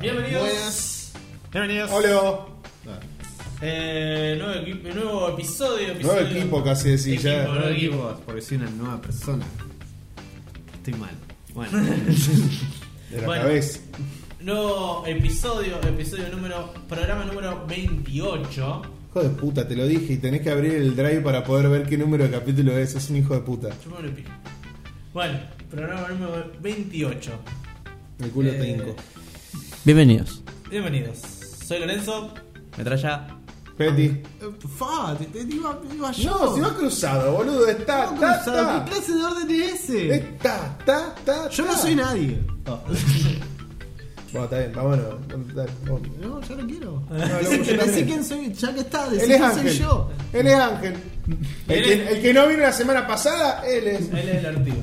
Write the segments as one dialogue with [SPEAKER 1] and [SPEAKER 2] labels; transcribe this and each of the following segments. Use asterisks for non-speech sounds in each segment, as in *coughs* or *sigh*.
[SPEAKER 1] Bienvenidos.
[SPEAKER 2] Buenas.
[SPEAKER 1] Bienvenidos.
[SPEAKER 2] Hola.
[SPEAKER 1] Eh, nuevo, equi- nuevo episodio, episodio.
[SPEAKER 2] Nuevo equipo casi así
[SPEAKER 1] Equipo,
[SPEAKER 2] ya.
[SPEAKER 1] nuevo equipo.
[SPEAKER 3] porque soy una nueva persona. Estoy mal. Bueno,
[SPEAKER 2] De la
[SPEAKER 1] Bueno.
[SPEAKER 2] cabeza.
[SPEAKER 1] *laughs* Nuevo episodio, episodio número. Programa número 28.
[SPEAKER 2] Hijo de puta, te lo dije y tenés que abrir el drive para poder ver qué número de capítulo es. Es un hijo de puta.
[SPEAKER 1] Yo me lo pido. Bueno, programa número 28.
[SPEAKER 2] El culo
[SPEAKER 1] Eh,
[SPEAKER 2] te hinco.
[SPEAKER 4] Bienvenidos.
[SPEAKER 1] Bienvenidos. Soy Lorenzo.
[SPEAKER 4] Metralla.
[SPEAKER 2] Peti.
[SPEAKER 3] fa, te, te- iba,
[SPEAKER 1] *laughs*
[SPEAKER 3] iba yo.
[SPEAKER 2] No, si va cruzado, boludo. Está,
[SPEAKER 3] Estaba
[SPEAKER 2] está,
[SPEAKER 3] cruzado.
[SPEAKER 2] está.
[SPEAKER 3] ¿Qué clase de orden es ese?
[SPEAKER 2] Está, está, está.
[SPEAKER 3] Yo no
[SPEAKER 2] está.
[SPEAKER 3] soy nadie.
[SPEAKER 2] Ah. *laughs* Bueno, está bien, vámonos. Dale, vamos.
[SPEAKER 3] *laughs* No, yo no quiero.
[SPEAKER 1] Ah,
[SPEAKER 2] loco, yo
[SPEAKER 3] Decí- Decí
[SPEAKER 2] también.
[SPEAKER 3] quién soy, ya que está, decí
[SPEAKER 2] Él es
[SPEAKER 3] quién soy
[SPEAKER 2] Ángel.
[SPEAKER 3] yo.
[SPEAKER 2] Él es Ángel. El
[SPEAKER 1] Él
[SPEAKER 2] que,
[SPEAKER 1] es-
[SPEAKER 2] el que no vino la semana pasada, él es.
[SPEAKER 1] Él es el Artigo.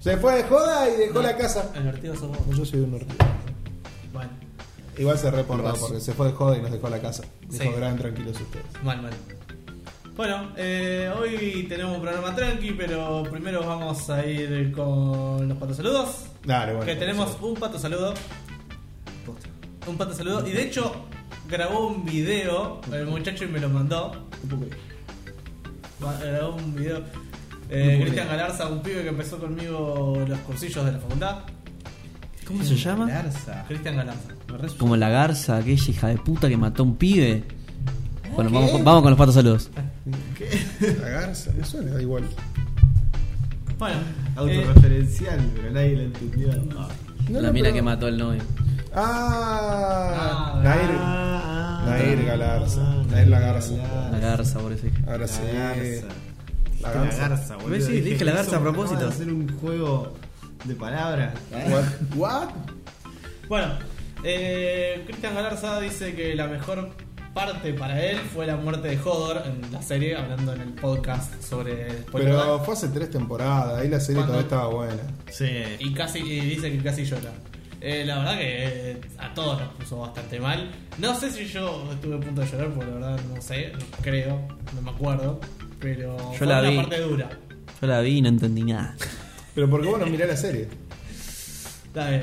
[SPEAKER 2] Se fue de joda y dejó la casa.
[SPEAKER 1] El Artigo somos
[SPEAKER 2] Yo soy un ortigo.
[SPEAKER 1] Bueno,
[SPEAKER 2] Igual se reportó
[SPEAKER 3] Por
[SPEAKER 2] porque se fue de joda y nos dejó la casa. Dijo,
[SPEAKER 1] Sí.
[SPEAKER 2] graben tranquilos ustedes.
[SPEAKER 1] mal, mal. Bueno, eh, hoy tenemos un programa tranqui, pero primero vamos a ir con los pato saludos.
[SPEAKER 2] Dale, bueno.
[SPEAKER 1] que tenemos
[SPEAKER 2] sí.
[SPEAKER 1] un pato saludo. Un pato saludo. Y de hecho, grabó un video el muchacho y me lo mandó. Va- Grabó un video. Eh,
[SPEAKER 3] puedo
[SPEAKER 1] Cristian
[SPEAKER 3] creer.
[SPEAKER 1] Galarza, un pibe que empezó conmigo los cursillos de la facultad.
[SPEAKER 4] ¿Cómo se llama?
[SPEAKER 3] Garza.
[SPEAKER 1] Cristian Galarza.
[SPEAKER 3] Me re su-
[SPEAKER 4] Como la garza, aquella hija de puta que mató a un pibe. Bueno, vamos, con- vamos con los patos saludos.
[SPEAKER 2] La garza, me suena, da igual.
[SPEAKER 1] Bueno, eh,
[SPEAKER 3] Autorreferencial, pero nadie lo entendió.
[SPEAKER 2] No,
[SPEAKER 4] la
[SPEAKER 2] no,
[SPEAKER 4] mina
[SPEAKER 2] pero-
[SPEAKER 4] que mató al novio.
[SPEAKER 2] Ah,
[SPEAKER 1] Ah,
[SPEAKER 2] Nair.
[SPEAKER 3] Ah,
[SPEAKER 2] Nair Galarza.
[SPEAKER 3] ah,
[SPEAKER 2] Nair la Garza.
[SPEAKER 4] La garza, por eso dije.
[SPEAKER 2] Ahora sí.
[SPEAKER 3] La garza.
[SPEAKER 2] La
[SPEAKER 3] La
[SPEAKER 2] garza.
[SPEAKER 3] garza, boludo.
[SPEAKER 4] ¿Ves? Sí, dije la garza
[SPEAKER 3] eso,
[SPEAKER 4] a propósito.
[SPEAKER 3] vamos hacer un juego de palabras.
[SPEAKER 2] What? What?
[SPEAKER 1] Bueno, eh, Cristian Galarza dice que la mejor parte para él fue la muerte de Hodor en la serie, hablando en el podcast sobre spoiler
[SPEAKER 2] Pero
[SPEAKER 1] alert.
[SPEAKER 2] fue hace tres temporadas, ahí la serie
[SPEAKER 1] ¿Cuándo?
[SPEAKER 2] todavía estaba buena.
[SPEAKER 3] Sí.
[SPEAKER 1] Eh, y casi y dice que casi llora. Eh, la verdad que eh, a todos nos puso bastante mal. No sé si yo estuve a punto de llorar, porque la verdad no sé, no creo, no me acuerdo. Pero fue
[SPEAKER 4] la
[SPEAKER 1] una
[SPEAKER 4] vi.
[SPEAKER 1] parte dura.
[SPEAKER 4] Yo la vi y no entendí nada.
[SPEAKER 2] Pero porque bueno, mirá la serie.
[SPEAKER 1] Está bien.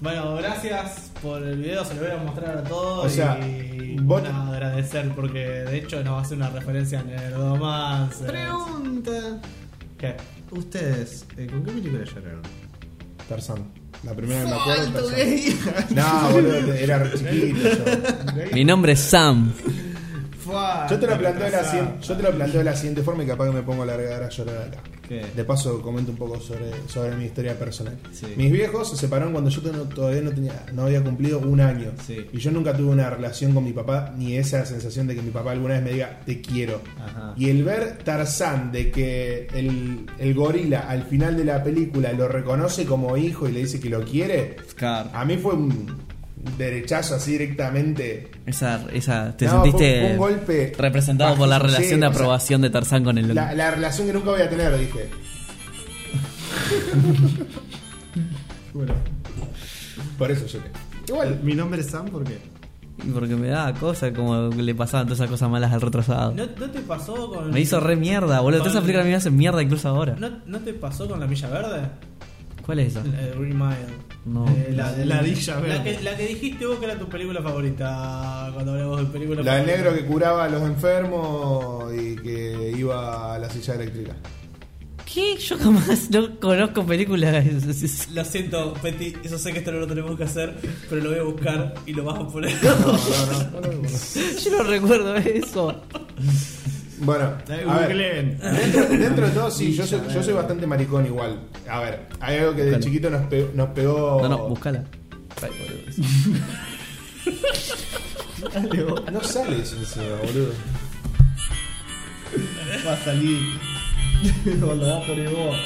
[SPEAKER 1] Bueno, gracias por el video, se lo voy a mostrar a todos
[SPEAKER 2] O sea,
[SPEAKER 1] y
[SPEAKER 2] vos-
[SPEAKER 1] van a agradecer porque de hecho nos va a hacer una referencia en el romance.
[SPEAKER 3] Pregunta.
[SPEAKER 1] ¿Qué?
[SPEAKER 3] Ustedes, eh, ¿con qué película lloraron?
[SPEAKER 2] Tarzán. La primera que me acuerdo.
[SPEAKER 3] Alto,
[SPEAKER 2] Tarzán.
[SPEAKER 3] gay.
[SPEAKER 2] No, boludo, era re chiquito
[SPEAKER 4] Mi
[SPEAKER 2] yo.
[SPEAKER 4] nombre es Sam.
[SPEAKER 3] Fua,
[SPEAKER 2] Yo te lo planteo de la
[SPEAKER 3] retrasado.
[SPEAKER 2] siguiente, yo te lo planteo de la siguiente forma y capaz que me pongo a largar a llorar acá.
[SPEAKER 3] ¿Qué?
[SPEAKER 2] De paso comento un poco sobre, sobre mi historia personal.
[SPEAKER 3] Sí.
[SPEAKER 2] Mis viejos se separaron cuando yo ten- todavía no tenía, no había cumplido un año.
[SPEAKER 3] Sí.
[SPEAKER 2] Y yo nunca tuve una relación con mi papá, ni esa sensación de que mi papá alguna vez me diga te quiero.
[SPEAKER 3] Ajá.
[SPEAKER 2] Y el ver Tarzán de que el, el gorila al final de la película lo reconoce como hijo y le dice que lo quiere,
[SPEAKER 4] Scar.
[SPEAKER 2] a mí fue un derechazo así directamente.
[SPEAKER 4] Esa, esa, te
[SPEAKER 2] No,
[SPEAKER 4] sentiste
[SPEAKER 2] fue un- un golpe
[SPEAKER 4] representado por la
[SPEAKER 2] bajísimo,
[SPEAKER 4] relación
[SPEAKER 2] sí, o
[SPEAKER 4] de
[SPEAKER 2] sea,
[SPEAKER 4] aprobación de Tarzán con el
[SPEAKER 2] La, la relación que nunca voy a tener, *laughs* dije.
[SPEAKER 3] Bueno,
[SPEAKER 2] Por eso lloré.
[SPEAKER 3] eh,
[SPEAKER 2] Igual,
[SPEAKER 3] mi nombre es Sam porque.
[SPEAKER 4] Y Porque me daba cosas como que le pasaban todas esas cosas malas al retrasado.
[SPEAKER 1] ¿No, no te pasó con.
[SPEAKER 4] Me hizo re mierda, boludo. Todas esas películas a mí me hacen mierda incluso ahora.
[SPEAKER 1] ¿No, no te pasó con la Villa Verde?
[SPEAKER 4] ¿Cuál es esa?
[SPEAKER 1] La de Green Mile.
[SPEAKER 4] No.
[SPEAKER 1] Eh,
[SPEAKER 3] La- la Villa
[SPEAKER 1] La
[SPEAKER 3] Verde.
[SPEAKER 1] que, la que dijiste vos que era tu película favorita cuando hablamos de película
[SPEAKER 2] la del
[SPEAKER 1] favorita.
[SPEAKER 2] negro que curaba a los enfermos y que iba a la silla eléctrica.
[SPEAKER 4] ¿Qué? Yo jamás no conozco películas.
[SPEAKER 1] Lo siento, Peti, yo sé que esto no lo tenemos que hacer, pero lo voy a buscar y lo vas a poner.
[SPEAKER 2] No, no, no, no, no.
[SPEAKER 4] Yo no recuerdo eso.
[SPEAKER 2] Bueno,
[SPEAKER 3] Eh,
[SPEAKER 2] a ver,
[SPEAKER 3] googleen.
[SPEAKER 2] dentro, dentro de todo, sí, yo
[SPEAKER 3] Villa
[SPEAKER 2] soy, yo soy
[SPEAKER 3] Verde.
[SPEAKER 2] bastante maricón igual. A ver, hay algo que de
[SPEAKER 4] Buscalo.
[SPEAKER 2] chiquito nos, pe- nos pegó.
[SPEAKER 4] No, no, búscala. Ay, boludo.
[SPEAKER 3] Dale, vos.
[SPEAKER 2] No sale *laughs* eso encima, boludo.
[SPEAKER 3] Va a salir. Cuando vas por el vos.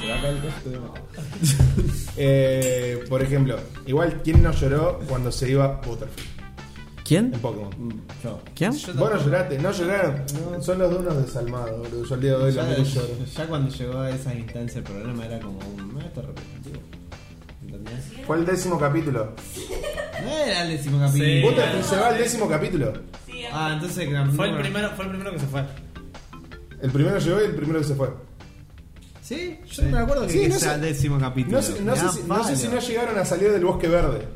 [SPEAKER 3] Se va a caer el costo de más.
[SPEAKER 2] Eh, por ejemplo, igual, ¿quién no lloró cuando se iba Butterfield
[SPEAKER 4] ¿Quién?
[SPEAKER 2] en Pokémon?
[SPEAKER 3] Yo.
[SPEAKER 4] ¿Quién?
[SPEAKER 2] Vos no lloraste, no lloraron. Son los de unos desalmados, boludo. Yo al día de hoy los
[SPEAKER 3] Ya,
[SPEAKER 2] miro y lloro.
[SPEAKER 3] ya cuando llegó a esas instancias el programa era como un. "Ah, Esto es repetitivo. ¿Entendés?
[SPEAKER 2] Fue el décimo capítulo.
[SPEAKER 3] No era el décimo
[SPEAKER 1] *laughs* Sí.
[SPEAKER 3] capítulo.
[SPEAKER 2] Butterfield se va al décimo capítulo.
[SPEAKER 3] Ah, entonces gran
[SPEAKER 1] Fue el,
[SPEAKER 3] número.
[SPEAKER 1] primero, fue el primero que se fue.
[SPEAKER 2] El primero llegó y el primero que se fue.
[SPEAKER 3] Sí, yo no me acuerdo que
[SPEAKER 2] Sí, no
[SPEAKER 3] sea
[SPEAKER 2] sé-
[SPEAKER 3] el décimo capítulo.
[SPEAKER 2] No sé, no
[SPEAKER 3] Me
[SPEAKER 2] sé
[SPEAKER 3] da
[SPEAKER 2] si, no sé si
[SPEAKER 3] palo.
[SPEAKER 2] no llegaron a salir del bosque verde.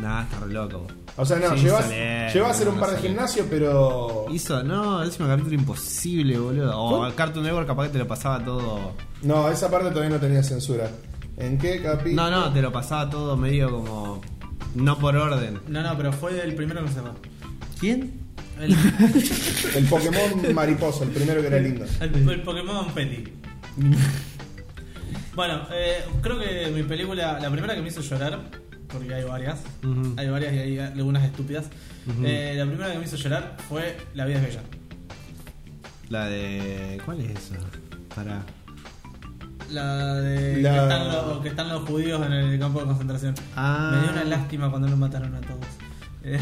[SPEAKER 5] Nah, está re loco.
[SPEAKER 2] O sea, no,
[SPEAKER 5] Sí,
[SPEAKER 2] llevas,
[SPEAKER 5] sale,
[SPEAKER 2] llevas a ser
[SPEAKER 5] no,
[SPEAKER 2] un
[SPEAKER 5] no
[SPEAKER 2] par de
[SPEAKER 5] sale.
[SPEAKER 2] gimnasio, pero.
[SPEAKER 5] Hizo, no, décimo capítulo imposible, boludo. O Cartoon Network capaz que te lo pasaba todo.
[SPEAKER 2] No, esa parte todavía no tenía censura. ¿En qué capítulo?
[SPEAKER 5] No, no, te lo pasaba todo medio como. No por orden.
[SPEAKER 1] No, no, pero fue el primero que se cerró.
[SPEAKER 4] ¿Quién?
[SPEAKER 5] *laughs*
[SPEAKER 1] El,
[SPEAKER 2] El Pokémon mariposa, el primero que
[SPEAKER 3] *laughs*
[SPEAKER 2] era lindo.
[SPEAKER 1] el- el Pokémon Petty. Bueno, eh, creo que mi película, la primera que me hizo llorar, porque hay varias,
[SPEAKER 5] Ujú.
[SPEAKER 1] hay varias y hay algunas estúpidas.
[SPEAKER 5] Ujú.
[SPEAKER 1] eh, la primera que me hizo llorar fue La vida es bella.
[SPEAKER 5] La de. ¿Cuál es eso? Para.
[SPEAKER 1] La de
[SPEAKER 2] La-
[SPEAKER 1] Que, están los, que están los judíos en el campo de concentración.
[SPEAKER 5] Ah.
[SPEAKER 1] Me dio una lástima cuando los mataron a
[SPEAKER 5] *laughs*
[SPEAKER 1] todos. Eh,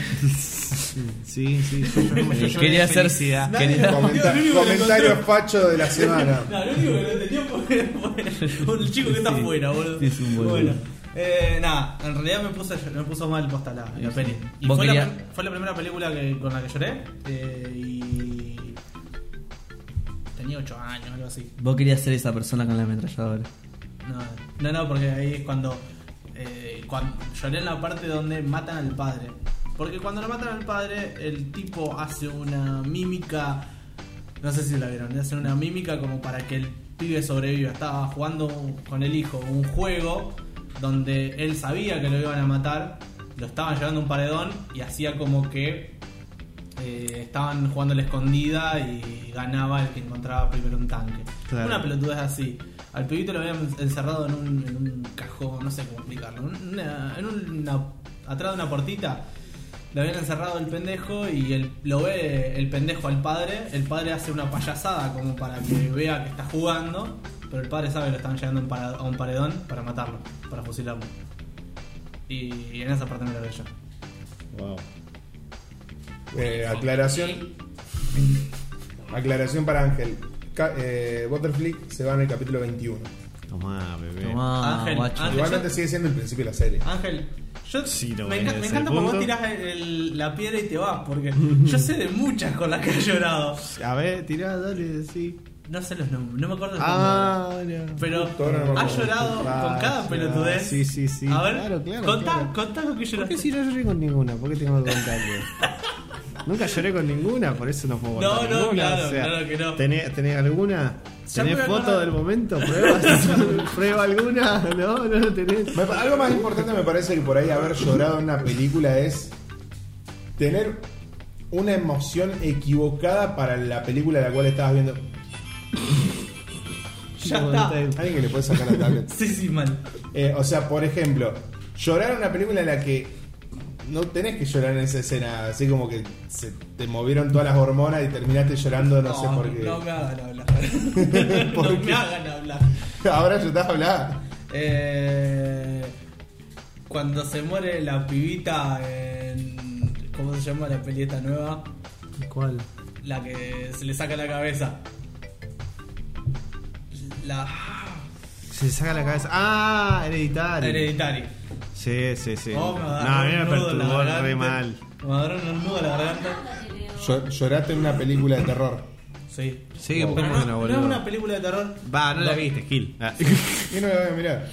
[SPEAKER 5] Sí, sí, yo,
[SPEAKER 1] *laughs*
[SPEAKER 5] yo- yo- yo- yo-
[SPEAKER 4] Quería
[SPEAKER 5] de
[SPEAKER 4] ser-
[SPEAKER 5] felicidad.
[SPEAKER 1] Nadie-
[SPEAKER 4] Quería-
[SPEAKER 2] Comenta-
[SPEAKER 1] Dios, lo único que
[SPEAKER 2] comentario
[SPEAKER 1] encontré-
[SPEAKER 2] facho de la semana.
[SPEAKER 1] No, lo único que no entendió fue fue el chico que está
[SPEAKER 4] Sí,
[SPEAKER 1] afuera, boludo.
[SPEAKER 4] sí, es un boludo.
[SPEAKER 1] Bueno, eh, nada, en realidad me puso, me puso mal posta la, la
[SPEAKER 4] Sí.
[SPEAKER 1] peli. Y
[SPEAKER 4] Vos
[SPEAKER 1] fue, la,
[SPEAKER 4] querías-
[SPEAKER 1] prim- fue la primera película que, con la que lloré. eh, y. Tenía 8 años, algo así.
[SPEAKER 4] Vos querías ser esa persona con la ametralladora.
[SPEAKER 1] No, no, no, porque ahí es cuando, eh, cuan- Lloré en la parte donde matan al padre. Porque cuando lo matan al padre, el tipo hace una mímica. No sé si la vieron, hace una mímica como para que el pibe sobreviva. Estaba jugando con el hijo un juego donde él sabía que lo iban a matar, lo estaban llevando a un paredón y hacía como que eh, estaban jugando a la escondida y ganaba el que encontraba primero un tanque.
[SPEAKER 5] Claro.
[SPEAKER 1] Una pelotudez así. Al pibito lo habían encerrado en un, en un cajón, no sé cómo explicarlo. en una- en una, atrás de una portita. Lo habían encerrado el pendejo y el- lo ve el pendejo al padre. El padre hace una payasada como para que vea que está jugando. Pero el padre sabe que lo están llevando a un para- a un paredón para matarlo, para fusilarlo. Y, en esa parte me lo veo yo.
[SPEAKER 5] Wow.
[SPEAKER 2] Eh, aclaración. Aclaración para Ángel. Ca- eh, Butterfly se va en el capítulo 21.
[SPEAKER 5] Tomá, bebé.
[SPEAKER 4] Tomá,
[SPEAKER 1] Ángel,
[SPEAKER 4] guacho.
[SPEAKER 1] Ángel.
[SPEAKER 2] Igualmente sigue siendo el principio de la serie.
[SPEAKER 1] Ángel, yo
[SPEAKER 5] Sí, no
[SPEAKER 1] me,
[SPEAKER 5] viene
[SPEAKER 1] enca- me
[SPEAKER 5] ese
[SPEAKER 1] encanta como vos
[SPEAKER 5] punto.
[SPEAKER 1] tirás el- el- la piedra y te vas, porque yo sé de muchas con las que he llorado.
[SPEAKER 5] A ver, tirá, dale, sí.
[SPEAKER 1] No sé los nombres, no me acuerdo los
[SPEAKER 5] Ah, bueno.
[SPEAKER 1] nombres. Pero
[SPEAKER 2] Justo ahora no me
[SPEAKER 1] has
[SPEAKER 2] acuerdo.
[SPEAKER 1] llorado con cada
[SPEAKER 5] Ah,
[SPEAKER 1] pelotudez.
[SPEAKER 5] sí, sí, sí.
[SPEAKER 1] A ver,
[SPEAKER 5] Claro, claro,
[SPEAKER 1] contá,
[SPEAKER 5] claro.
[SPEAKER 1] contá lo que
[SPEAKER 5] ¿Por
[SPEAKER 1] lloraste.
[SPEAKER 5] qué si no lloré con ninguna? ¿Por qué tengo que contarle?
[SPEAKER 1] *laughs*
[SPEAKER 5] Nunca lloré con ninguna, por eso no puedo
[SPEAKER 1] No,
[SPEAKER 5] contar
[SPEAKER 1] no,
[SPEAKER 5] ninguna,
[SPEAKER 1] claro, claro que no.
[SPEAKER 5] ¿tenés, tenés alguna?
[SPEAKER 1] Ya
[SPEAKER 5] ¿Tenés
[SPEAKER 1] me voy a
[SPEAKER 5] foto
[SPEAKER 1] acordar.
[SPEAKER 5] del momento? ¿Pruebas?
[SPEAKER 1] *laughs*
[SPEAKER 5] ¿Prueba alguna? No, no lo tenés.
[SPEAKER 2] Me pa- algo más importante me parece que por ahí haber llorado en una película es tener una emoción equivocada para la película la cual estabas viendo.
[SPEAKER 1] Ya
[SPEAKER 5] No,
[SPEAKER 1] está.
[SPEAKER 5] está
[SPEAKER 2] Alguien que le puede sacar la tablet.
[SPEAKER 1] *laughs* Sí, sí, mal.
[SPEAKER 2] Eh, o sea, por ejemplo, llorar en una película en la que no tenés que llorar en esa escena, así como que se te movieron todas las hormonas y terminaste llorando, no, sé por qué.
[SPEAKER 1] no me hagan
[SPEAKER 2] *laughs*
[SPEAKER 1] hablar. no me hagan hablar.
[SPEAKER 2] Ahora yo estás hablando.
[SPEAKER 1] Eh, cuando se muere la pibita en. ¿Cómo se llama la peli esta nueva?
[SPEAKER 5] ¿Cuál?
[SPEAKER 1] La que se le saca la cabeza. La.
[SPEAKER 5] Se saca la cabeza. ¡Ah! Hereditario.
[SPEAKER 1] Hereditaria.
[SPEAKER 5] Sí, sí, sí.
[SPEAKER 1] Oh, me
[SPEAKER 5] no,
[SPEAKER 1] agarró
[SPEAKER 5] a
[SPEAKER 1] un
[SPEAKER 5] mí me
[SPEAKER 1] nudo en la
[SPEAKER 5] perturbó re
[SPEAKER 1] garganta.
[SPEAKER 5] mal.
[SPEAKER 1] Me agarró un nudo en la garganta.
[SPEAKER 2] Llo- lloraste en una película de terror.
[SPEAKER 1] Sí.
[SPEAKER 5] Sí,
[SPEAKER 1] Pero
[SPEAKER 5] ¿cómo
[SPEAKER 1] no,
[SPEAKER 5] que no,
[SPEAKER 1] no
[SPEAKER 5] boludo?
[SPEAKER 1] es una película de terror.
[SPEAKER 5] Va, no la viste, Gil.
[SPEAKER 1] *laughs*
[SPEAKER 5] Ah.
[SPEAKER 2] Y no la voy a mirar.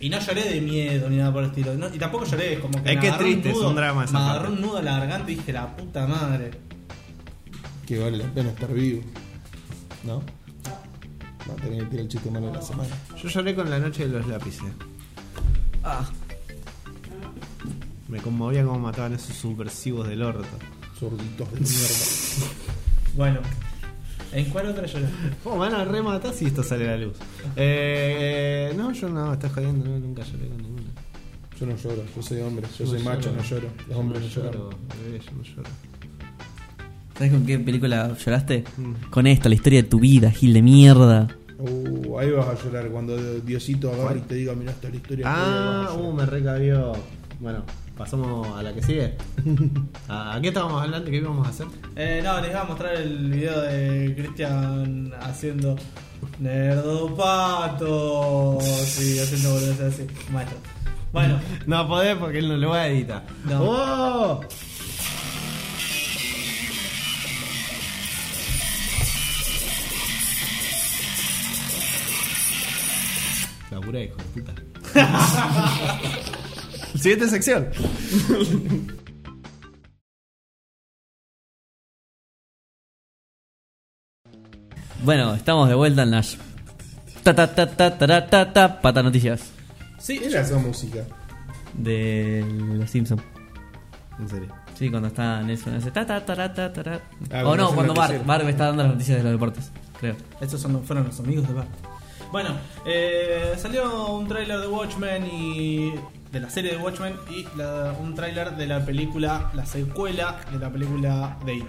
[SPEAKER 1] Y no lloré de miedo ni nada por el estilo. No, y tampoco lloré, como que.
[SPEAKER 5] Es
[SPEAKER 1] me
[SPEAKER 5] que
[SPEAKER 1] agarró
[SPEAKER 5] triste, es
[SPEAKER 1] nudo-
[SPEAKER 5] un drama esa
[SPEAKER 1] Me
[SPEAKER 5] parte.
[SPEAKER 1] agarró un nudo en la garganta y dije, la puta madre.
[SPEAKER 2] Que vale la pena estar vivo. ¿No? Va a tener que tirar el chiste malo de la semana.
[SPEAKER 5] Yo lloré con la noche de los lápices.
[SPEAKER 4] Ah,
[SPEAKER 5] Me conmovía como mataban esos subversivos del orto.
[SPEAKER 2] Zurditos de mierda.
[SPEAKER 1] Bueno. ¿En cuál otra lloraste?
[SPEAKER 5] Oh, me van a rematar si esto sale a la luz. Eh, no, yo no, estás jodiendo, no, nunca lloré con ninguna.
[SPEAKER 2] Yo no lloro, yo soy hombre, yo soy macho, no lloro. Los hombres no lloran.
[SPEAKER 5] bebé, yo no lloro.
[SPEAKER 4] ¿Sabes con qué película lloraste? Con esta, la historia de tu vida, Gil de mierda.
[SPEAKER 2] Uh, ahí vas a llorar cuando Diosito agarre y te diga, mirá, esta es la historia.
[SPEAKER 5] Ah,
[SPEAKER 2] que voy a
[SPEAKER 5] uh,
[SPEAKER 2] llorar".
[SPEAKER 5] me recabió. Bueno, pasamos a la que sigue. *laughs* ¿A a qué estábamos hablando? ¿Qué íbamos a hacer?
[SPEAKER 1] Eh, no, les iba a mostrar el video de Cristian haciendo nerdopato. Sí, haciendo boludeces así. Maestro. Bueno,
[SPEAKER 5] No podés porque él no lo va a editar.
[SPEAKER 1] No.
[SPEAKER 5] ¡Oh! La pura hijo de puta.
[SPEAKER 6] Siguiente sección.
[SPEAKER 4] Bueno, estamos de vuelta en las. Ta ta ta ta ta ta ta, ta, pata noticias
[SPEAKER 1] Sí,
[SPEAKER 2] ¿Quién era esa música?
[SPEAKER 4] de Los Simpsons.
[SPEAKER 5] En serio.
[SPEAKER 4] Sí, cuando está Nelson hace ta ta ta ta ta ta, ta.
[SPEAKER 2] Ah,
[SPEAKER 4] o
[SPEAKER 2] cuando
[SPEAKER 4] no,
[SPEAKER 2] hace el
[SPEAKER 4] cuando Bart,
[SPEAKER 2] noticiero.
[SPEAKER 4] Bart me está dando las noticias de los deportes, creo.
[SPEAKER 1] Estos son los- fueron los amigos de Bart. Bueno, eh, salió un tráiler de Watchmen y de la serie de Watchmen y la- un tráiler de la película, la secuela de la película de It.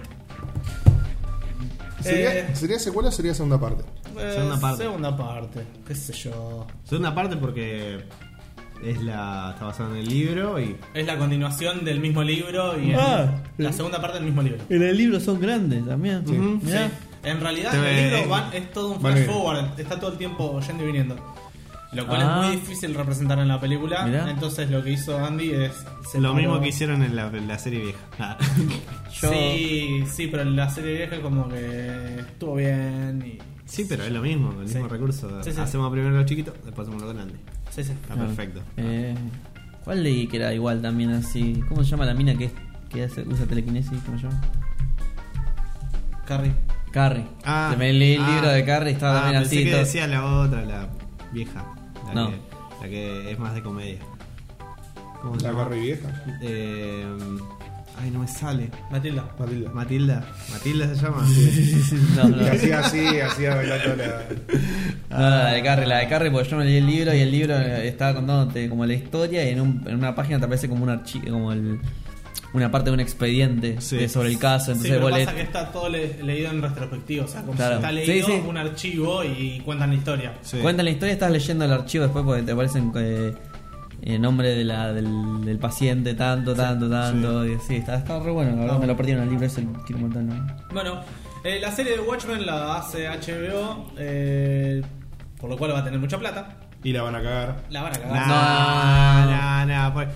[SPEAKER 2] ¿Sería,
[SPEAKER 1] Eh.
[SPEAKER 2] ¿Sería secuela o sería segunda parte?
[SPEAKER 1] Eh,
[SPEAKER 5] Segunda parte.
[SPEAKER 1] Segunda parte, qué sé yo.
[SPEAKER 5] Segunda parte porque es la está basada en el libro y
[SPEAKER 1] Es la continuación del mismo libro y es
[SPEAKER 6] Ah.
[SPEAKER 1] la segunda parte del mismo libro.
[SPEAKER 4] En el libro son grandes también.
[SPEAKER 2] Sí.
[SPEAKER 1] Sí. En realidad
[SPEAKER 6] Te
[SPEAKER 1] en el
[SPEAKER 6] ve-
[SPEAKER 1] libro van- es todo un
[SPEAKER 2] Van
[SPEAKER 1] flash
[SPEAKER 2] bien.
[SPEAKER 1] forward, está todo el tiempo yendo y viniendo. Lo cual
[SPEAKER 4] Ah.
[SPEAKER 1] es muy difícil representar en la película.
[SPEAKER 4] Mirá.
[SPEAKER 1] Entonces lo que hizo Andy es.
[SPEAKER 5] lo
[SPEAKER 1] separó-
[SPEAKER 5] mismo que hicieron en la, en la serie vieja.
[SPEAKER 1] *laughs*
[SPEAKER 5] Ah.
[SPEAKER 4] Yo-
[SPEAKER 1] Sí, sí, pero en la serie vieja como que estuvo bien y.
[SPEAKER 5] sí, pero es lo mismo, el
[SPEAKER 1] Sí.
[SPEAKER 5] mismo recurso.
[SPEAKER 1] Sí, sí.
[SPEAKER 5] Hacemos primero lo chiquito, después hacemos lo grande.
[SPEAKER 1] Sí, sí.
[SPEAKER 5] Está perfecto.
[SPEAKER 4] Eh, ¿Cuál leí que era igual también así? ¿Cómo se llama la mina que, es- que hace- usa telequinesis? ¿Cómo se llama?
[SPEAKER 1] Carrie.
[SPEAKER 4] Carrie.
[SPEAKER 5] Ah,
[SPEAKER 4] Se me leí el
[SPEAKER 5] ah.
[SPEAKER 4] libro de Carrie y estaba
[SPEAKER 5] Ah,
[SPEAKER 4] también
[SPEAKER 5] pensé
[SPEAKER 4] así.
[SPEAKER 5] que
[SPEAKER 4] todo.
[SPEAKER 5] decía la otra, la vieja. La,
[SPEAKER 4] No.
[SPEAKER 5] que, la que es más de comedia. ¿Cómo se
[SPEAKER 2] La
[SPEAKER 5] llama?
[SPEAKER 2] Barry vieja.
[SPEAKER 5] Eh, ay, no me sale.
[SPEAKER 1] Matilda.
[SPEAKER 2] Matilda.
[SPEAKER 5] Matilda. Matilda se llama.
[SPEAKER 4] No,
[SPEAKER 2] *laughs*
[SPEAKER 4] no,
[SPEAKER 5] *laughs*
[SPEAKER 2] Que
[SPEAKER 4] no.
[SPEAKER 2] hacía así, hacía bailar toda la.
[SPEAKER 4] No, la de Carrie, la de Carrie, porque yo me leí el libro y el libro eh, estaba contándote como la historia y en, un- en una página te aparece como un archivo, como el- una parte de un expediente
[SPEAKER 5] Sí.
[SPEAKER 4] de- sobre el caso,
[SPEAKER 1] sí,
[SPEAKER 4] entonces
[SPEAKER 1] pero
[SPEAKER 4] vos
[SPEAKER 1] pasa
[SPEAKER 4] lees-
[SPEAKER 1] que está todo le- leído en retrospectiva. O sea, como si
[SPEAKER 4] Claro.
[SPEAKER 1] está
[SPEAKER 4] Sí,
[SPEAKER 1] leído
[SPEAKER 4] sí.
[SPEAKER 1] un archivo y cuentan la historia.
[SPEAKER 5] Sí.
[SPEAKER 4] cuentan la historia, estás leyendo el archivo después porque te aparecen eh, el nombre de la, del, del paciente, tanto, tanto, tanto, y así, está, está re bueno, la verdad me lo perdí en el libro ese, quiero montarlo.
[SPEAKER 1] Bueno, eh, la serie de Watchmen la hace HBO, eh, por lo cual va a tener mucha plata.
[SPEAKER 2] Y la van a cagar.
[SPEAKER 1] La van a cagar.
[SPEAKER 5] Nah, nah, nah, pues,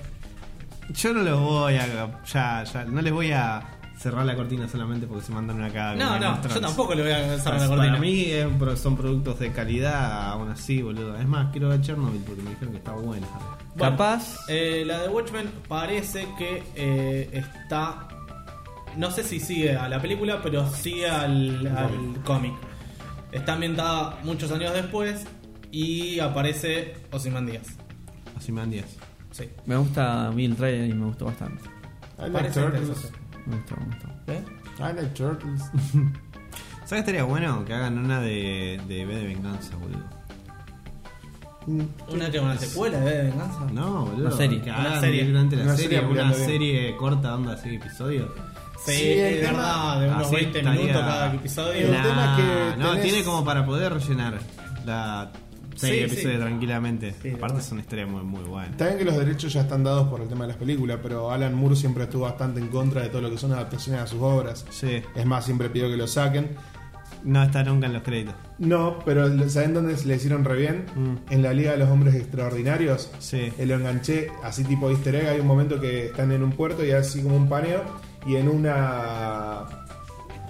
[SPEAKER 5] yo no los voy a. Ya, ya, no les voy a cerrar la cortina solamente porque se mandan una cagada.
[SPEAKER 1] No,
[SPEAKER 5] con Game
[SPEAKER 1] no,
[SPEAKER 5] of Thrones.
[SPEAKER 1] yo tampoco le voy a cerrar la
[SPEAKER 5] Para
[SPEAKER 1] cortina.
[SPEAKER 5] mí eh, pro- son productos de calidad, aún así, boludo. Es más, quiero ver Chernobyl porque me dijeron que está buena.
[SPEAKER 1] Bueno,
[SPEAKER 4] Capaz,
[SPEAKER 1] eh, la de Watchmen parece que eh, está. No sé si sigue a la película, pero sigue al, al cómic. Está ambientada muchos años después y aparece Ozymandias.
[SPEAKER 5] Así me dan 10.
[SPEAKER 1] Sí.
[SPEAKER 4] me gusta Bill Trailer y me gustó bastante.
[SPEAKER 2] I like
[SPEAKER 1] Parece
[SPEAKER 2] Turtles.
[SPEAKER 1] interesante.
[SPEAKER 4] Me gustó, me gustó.
[SPEAKER 1] ¿Eh?
[SPEAKER 2] I like Turtles.
[SPEAKER 5] ¿Sabes qué estaría bueno? Que hagan una de, de B de Venganza, boludo.
[SPEAKER 1] Una que una secuela ¿eh? de Venganza.
[SPEAKER 5] No, boludo.
[SPEAKER 4] Una serie.
[SPEAKER 5] Que
[SPEAKER 1] Una
[SPEAKER 5] hagan
[SPEAKER 1] serie.
[SPEAKER 5] directamente la
[SPEAKER 2] Una
[SPEAKER 5] serie,
[SPEAKER 2] serie
[SPEAKER 5] una
[SPEAKER 2] apurando bien.
[SPEAKER 5] serie corta, onda así, episodio.
[SPEAKER 1] Sí,
[SPEAKER 2] Sí, el
[SPEAKER 1] es
[SPEAKER 2] tema-
[SPEAKER 1] verdad, Ah, de unos
[SPEAKER 5] Así
[SPEAKER 1] 20
[SPEAKER 5] estaría-
[SPEAKER 1] minutos cada episodio.
[SPEAKER 2] El Nah. tema es que
[SPEAKER 5] No,
[SPEAKER 2] tenés-
[SPEAKER 5] tiene como para poder rellenar la serie
[SPEAKER 1] Sí,
[SPEAKER 5] de episodios
[SPEAKER 1] sí.
[SPEAKER 5] tranquilamente.
[SPEAKER 1] Sí,
[SPEAKER 5] Aparte
[SPEAKER 1] bueno.
[SPEAKER 5] es una historia muy, muy buena.
[SPEAKER 2] Está bien que los derechos ya están dados por el tema de las películas, pero Alan Moore siempre estuvo bastante en contra de todo lo que son adaptaciones a sus obras.
[SPEAKER 5] Sí.
[SPEAKER 2] Es más, siempre pidió que lo saquen.
[SPEAKER 5] No está nunca en los créditos.
[SPEAKER 2] No, pero lo- ¿saben dónde se le hicieron re bien?
[SPEAKER 5] Mm.
[SPEAKER 2] En la Liga de los Hombres Extraordinarios.
[SPEAKER 5] Sí.
[SPEAKER 2] Eh, Lo enganché así tipo easter egg. Hay un momento que están en un puerto y así como un paneo. Y en una.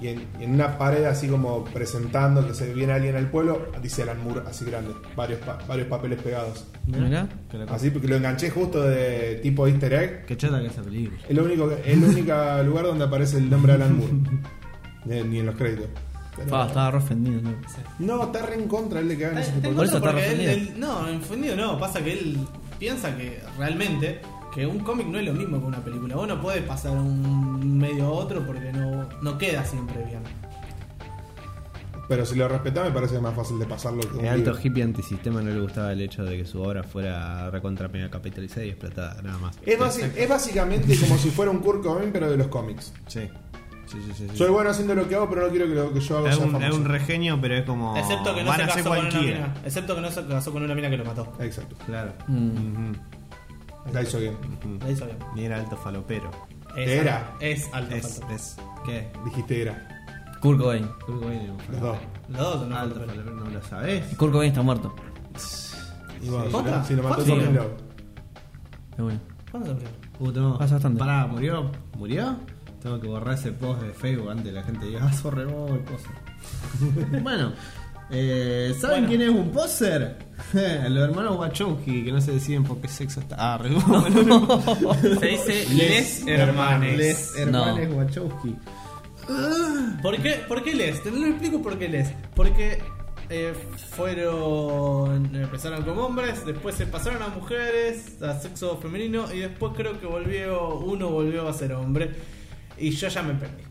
[SPEAKER 2] Y en, y en una pared así como presentando que se viene alguien al pueblo, dice Alan Moore así grande, varios, pa- varios papeles pegados.
[SPEAKER 4] Mirá.
[SPEAKER 5] Que, la-
[SPEAKER 2] Así porque lo enganché justo de tipo easter egg.
[SPEAKER 5] que chata que esa película.
[SPEAKER 2] Es el único, el único *laughs* lugar donde aparece el nombre de Alan Moore. Ni- ni en los créditos. Pero-
[SPEAKER 4] Ah, estaba re ofendido. ¿no?
[SPEAKER 2] no, está re en contra él de que hagan ese
[SPEAKER 1] Está-
[SPEAKER 2] tipo
[SPEAKER 1] está
[SPEAKER 2] de
[SPEAKER 1] en
[SPEAKER 4] Por
[SPEAKER 2] cosas.
[SPEAKER 4] eso está
[SPEAKER 1] contra porque
[SPEAKER 4] refundido.
[SPEAKER 1] él- él- No, enfundido no, pasa que él piensa que realmente que un cómic no es lo mismo que una película. Vos no podés pasar un medio a otro porque no, no queda siempre bien.
[SPEAKER 2] Pero si lo respetás, me parece más fácil de pasarlo que un
[SPEAKER 5] El alto
[SPEAKER 2] libro.
[SPEAKER 5] hippie antisistema no le gustaba el hecho de que su obra fuera recontra mega capitalizada y explotada, nada más.
[SPEAKER 2] Es, basi- es básicamente como si fuera un Kurt Cobain, pero de los cómics.
[SPEAKER 5] Sí. Sí, sí, sí. sí.
[SPEAKER 2] Soy bueno haciendo lo que hago, pero no quiero que lo que yo hago
[SPEAKER 5] es,
[SPEAKER 2] sea
[SPEAKER 5] un,
[SPEAKER 2] famoso.
[SPEAKER 5] es un regenio, pero es como.
[SPEAKER 1] excepto que no
[SPEAKER 5] van
[SPEAKER 1] se
[SPEAKER 5] a
[SPEAKER 1] casó
[SPEAKER 5] ser
[SPEAKER 1] con una
[SPEAKER 5] cualquiera.
[SPEAKER 1] mina. Excepto que no se casó con una mina que lo mató.
[SPEAKER 2] Exacto.
[SPEAKER 5] Claro.
[SPEAKER 4] Mm.
[SPEAKER 5] Ujú.
[SPEAKER 2] La hizo bien.
[SPEAKER 5] Mm.
[SPEAKER 1] La hizo bien.
[SPEAKER 5] Ni era alto falopero.
[SPEAKER 1] Es
[SPEAKER 2] Era.
[SPEAKER 1] alto- Es alto.
[SPEAKER 5] Es,
[SPEAKER 1] falto.
[SPEAKER 5] es. ¿Qué?
[SPEAKER 2] Dijiste era.
[SPEAKER 4] Kurt Cobain.
[SPEAKER 5] Kurt Cobain era un
[SPEAKER 2] Los dos.
[SPEAKER 5] falopero.
[SPEAKER 1] Los dos son
[SPEAKER 5] Alto
[SPEAKER 1] altos.
[SPEAKER 5] falopero, no lo sabés.
[SPEAKER 4] Kurt Cobain está muerto.
[SPEAKER 2] Y bueno, si
[SPEAKER 1] ¿Posta?
[SPEAKER 2] lo- si lo mató
[SPEAKER 1] ¿Posta?
[SPEAKER 2] Courtney Love.
[SPEAKER 4] Pero bueno.
[SPEAKER 1] ¿Cuándo se murió?
[SPEAKER 5] Puto.
[SPEAKER 4] Pasa bastante.
[SPEAKER 5] Pará, ¿murió? ¿Murió? Tengo que borrar ese post de Facebook antes de la gente diga, ah, sorre vos, el coso. oh, *laughs* bueno, Eh, ¿Saben
[SPEAKER 1] Bueno.
[SPEAKER 5] quién es un poser? *laughs* Los hermanos Wachowski, que no se deciden por qué sexo está.
[SPEAKER 1] *laughs*
[SPEAKER 5] Ah, re bueno.
[SPEAKER 1] Se dice
[SPEAKER 2] Les
[SPEAKER 1] Les, Hermanes.
[SPEAKER 5] Les hermanos Wachowski.
[SPEAKER 1] ¿Por qué, por qué les? Te lo explico por qué les. Porque eh, fueron. Empezaron como hombres, después se pasaron a mujeres, a sexo femenino, y después creo que volvió. Uno volvió a ser hombre. Y yo ya me perdí.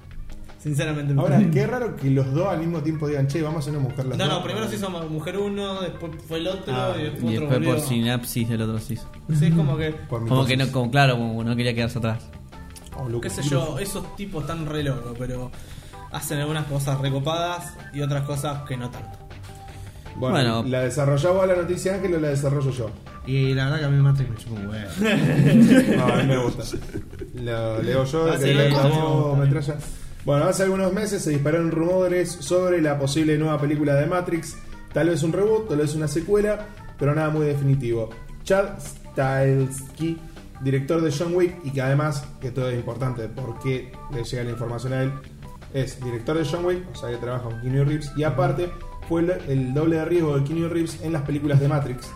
[SPEAKER 1] Sinceramente me
[SPEAKER 2] Ahora,
[SPEAKER 1] perdí.
[SPEAKER 2] qué raro que los dos al mismo tiempo digan, che, vamos a hacer una mujer las
[SPEAKER 1] No,
[SPEAKER 2] dos".
[SPEAKER 1] no, primero se hizo mujer uno, después fue el otro,
[SPEAKER 5] Ah,
[SPEAKER 1] y después
[SPEAKER 4] Y
[SPEAKER 1] otro
[SPEAKER 4] después por
[SPEAKER 1] volvió.
[SPEAKER 4] sinapsis del otro sí.
[SPEAKER 1] Sí, es como que.
[SPEAKER 2] Por
[SPEAKER 4] Como que
[SPEAKER 2] mitosis.
[SPEAKER 4] no, como claro, como no quería quedarse atrás.
[SPEAKER 2] Oh, loco,
[SPEAKER 1] qué sé yo, esos tipos están re locos, pero hacen algunas cosas recopadas y otras cosas que no tanto.
[SPEAKER 2] Bueno,
[SPEAKER 4] Bueno.
[SPEAKER 2] la desarrolló vos la noticia Ángel o la desarrollo yo.
[SPEAKER 5] Y la verdad que a mí Matrix me chupa un huevo.
[SPEAKER 2] No, a mí me gusta. Lo leo yo,
[SPEAKER 1] Ah,
[SPEAKER 2] que
[SPEAKER 1] sí,
[SPEAKER 2] leo
[SPEAKER 1] lo
[SPEAKER 2] la
[SPEAKER 1] leo.
[SPEAKER 2] voz, metralla. Bueno, hace algunos meses se dispararon rumores sobre la posible nueva película de Matrix. Tal vez un reboot, tal vez una secuela, pero nada muy definitivo. Chad Stahelski, director de John Wick, y que además, que todo es importante porque le llega la información a él, es director de John Wick, o sea que trabaja con Keanu Reeves, y aparte fue el, el doble de riesgo de Keanu Reeves en las películas de Matrix.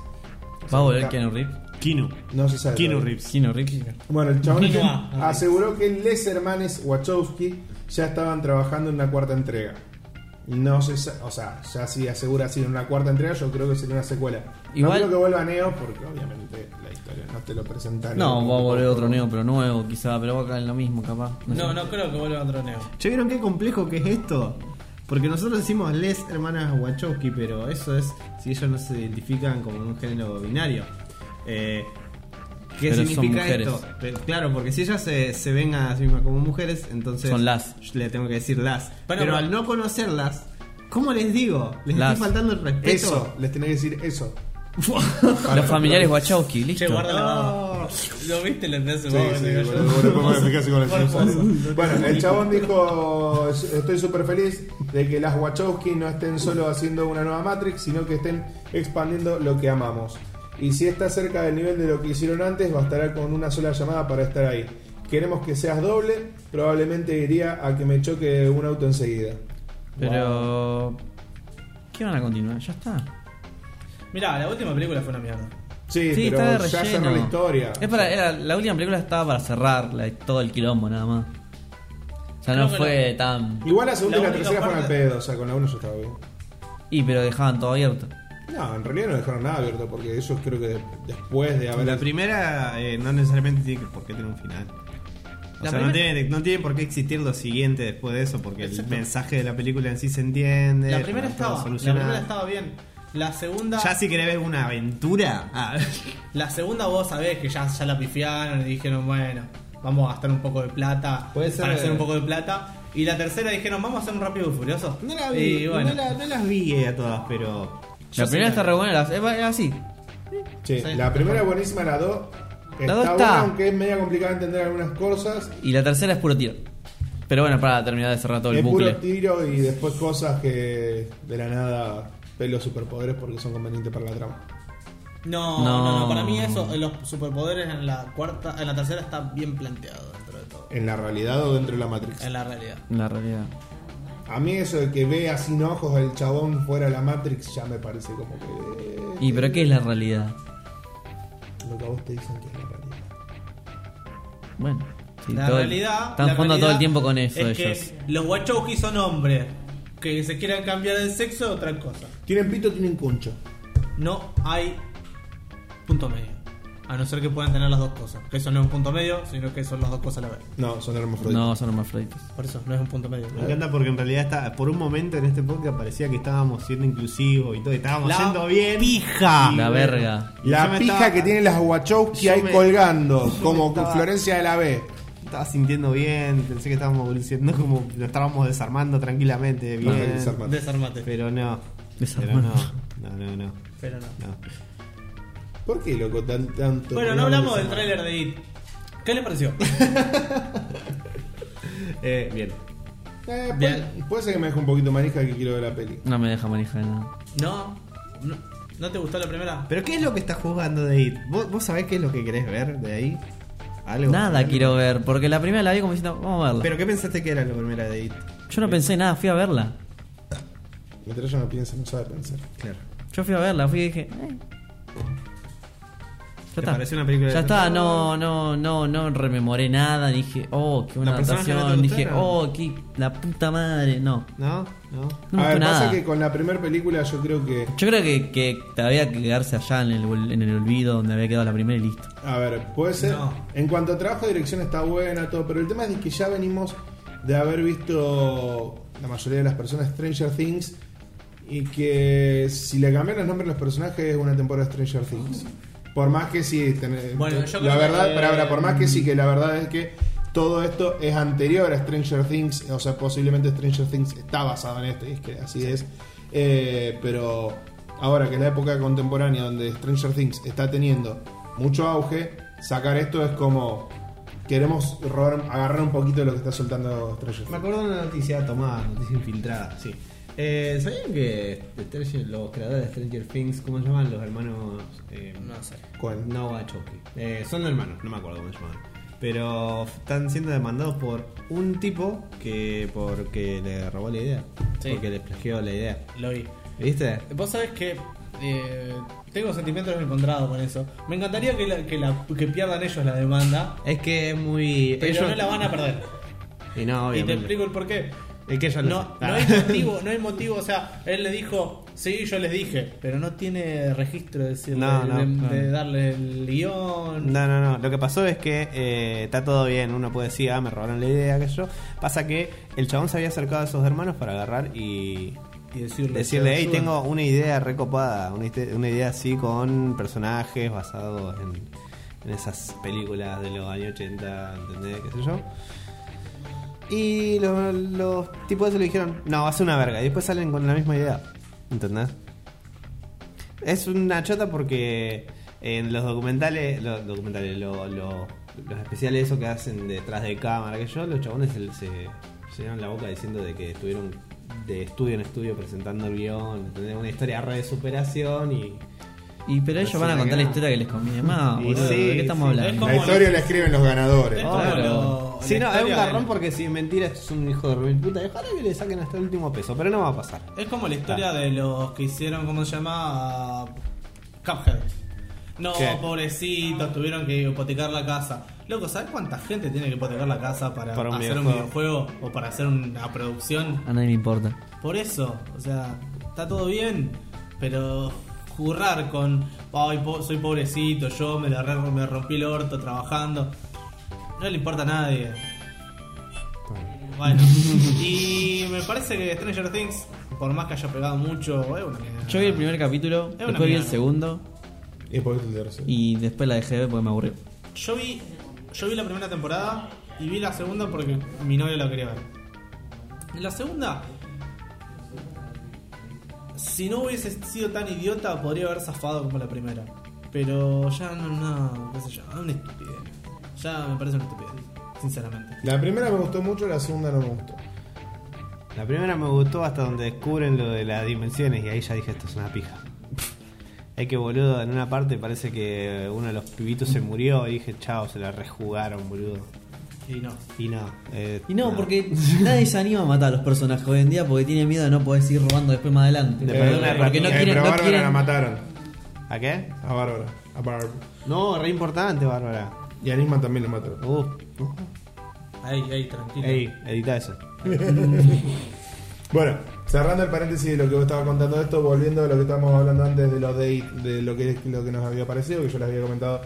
[SPEAKER 4] ¿Va a volver
[SPEAKER 2] está-
[SPEAKER 4] Keanu Reeves?
[SPEAKER 7] Kino.
[SPEAKER 2] No se sabe.
[SPEAKER 7] Keanu
[SPEAKER 2] todavía.
[SPEAKER 7] Reeves.
[SPEAKER 4] Keanu Reeves.
[SPEAKER 2] Bueno, el chabón
[SPEAKER 1] Continúa,
[SPEAKER 2] este
[SPEAKER 1] Andrés.
[SPEAKER 2] aseguró que les hermanes Wachowski ya estaban trabajando en una cuarta entrega. No se sa- o sea, ya si asegura así en una cuarta entrega, yo creo que sería una secuela. No
[SPEAKER 4] Igual-
[SPEAKER 2] creo que vuelva Neo, porque obviamente la historia no te lo presentan.
[SPEAKER 4] No, va a volver otro Neo, pero nuevo quizá, pero va a caer en lo mismo capaz.
[SPEAKER 1] No,
[SPEAKER 4] sé.
[SPEAKER 1] no creo que vuelva a troneo.
[SPEAKER 5] ¿Ya vieron qué complejo que es esto? Porque nosotros decimos les hermanas Wachowski, pero eso es si ellos no se identifican como en un género binario. Eh, ¿Qué
[SPEAKER 4] Pero son
[SPEAKER 5] significa
[SPEAKER 4] mujeres.
[SPEAKER 5] esto? Pe- Claro, porque si ellas se, se ven a sí mismas como mujeres, entonces.
[SPEAKER 4] Son las.
[SPEAKER 5] yo Le tengo que decir las. Pero,
[SPEAKER 1] Bueno,
[SPEAKER 5] al no conocerlas, ¿cómo les digo? Les
[SPEAKER 4] Las.
[SPEAKER 5] estoy faltando el respeto.
[SPEAKER 2] Eso, les tenés que decir eso.
[SPEAKER 4] *laughs* Los familiares Wachowski, listo.
[SPEAKER 1] Che, guarda la
[SPEAKER 5] No.
[SPEAKER 1] ¿Lo viste? Le pensé,
[SPEAKER 2] Sí, sí, boludo, boludo, ¿cómo me fijás con el Simpson? Bueno, el chabón dijo: Estoy súper feliz de que las Wachowski no estén solo haciendo una nueva Matrix, sino que estén expandiendo lo que amamos. Y si está cerca del nivel de lo que hicieron antes, bastará con una sola llamada para estar ahí. Queremos que seas doble, probablemente iría a que me choque un auto enseguida.
[SPEAKER 4] Pero. ¿Qué van a continuar? Ya está.
[SPEAKER 1] Mirá, la última película fue una mierda.
[SPEAKER 2] Sí,
[SPEAKER 4] Sí, está de
[SPEAKER 2] pero ya cerró
[SPEAKER 4] relleno.
[SPEAKER 2] la historia.
[SPEAKER 4] Es para, era, la última película estaba para cerrar la- todo el quilombo nada más. O sea,
[SPEAKER 1] Creo
[SPEAKER 4] no
[SPEAKER 1] que
[SPEAKER 4] fue tan.
[SPEAKER 2] Igual la segunda
[SPEAKER 1] La
[SPEAKER 2] y la
[SPEAKER 1] única
[SPEAKER 2] tercera fueron al
[SPEAKER 1] parte-
[SPEAKER 2] pedo, o sea, con la 1 yo estaba bien.
[SPEAKER 4] Y pero dejaban todo abierto.
[SPEAKER 2] No, en realidad no dejaron nada abierto, porque ellos creo que después de haber
[SPEAKER 5] La primera eh, no necesariamente tiene que- por qué tener un final. O
[SPEAKER 4] La
[SPEAKER 5] sea,
[SPEAKER 4] primera-
[SPEAKER 5] no tiene, no tiene por qué existir lo siguiente después de eso, porque
[SPEAKER 1] Exacto.
[SPEAKER 5] el mensaje de la película en sí se entiende.
[SPEAKER 1] La primera
[SPEAKER 5] está todo
[SPEAKER 1] estaba, la
[SPEAKER 5] solucionado.
[SPEAKER 1] primera estaba bien. La segunda,
[SPEAKER 5] Ya si querés ver una aventura. Ah,
[SPEAKER 1] la segunda vos sabés que ya, ya la pifiaron y dijeron, bueno, vamos a gastar un poco de plata
[SPEAKER 5] Puede ser-
[SPEAKER 1] para hacer un poco de plata. Y la tercera dijeron, vamos a hacer un rápido y furioso.
[SPEAKER 5] no, la *laughs* vi,
[SPEAKER 1] y bueno,
[SPEAKER 5] no, la- no las vi eh, a todas, pero.
[SPEAKER 4] La primera está re buena, la- era así.
[SPEAKER 2] Sí,
[SPEAKER 1] Sí.
[SPEAKER 2] la primera es buenísima, la 2 está,
[SPEAKER 4] dos está.
[SPEAKER 2] buena, aunque es media complicada entender algunas cosas.
[SPEAKER 4] Y la tercera es puro tiro. Pero bueno, para terminar de cerrar todo el
[SPEAKER 2] Es
[SPEAKER 4] bucle.
[SPEAKER 2] puro tiro y después cosas que de la nada ven los superpoderes porque son convenientes para la trama.
[SPEAKER 1] no, no, no, para mí eso, eh, los superpoderes en la cuarta, en la tercera está bien planteado dentro de todo.
[SPEAKER 2] En la realidad o dentro de la Matrix.
[SPEAKER 1] En la realidad.
[SPEAKER 4] La realidad.
[SPEAKER 2] A mí eso de que vea sin ojos el chabón fuera de la Matrix ya me parece como que... eh,
[SPEAKER 4] ¿Y pero qué es la realidad?
[SPEAKER 2] Lo que a vos te dicen que es la realidad.
[SPEAKER 4] Bueno. sí,
[SPEAKER 1] la
[SPEAKER 4] todo-
[SPEAKER 1] realidad.
[SPEAKER 4] Están
[SPEAKER 1] la
[SPEAKER 4] jugando todo el
[SPEAKER 1] realidad
[SPEAKER 4] tiempo con eso
[SPEAKER 1] es que
[SPEAKER 4] ellos.
[SPEAKER 1] los Wachowski son hombres. Que se quieran cambiar de sexo es otra cosa.
[SPEAKER 2] Tienen pito, tienen concho.
[SPEAKER 1] No hay punto medio. A no ser que puedan tener las dos cosas. Que eso no es un punto medio, sino que son las dos cosas a la vez.
[SPEAKER 2] No, son hermafroditas.
[SPEAKER 4] No, son hermafroditas.
[SPEAKER 1] Por eso, no es un punto medio.
[SPEAKER 5] Me encanta porque en realidad está, por un momento en este podcast parecía que estábamos siendo inclusivos y todo, y estábamos
[SPEAKER 1] La
[SPEAKER 5] yendo bien.
[SPEAKER 1] pija.
[SPEAKER 5] Y
[SPEAKER 4] La
[SPEAKER 5] bueno,
[SPEAKER 4] verga.
[SPEAKER 5] yo
[SPEAKER 2] La
[SPEAKER 5] me
[SPEAKER 2] pija
[SPEAKER 5] estaba-
[SPEAKER 2] que tienen las Wachowski
[SPEAKER 5] Yo
[SPEAKER 2] ahí
[SPEAKER 5] me-
[SPEAKER 2] colgando, como
[SPEAKER 5] estaba-
[SPEAKER 2] Florencia de la B.
[SPEAKER 5] Estaba sintiendo bien, pensé que estábamos evolucionando como lo estábamos desarmando tranquilamente, bien.
[SPEAKER 2] Ah, desarmando.
[SPEAKER 1] Desarmate.
[SPEAKER 5] Pero no.
[SPEAKER 4] Desarmando.
[SPEAKER 5] Pero no. No, no, no.
[SPEAKER 1] Pero no.
[SPEAKER 5] no.
[SPEAKER 2] ¿Por qué, loco, tan, tanto?
[SPEAKER 1] Bueno, no hablamos del tráiler de IT. ¿Qué les
[SPEAKER 4] *laughs*
[SPEAKER 1] pareció?
[SPEAKER 5] Eh, bien.
[SPEAKER 2] Eh, puede,
[SPEAKER 1] Bien.
[SPEAKER 2] puede ser que me deje un poquito manija que quiero ver la peli.
[SPEAKER 4] No me deja manejar nada.
[SPEAKER 1] No. ¿No, ¿no te gustó la primera?
[SPEAKER 5] ¿Pero qué es lo que estás jugando de IT? ¿Vos, vos sabés qué es lo que querés ver de ahí? ¿Algo?
[SPEAKER 4] Nada
[SPEAKER 5] ¿Algo?
[SPEAKER 4] quiero ver, porque la primera la vi como diciendo, vamos a verla.
[SPEAKER 5] ¿Pero qué pensaste que era la primera de IT?
[SPEAKER 4] Yo no pensé nada, fui a verla.
[SPEAKER 2] Mientras ella no piensa, no sabe pensar.
[SPEAKER 5] Claro.
[SPEAKER 4] Yo fui a verla, fui y dije. "Eh".
[SPEAKER 5] ¿Te
[SPEAKER 4] Ya está.
[SPEAKER 5] pareció una película de
[SPEAKER 4] Ya está,
[SPEAKER 5] terror?
[SPEAKER 4] no, no, no, no rememoré nada. Dije, oh, qué buena
[SPEAKER 5] ¿La personaje no te
[SPEAKER 4] adaptación. Dije,
[SPEAKER 5] gustaron?
[SPEAKER 4] oh, qué, la puta madre. No,
[SPEAKER 5] No, no.
[SPEAKER 4] no me
[SPEAKER 2] a ver,
[SPEAKER 4] gustó nada.
[SPEAKER 2] pasa que con la primera película yo creo que.
[SPEAKER 4] Yo creo que, que te había que quedarse allá en el, ol- en el olvido donde había quedado la primera y listo.
[SPEAKER 2] A ver, puede ser.
[SPEAKER 1] No.
[SPEAKER 2] En cuanto a trabajo de dirección está buena, todo, pero el tema es de que ya venimos de haber visto la mayoría de las personas Stranger Things y que si le cambian los nombres a los personajes es una temporada de Stranger Things. Por más que sí, tener-
[SPEAKER 1] Bueno, yo
[SPEAKER 2] la
[SPEAKER 1] creo
[SPEAKER 2] verdad,
[SPEAKER 1] que-
[SPEAKER 2] pero ahora, por más que sí, que la verdad es que todo esto es anterior a Stranger Things, o sea, posiblemente Stranger Things está basado en esto, y es que así es. Eh, pero ahora que es la época contemporánea donde Stranger Things está teniendo mucho auge, sacar esto es como queremos robar- agarrar un poquito de lo que está soltando Stranger
[SPEAKER 5] Me
[SPEAKER 2] Things.
[SPEAKER 5] acuerdo de una noticia tomada, noticia infiltrada, sí. Eh, ¿Sabían que Stranger- los creadores de Stranger Things, ¿cómo se llaman? Los hermanos. eh,
[SPEAKER 1] No sé.
[SPEAKER 2] Cohen.
[SPEAKER 5] Noah Chomsky. Eh, son hermanos, no me acuerdo cómo se llaman. Pero están siendo demandados por un tipo que. porque le robó la idea.
[SPEAKER 1] Sí.
[SPEAKER 5] Porque le plagió la idea.
[SPEAKER 1] Lo vi.
[SPEAKER 5] ¿Viste?
[SPEAKER 1] Vos sabés que eh, tengo sentimientos encontrados con eso. Me encantaría que, la- que, la- que pierdan ellos la demanda,
[SPEAKER 5] Es que es muy.
[SPEAKER 1] pero no la van a perder. Y
[SPEAKER 5] Y no,
[SPEAKER 1] te
[SPEAKER 5] obviamente.
[SPEAKER 1] explico el porqué.
[SPEAKER 5] Es que ellos lo
[SPEAKER 1] No,
[SPEAKER 5] hacen.
[SPEAKER 1] no hay
[SPEAKER 5] Ah.
[SPEAKER 1] motivo, no hay motivo. O sea, él le dijo, sí, yo les dije, pero no tiene registro de, decirle-
[SPEAKER 5] No, no,
[SPEAKER 1] de-
[SPEAKER 5] no.
[SPEAKER 1] de darle el guión.
[SPEAKER 5] *laughs* No, no, no. Lo que pasó es que eh, está todo bien. Uno puede decir, ah, me robaron la idea, que yo. Pasa que el chabón se había acercado a esos hermanos para agarrar y
[SPEAKER 1] Y decirle,
[SPEAKER 5] decirle, hey,
[SPEAKER 1] ayuda".
[SPEAKER 5] tengo una idea recopada. Una, ide- una idea así con personajes basados en, en esas películas de los años 80, ¿entendés? ¿Qué sé yo? Y lo- los tipos de eso le dijeron, no, hace una verga. Y después salen con la misma idea, ¿entendés? Es una chota porque eh, en los documentales, los documentales, lo- lo- los especiales eso que hacen detrás de cámara, que yo, los chabones se, se, se llenan la boca diciendo de que estuvieron de estudio en estudio presentando el guión, ¿entendés? una historia re de superación y...
[SPEAKER 4] Y pero ellos
[SPEAKER 5] Así
[SPEAKER 4] van a
[SPEAKER 5] la
[SPEAKER 4] contar la
[SPEAKER 5] quedamos.
[SPEAKER 4] historia que les conviene más,
[SPEAKER 5] Y
[SPEAKER 4] boludo.
[SPEAKER 5] sí,
[SPEAKER 4] ¿De qué estamos
[SPEAKER 5] sí.
[SPEAKER 4] hablando?
[SPEAKER 1] ¿Cómo
[SPEAKER 2] La historia
[SPEAKER 1] no?
[SPEAKER 2] la escriben los ganadores.
[SPEAKER 1] Es
[SPEAKER 4] Oh,
[SPEAKER 1] como
[SPEAKER 4] claro.
[SPEAKER 1] lo-
[SPEAKER 5] Sí,
[SPEAKER 1] la
[SPEAKER 5] no, es un
[SPEAKER 1] historia
[SPEAKER 5] garrón
[SPEAKER 1] del-
[SPEAKER 5] porque si es mentira es un hijo de re mil puta. y Ojalá que le saquen hasta el último peso, pero no va a pasar.
[SPEAKER 1] Es como la historia de los que hicieron, ¿cómo se llama? Cuphead. No,
[SPEAKER 5] ¿Qué?
[SPEAKER 1] pobrecitos, tuvieron que hipotecar la casa. Loco, ¿sabes cuánta gente tiene que hipotecar la casa para,
[SPEAKER 5] Para un
[SPEAKER 1] hacer un videojuego o para hacer una producción?
[SPEAKER 4] A nadie le importa.
[SPEAKER 1] Por eso, o sea, está todo bien, pero currar con, ay, po- soy pobrecito, yo me, la re- me rompí el orto trabajando, no le importa a nadie. Bueno, y me parece que Stranger Things, por más que haya pegado mucho, es una mierda.
[SPEAKER 4] Yo vi el primer capítulo,
[SPEAKER 1] una
[SPEAKER 4] después vi el
[SPEAKER 1] mierda.
[SPEAKER 4] segundo
[SPEAKER 2] Y después el tercero.
[SPEAKER 4] y después la dejé de ver porque me aburrió.
[SPEAKER 1] Yo vi, yo vi la primera temporada y vi la segunda porque mi novia la quería ver. En la segunda, si no hubiese sido tan idiota, podría haber zafado como la primera. Pero ya no, no, qué sé yo, es una estupidez. Ya me parece una estupidez, sinceramente.
[SPEAKER 2] La primera me gustó mucho, la segunda no me gustó.
[SPEAKER 5] La primera me gustó hasta donde descubren lo de las dimensiones y ahí ya dije esto es una pija. Es que boludo, en una parte parece que uno de los pibitos se murió y dije chao, se la rejugaron boludo.
[SPEAKER 1] Y no.
[SPEAKER 5] Y no. eh,
[SPEAKER 4] Y no, porque nadie se anima a matar a los personajes hoy en día porque tiene miedo de no poder seguir robando después más adelante.
[SPEAKER 5] De perder una
[SPEAKER 4] porque no
[SPEAKER 5] herramienta.
[SPEAKER 2] Eh,
[SPEAKER 4] quieren,
[SPEAKER 2] pero a
[SPEAKER 4] no
[SPEAKER 2] Bárbara
[SPEAKER 4] quieren-
[SPEAKER 2] la mataron.
[SPEAKER 5] ¿A qué?
[SPEAKER 2] A Bárbara. A Barb.
[SPEAKER 5] No, re importante, Bárbara.
[SPEAKER 2] Y a Nisman también la mataron.
[SPEAKER 5] Uh,
[SPEAKER 1] Ahí, ahí, tranquilo.
[SPEAKER 5] Ey, edita eso.
[SPEAKER 2] Bueno, cerrando el paréntesis de lo que vos estabas contando de esto, volviendo a lo que estábamos hablando antes de los date, de lo que, lo que nos había parecido, que yo les había comentado,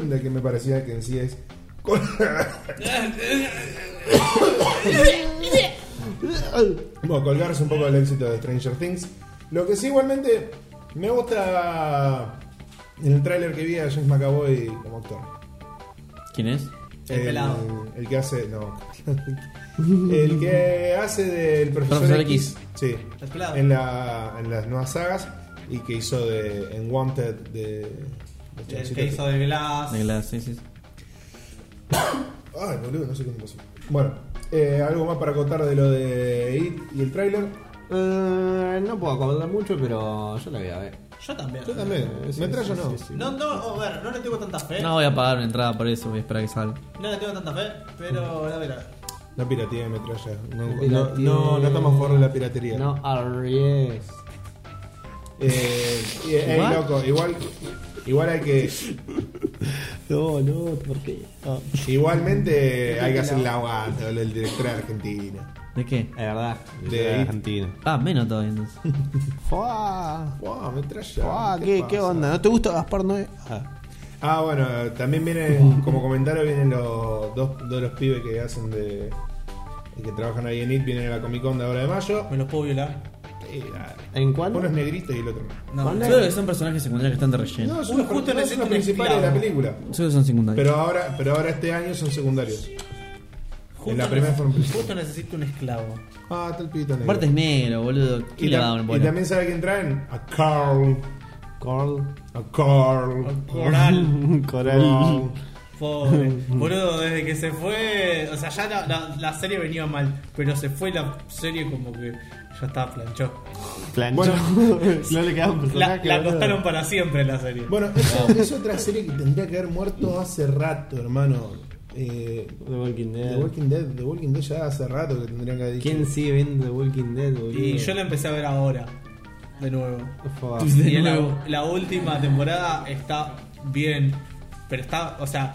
[SPEAKER 2] *coughs* de que me parecía que en sí es. *coughs* bueno, colgarse un poco del éxito de Stranger Things. Lo que sí, igualmente, me gusta en el tráiler que vi a James McAvoy como actor.
[SPEAKER 4] ¿Quién es?
[SPEAKER 1] El pelado.
[SPEAKER 2] el que hace. No. *laughs* el que hace del profesor,
[SPEAKER 4] Profesor
[SPEAKER 2] X.
[SPEAKER 4] X.
[SPEAKER 2] Sí.
[SPEAKER 1] El pelado.
[SPEAKER 2] En, la, en las nuevas sagas y que hizo de, en Wanted de. de
[SPEAKER 1] El
[SPEAKER 2] Chanchito.
[SPEAKER 1] que hizo de Glass.
[SPEAKER 4] De Glass, sí, sí. sí.
[SPEAKER 2] Ay, boludo, no sé cómo pasó. Bueno, eh, algo más para contar de lo de It y el tráiler.
[SPEAKER 5] Eh, no puedo acordar mucho, pero yo la voy a ver.
[SPEAKER 1] Yo también.
[SPEAKER 2] Yo también,
[SPEAKER 5] sí,
[SPEAKER 2] metralla
[SPEAKER 5] sí,
[SPEAKER 2] no.
[SPEAKER 5] sí, sí.
[SPEAKER 1] No, no, a ver, no
[SPEAKER 4] ¿Eh?
[SPEAKER 1] le tengo tanta fe.
[SPEAKER 4] No voy a pagar una entrada por eso, voy a esperar que salga.
[SPEAKER 1] No le tengo tanta fe, pero a ver, a ver.
[SPEAKER 2] No piratería de metralla. No,
[SPEAKER 3] No
[SPEAKER 2] no-
[SPEAKER 3] piratería.
[SPEAKER 2] no, no estamos a favor de la piratería.
[SPEAKER 3] No, arries.
[SPEAKER 2] Eh, y- ey,
[SPEAKER 3] ¿What?
[SPEAKER 2] loco, igual, igual hay que.
[SPEAKER 3] No, no, ¿por qué? Ah.
[SPEAKER 2] Igualmente hay que hacer la aguante, boludo, el director argentino.
[SPEAKER 4] ¿De qué?
[SPEAKER 3] Es verdad,
[SPEAKER 2] De
[SPEAKER 3] de
[SPEAKER 2] ahí.
[SPEAKER 3] Argentina.
[SPEAKER 4] Ah, menos todavía entonces.
[SPEAKER 3] Fua,
[SPEAKER 2] Wow, metralla.
[SPEAKER 5] Ah,
[SPEAKER 3] fua, Ah,
[SPEAKER 2] ¿qué
[SPEAKER 3] ¿qué,
[SPEAKER 2] pasa?
[SPEAKER 3] ¿Qué onda? ¿No te gusta Gaspar Noé? Ah.
[SPEAKER 2] Ah, bueno, también vienen, como comentario, vienen los dos, dos de los pibes que hacen de. que trabajan ahí en IT, vienen a la Comic Con de ahora de mayo.
[SPEAKER 1] ¿Me los puedo violar?
[SPEAKER 2] Y, ah,
[SPEAKER 3] ¿En cuál?
[SPEAKER 2] Uno es negrito y el otro no.
[SPEAKER 1] No,
[SPEAKER 4] Yo creo que son personajes secundarios que están de relleno.
[SPEAKER 2] No, son
[SPEAKER 1] Uno
[SPEAKER 2] los,
[SPEAKER 1] justo
[SPEAKER 2] no, son
[SPEAKER 1] necesita
[SPEAKER 2] los
[SPEAKER 1] un
[SPEAKER 2] principales de la
[SPEAKER 1] esclavo.
[SPEAKER 2] película.
[SPEAKER 4] Yo creo que son secundarios.
[SPEAKER 2] Pero ahora, pero ahora este año son secundarios.
[SPEAKER 1] justo
[SPEAKER 2] en la primera
[SPEAKER 1] neces-
[SPEAKER 2] fueron principales.
[SPEAKER 1] Justo necesito un esclavo.
[SPEAKER 2] Ah, está el pibito negro.
[SPEAKER 4] Aparte es negro, boludo.
[SPEAKER 2] y,
[SPEAKER 4] ¿Quién le va a
[SPEAKER 2] tam-
[SPEAKER 4] dar un
[SPEAKER 2] y
[SPEAKER 4] bola?
[SPEAKER 2] también sabe quién traen. A Carl.
[SPEAKER 3] Corl.
[SPEAKER 2] A Carl.
[SPEAKER 1] A Coral.
[SPEAKER 2] *laughs*
[SPEAKER 3] Coral.
[SPEAKER 1] Pobre. Boludo, desde que se fue. O sea, ya la, la- la serie venía mal. Pero se fue la serie como que ya estaba planchó.
[SPEAKER 3] Planchó.
[SPEAKER 2] Bueno.
[SPEAKER 3] *laughs* no le quedaba un
[SPEAKER 1] La,
[SPEAKER 3] personaje.
[SPEAKER 1] la
[SPEAKER 3] boludo.
[SPEAKER 1] acostaron para siempre la serie.
[SPEAKER 2] *laughs* Bueno, esa es otra serie que tendría que haber muerto hace rato, hermano. Eh,
[SPEAKER 3] The Walking
[SPEAKER 2] The
[SPEAKER 3] Dead.
[SPEAKER 2] Walking Dead, The Walking Dead ya hace rato que tendrían que haber dicho.
[SPEAKER 3] ¿Quién sigue viendo The Walking Dead, boludo?
[SPEAKER 1] y yo la empecé a ver ahora. De nuevo.
[SPEAKER 3] Fua.
[SPEAKER 4] De
[SPEAKER 1] Y la,
[SPEAKER 4] nuevo.
[SPEAKER 1] la última temporada está bien. Pero está, o sea,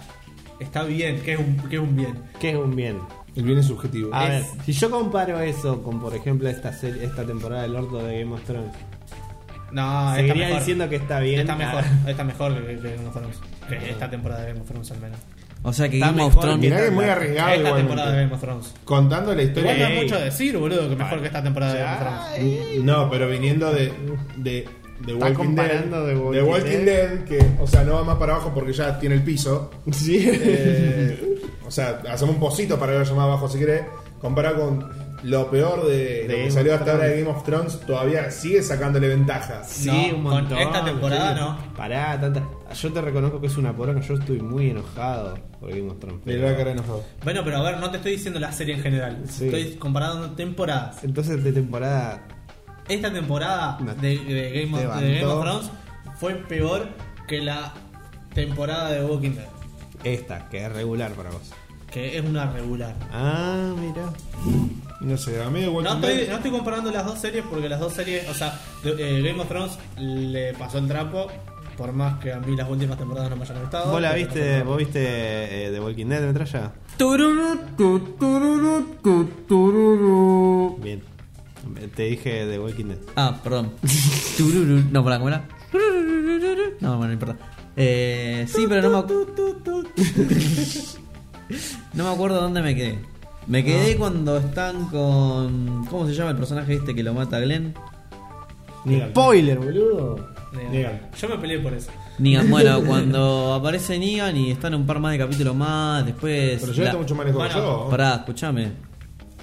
[SPEAKER 1] está bien. Que es un, que es un bien.
[SPEAKER 3] ¿Qué es un bien?
[SPEAKER 2] El bien es subjetivo.
[SPEAKER 3] A
[SPEAKER 1] Es-
[SPEAKER 3] ver, si yo comparo eso con, por ejemplo, esta serie, esta temporada del orto de Game of Thrones,
[SPEAKER 1] No, Ah, está
[SPEAKER 3] seguiría
[SPEAKER 1] mejor.
[SPEAKER 3] diciendo que está bien.
[SPEAKER 1] Está mejor,
[SPEAKER 3] Ah,
[SPEAKER 1] está mejor que, que Game of Thrones. Que esta temporada de Game of Thrones al menos.
[SPEAKER 4] O sea que
[SPEAKER 1] Está
[SPEAKER 4] Game of
[SPEAKER 1] mejor,
[SPEAKER 4] Thrones.
[SPEAKER 2] Mirá que es muy arriesgado
[SPEAKER 1] esta
[SPEAKER 2] igualmente.
[SPEAKER 1] temporada de Game of Thrones.
[SPEAKER 2] Contando la
[SPEAKER 1] Pero
[SPEAKER 2] historia.
[SPEAKER 1] no
[SPEAKER 2] de-
[SPEAKER 1] es mucho decir, boludo, que mejor que esta temporada de Game of Thrones.
[SPEAKER 2] No, pero viniendo de. de de
[SPEAKER 3] Está
[SPEAKER 2] Walking Dead,
[SPEAKER 3] comparando The Walking
[SPEAKER 2] The Walking Dead, que, o sea, no va más para abajo porque ya tiene el piso.
[SPEAKER 3] Sí.
[SPEAKER 2] Eh, o sea, hacemos un pocito para ver más abajo si querés. Comparado con lo peor de, lo
[SPEAKER 3] Game
[SPEAKER 2] que
[SPEAKER 3] of
[SPEAKER 2] salió hasta
[SPEAKER 3] Thrones.
[SPEAKER 2] ahora de Game of Thrones, todavía sigue sacándole ventaja.
[SPEAKER 3] sí,
[SPEAKER 1] No,
[SPEAKER 3] un
[SPEAKER 1] con
[SPEAKER 3] montón.
[SPEAKER 1] esta temporada
[SPEAKER 3] sí.
[SPEAKER 1] no.
[SPEAKER 3] Pará, tanta. Yo te reconozco que es una poronga. Yo estoy muy enojado por Game of Thrones.
[SPEAKER 2] Le
[SPEAKER 3] pero-
[SPEAKER 2] voy a cara enojado.
[SPEAKER 1] Bueno, pero a ver, no te estoy diciendo la serie en general.
[SPEAKER 3] Sí.
[SPEAKER 1] Estoy comparando temporadas.
[SPEAKER 3] Entonces, de temporada.
[SPEAKER 1] Esta temporada
[SPEAKER 3] No.
[SPEAKER 1] de, de Game of,
[SPEAKER 3] Levantó.
[SPEAKER 1] de Game of Thrones fue peor que la temporada de Walking Dead.
[SPEAKER 3] Esta, que es regular para vos.
[SPEAKER 1] Que es una regular.
[SPEAKER 3] Ah, mira.
[SPEAKER 2] No sé, a mí de
[SPEAKER 1] No
[SPEAKER 2] Walking Dead.
[SPEAKER 1] estoy, no estoy comparando las dos series porque las dos series, o sea, de- eh, Game of Thrones le pasó el trapo. Por más que a mí las últimas temporadas no me hayan gustado.
[SPEAKER 3] ¿Vos la
[SPEAKER 1] pero
[SPEAKER 3] viste,
[SPEAKER 1] no-
[SPEAKER 3] vos viste eh, The Walking Dead, metralla? Bien. Te dije The Walking
[SPEAKER 1] *laughs*
[SPEAKER 3] Dead.
[SPEAKER 4] Ah, perdón. Tururu. No, para comer. No, bueno, no importa. Eh, sí, pero no me acuerdo. No me acuerdo dónde me quedé. Me quedé cuando están con. ¿Cómo se llama el personaje este que lo mata a Glenn?
[SPEAKER 3] Ni
[SPEAKER 2] Mira.
[SPEAKER 3] spoiler, boludo.
[SPEAKER 1] Negan.
[SPEAKER 2] Negan.
[SPEAKER 1] Yo me peleé por eso.
[SPEAKER 4] Negan, bueno,
[SPEAKER 2] *laughs*
[SPEAKER 4] cuando aparece Negan y están un par más de capítulos más, después.
[SPEAKER 2] Pero yo
[SPEAKER 4] la-
[SPEAKER 2] estoy mucho más lejos que
[SPEAKER 1] Bueno,
[SPEAKER 2] yo.
[SPEAKER 4] Ah, Pará, escúchame.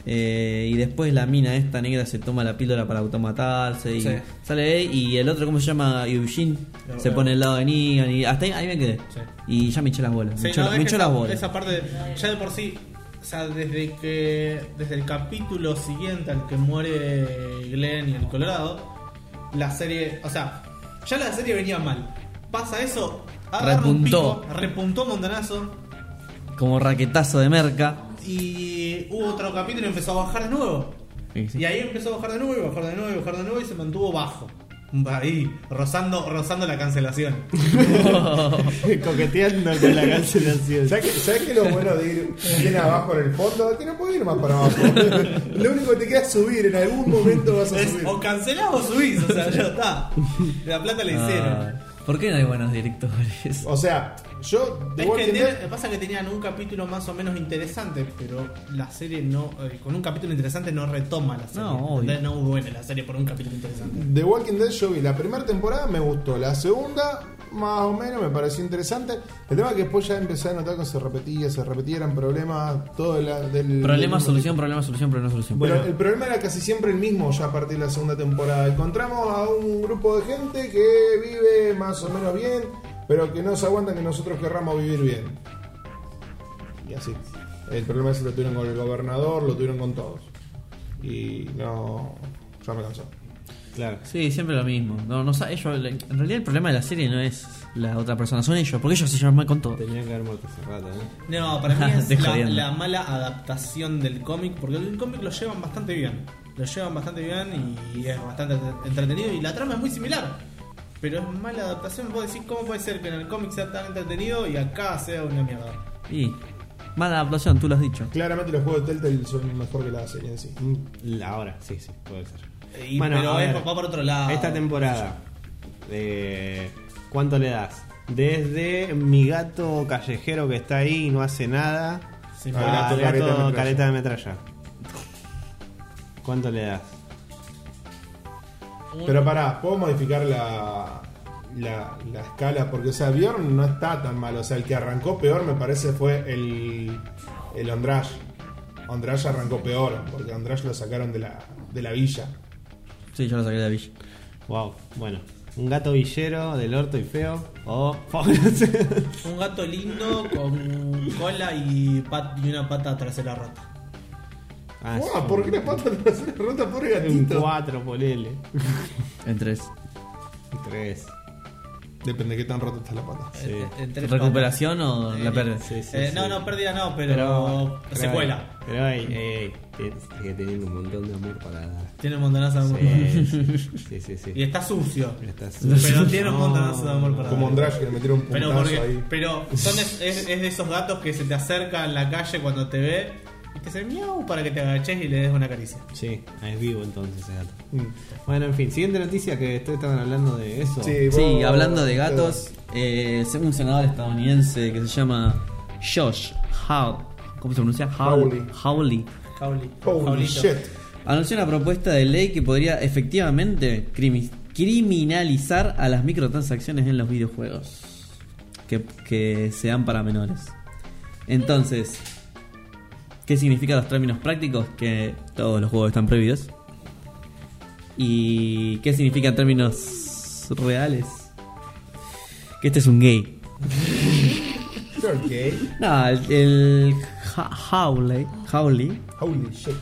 [SPEAKER 4] Eh, y después la mina esta negra se toma la píldora para automatarse y
[SPEAKER 1] Sí.
[SPEAKER 4] sale él y el otro, ¿cómo se llama? Eugene,
[SPEAKER 1] Claro,
[SPEAKER 4] se
[SPEAKER 1] claro.
[SPEAKER 4] pone al lado de Negan y hasta ahí, ahí me quedé.
[SPEAKER 1] Sí.
[SPEAKER 4] Y ya me eché las bolas.
[SPEAKER 1] Sí,
[SPEAKER 4] me echó,
[SPEAKER 1] no, es
[SPEAKER 4] me
[SPEAKER 1] que
[SPEAKER 4] echó
[SPEAKER 1] esa,
[SPEAKER 4] las bolas.
[SPEAKER 1] esa parte, ya de por sí, o sea, desde que desde el capítulo siguiente al que muere Glenn y el Colorado, la serie, o sea, ya la serie venía mal. Pasa eso, agarra
[SPEAKER 4] Repuntó.
[SPEAKER 1] un pico, repuntó montonazo
[SPEAKER 4] Como raquetazo de merca.
[SPEAKER 1] y hubo otro capítulo y empezó a bajar de nuevo.
[SPEAKER 4] Sí, sí.
[SPEAKER 1] Y ahí empezó a bajar de nuevo, y bajar de nuevo, y bajar de nuevo y se mantuvo bajo. Ahí, rozando, rozando la cancelación.
[SPEAKER 3] Coqueteando con la cancelación.
[SPEAKER 2] ¿Sabes qué, sabés qué es lo bueno de ir bien abajo en el fondo? Que no puedes ir más para abajo. *laughs* Lo único que te queda es subir, en algún momento vas a
[SPEAKER 1] Es,
[SPEAKER 2] subir.
[SPEAKER 1] o cancelás o subís, o
[SPEAKER 4] *laughs*
[SPEAKER 1] sea, ya está. La plata la hicieron.
[SPEAKER 4] Ah, ¿Por qué no hay buenos directores?
[SPEAKER 2] O sea, yo
[SPEAKER 1] Es
[SPEAKER 2] de
[SPEAKER 1] que
[SPEAKER 2] Walking
[SPEAKER 1] tiene-
[SPEAKER 2] Dead.
[SPEAKER 1] pasa que tenían un capítulo más o menos interesante, pero la serie no. eh, con un capítulo interesante no retoma la serie.
[SPEAKER 4] No, obvio.
[SPEAKER 1] ¿entendés? No hubo buena la serie por un capítulo interesante.
[SPEAKER 2] The Walking Dead yo vi la primera temporada, me gustó. La segunda, más o menos, me pareció interesante. El tema es que después ya empecé a notar que se repetía, se repetía, eran problemas, todo de la- del...
[SPEAKER 4] Problema,
[SPEAKER 2] del-
[SPEAKER 4] solución, problema, solución, problema, solución.
[SPEAKER 2] Pero el problema era casi siempre el mismo ya a partir de la segunda temporada. Encontramos a un grupo de gente que vive más o menos bien, pero que no se aguantan que nosotros querramos vivir bien. Y así. El problema es que lo tuvieron con el gobernador, lo tuvieron con todos. Y no... Ya me cansó.
[SPEAKER 3] *laughs* Claro.
[SPEAKER 4] Sí, siempre lo mismo. No, no, sa- ellos- en realidad el problema de la serie no es la otra persona, son ellos, porque ellos se llevan mal con todo.
[SPEAKER 3] Tenía que haber muerto hace rato, ¿eh?
[SPEAKER 1] No, para mí es
[SPEAKER 4] *laughs* Estoy
[SPEAKER 1] la,
[SPEAKER 4] jodiendo.
[SPEAKER 1] la mala adaptación del cómic, porque el cómic lo llevan bastante bien. Lo llevan bastante bien y es bastante entre- entretenido y la trama es muy similar. Pero es mala adaptación, vos decís cómo puede ser que en el cómic sea tan entretenido y acá sea una mierda.
[SPEAKER 4] Y mala adaptación, tú lo has dicho.
[SPEAKER 2] Claramente los juegos de Telltale son mejor que la serie en sí.
[SPEAKER 3] Mm, la- Ahora, sí, sí, puede ser.
[SPEAKER 1] Y-
[SPEAKER 3] Bueno,
[SPEAKER 1] pero
[SPEAKER 3] a
[SPEAKER 1] es-
[SPEAKER 3] ver.
[SPEAKER 1] va por otro lado.
[SPEAKER 3] Esta temporada, eh, ¿cuánto le das? Desde mi gato callejero que está ahí y no hace nada,
[SPEAKER 1] Sí,
[SPEAKER 2] Ah,
[SPEAKER 3] a
[SPEAKER 2] gato
[SPEAKER 3] gato
[SPEAKER 2] careta de metralla.
[SPEAKER 3] careta de metralla. ¿Cuánto le das?
[SPEAKER 1] un-
[SPEAKER 2] Pero pará, ¿puedo modificar la, la, la escala? Porque, o sea, Bjorn no está tan mal. O sea, el que arrancó peor, me parece, fue el, el Ondrash. Ondrash arrancó peor, porque Ondrash lo sacaron de la, de la villa.
[SPEAKER 4] Sí, yo lo saqué de la Villa.
[SPEAKER 3] Wow, bueno, un gato villero del orto y feo. O. *laughs*
[SPEAKER 1] Un gato lindo con cola y, pat- y una pata trasera rota.
[SPEAKER 3] ah,
[SPEAKER 2] Guau,
[SPEAKER 3] sí,
[SPEAKER 2] ¿Por qué la pata trasera rota? Pobre
[SPEAKER 3] Un
[SPEAKER 2] gatito.
[SPEAKER 3] 4, ponele. *laughs*
[SPEAKER 4] En tres.
[SPEAKER 3] 3.
[SPEAKER 2] Depende de qué tan rota está la pata.
[SPEAKER 3] Sí.
[SPEAKER 1] Eh, en tres
[SPEAKER 4] ¿Recuperación o la
[SPEAKER 1] Eh,
[SPEAKER 4] pérdida?
[SPEAKER 3] sí, sí,
[SPEAKER 1] Eh,
[SPEAKER 3] sí.
[SPEAKER 1] No, no, pérdida no, pero, secuela.
[SPEAKER 3] Pero hay, que tener un montón de amor para dar.
[SPEAKER 1] Tiene un montonazo de amor.
[SPEAKER 3] Sí, sí, sí. sí.
[SPEAKER 1] *laughs* Y está sucio.
[SPEAKER 3] Está sucio.
[SPEAKER 1] Pero tiene un
[SPEAKER 3] No.
[SPEAKER 1] montonazo de amor para
[SPEAKER 2] Como
[SPEAKER 1] dar.
[SPEAKER 2] Ondrash que le metieron un
[SPEAKER 1] Pero,
[SPEAKER 2] puntazo
[SPEAKER 1] porque,
[SPEAKER 2] ahí.
[SPEAKER 1] pero son es, es- es de esos gatos que se te acerca en la calle cuando te ve y te hace miau para que te agaches y le des una caricia.
[SPEAKER 3] Sí, ah, es vivo entonces ese gato.
[SPEAKER 2] Mm.
[SPEAKER 3] Bueno, en fin, siguiente noticia que ustedes estaban hablando de eso.
[SPEAKER 2] Sí.
[SPEAKER 4] Sí,
[SPEAKER 2] vos-
[SPEAKER 4] hablando de gatos, eh, un senador estadounidense que se llama Josh Howell, ¿cómo se pronuncia?
[SPEAKER 2] Hawley.
[SPEAKER 4] Howley. Howley.
[SPEAKER 1] Jauli.
[SPEAKER 2] Holy
[SPEAKER 1] Jaulito.
[SPEAKER 2] shit.
[SPEAKER 4] Anunció una propuesta de ley que podría efectivamente crimi- criminalizar a las microtransacciones en los videojuegos que, que sean para menores. Entonces, ¿qué significa los términos prácticos? Que todos los juegos están prohibidos. ¿Y qué significa en términos reales? Que este es un gay.
[SPEAKER 2] You're gay.
[SPEAKER 4] No, el, el Ha- Howley, Howley
[SPEAKER 2] Holy shit.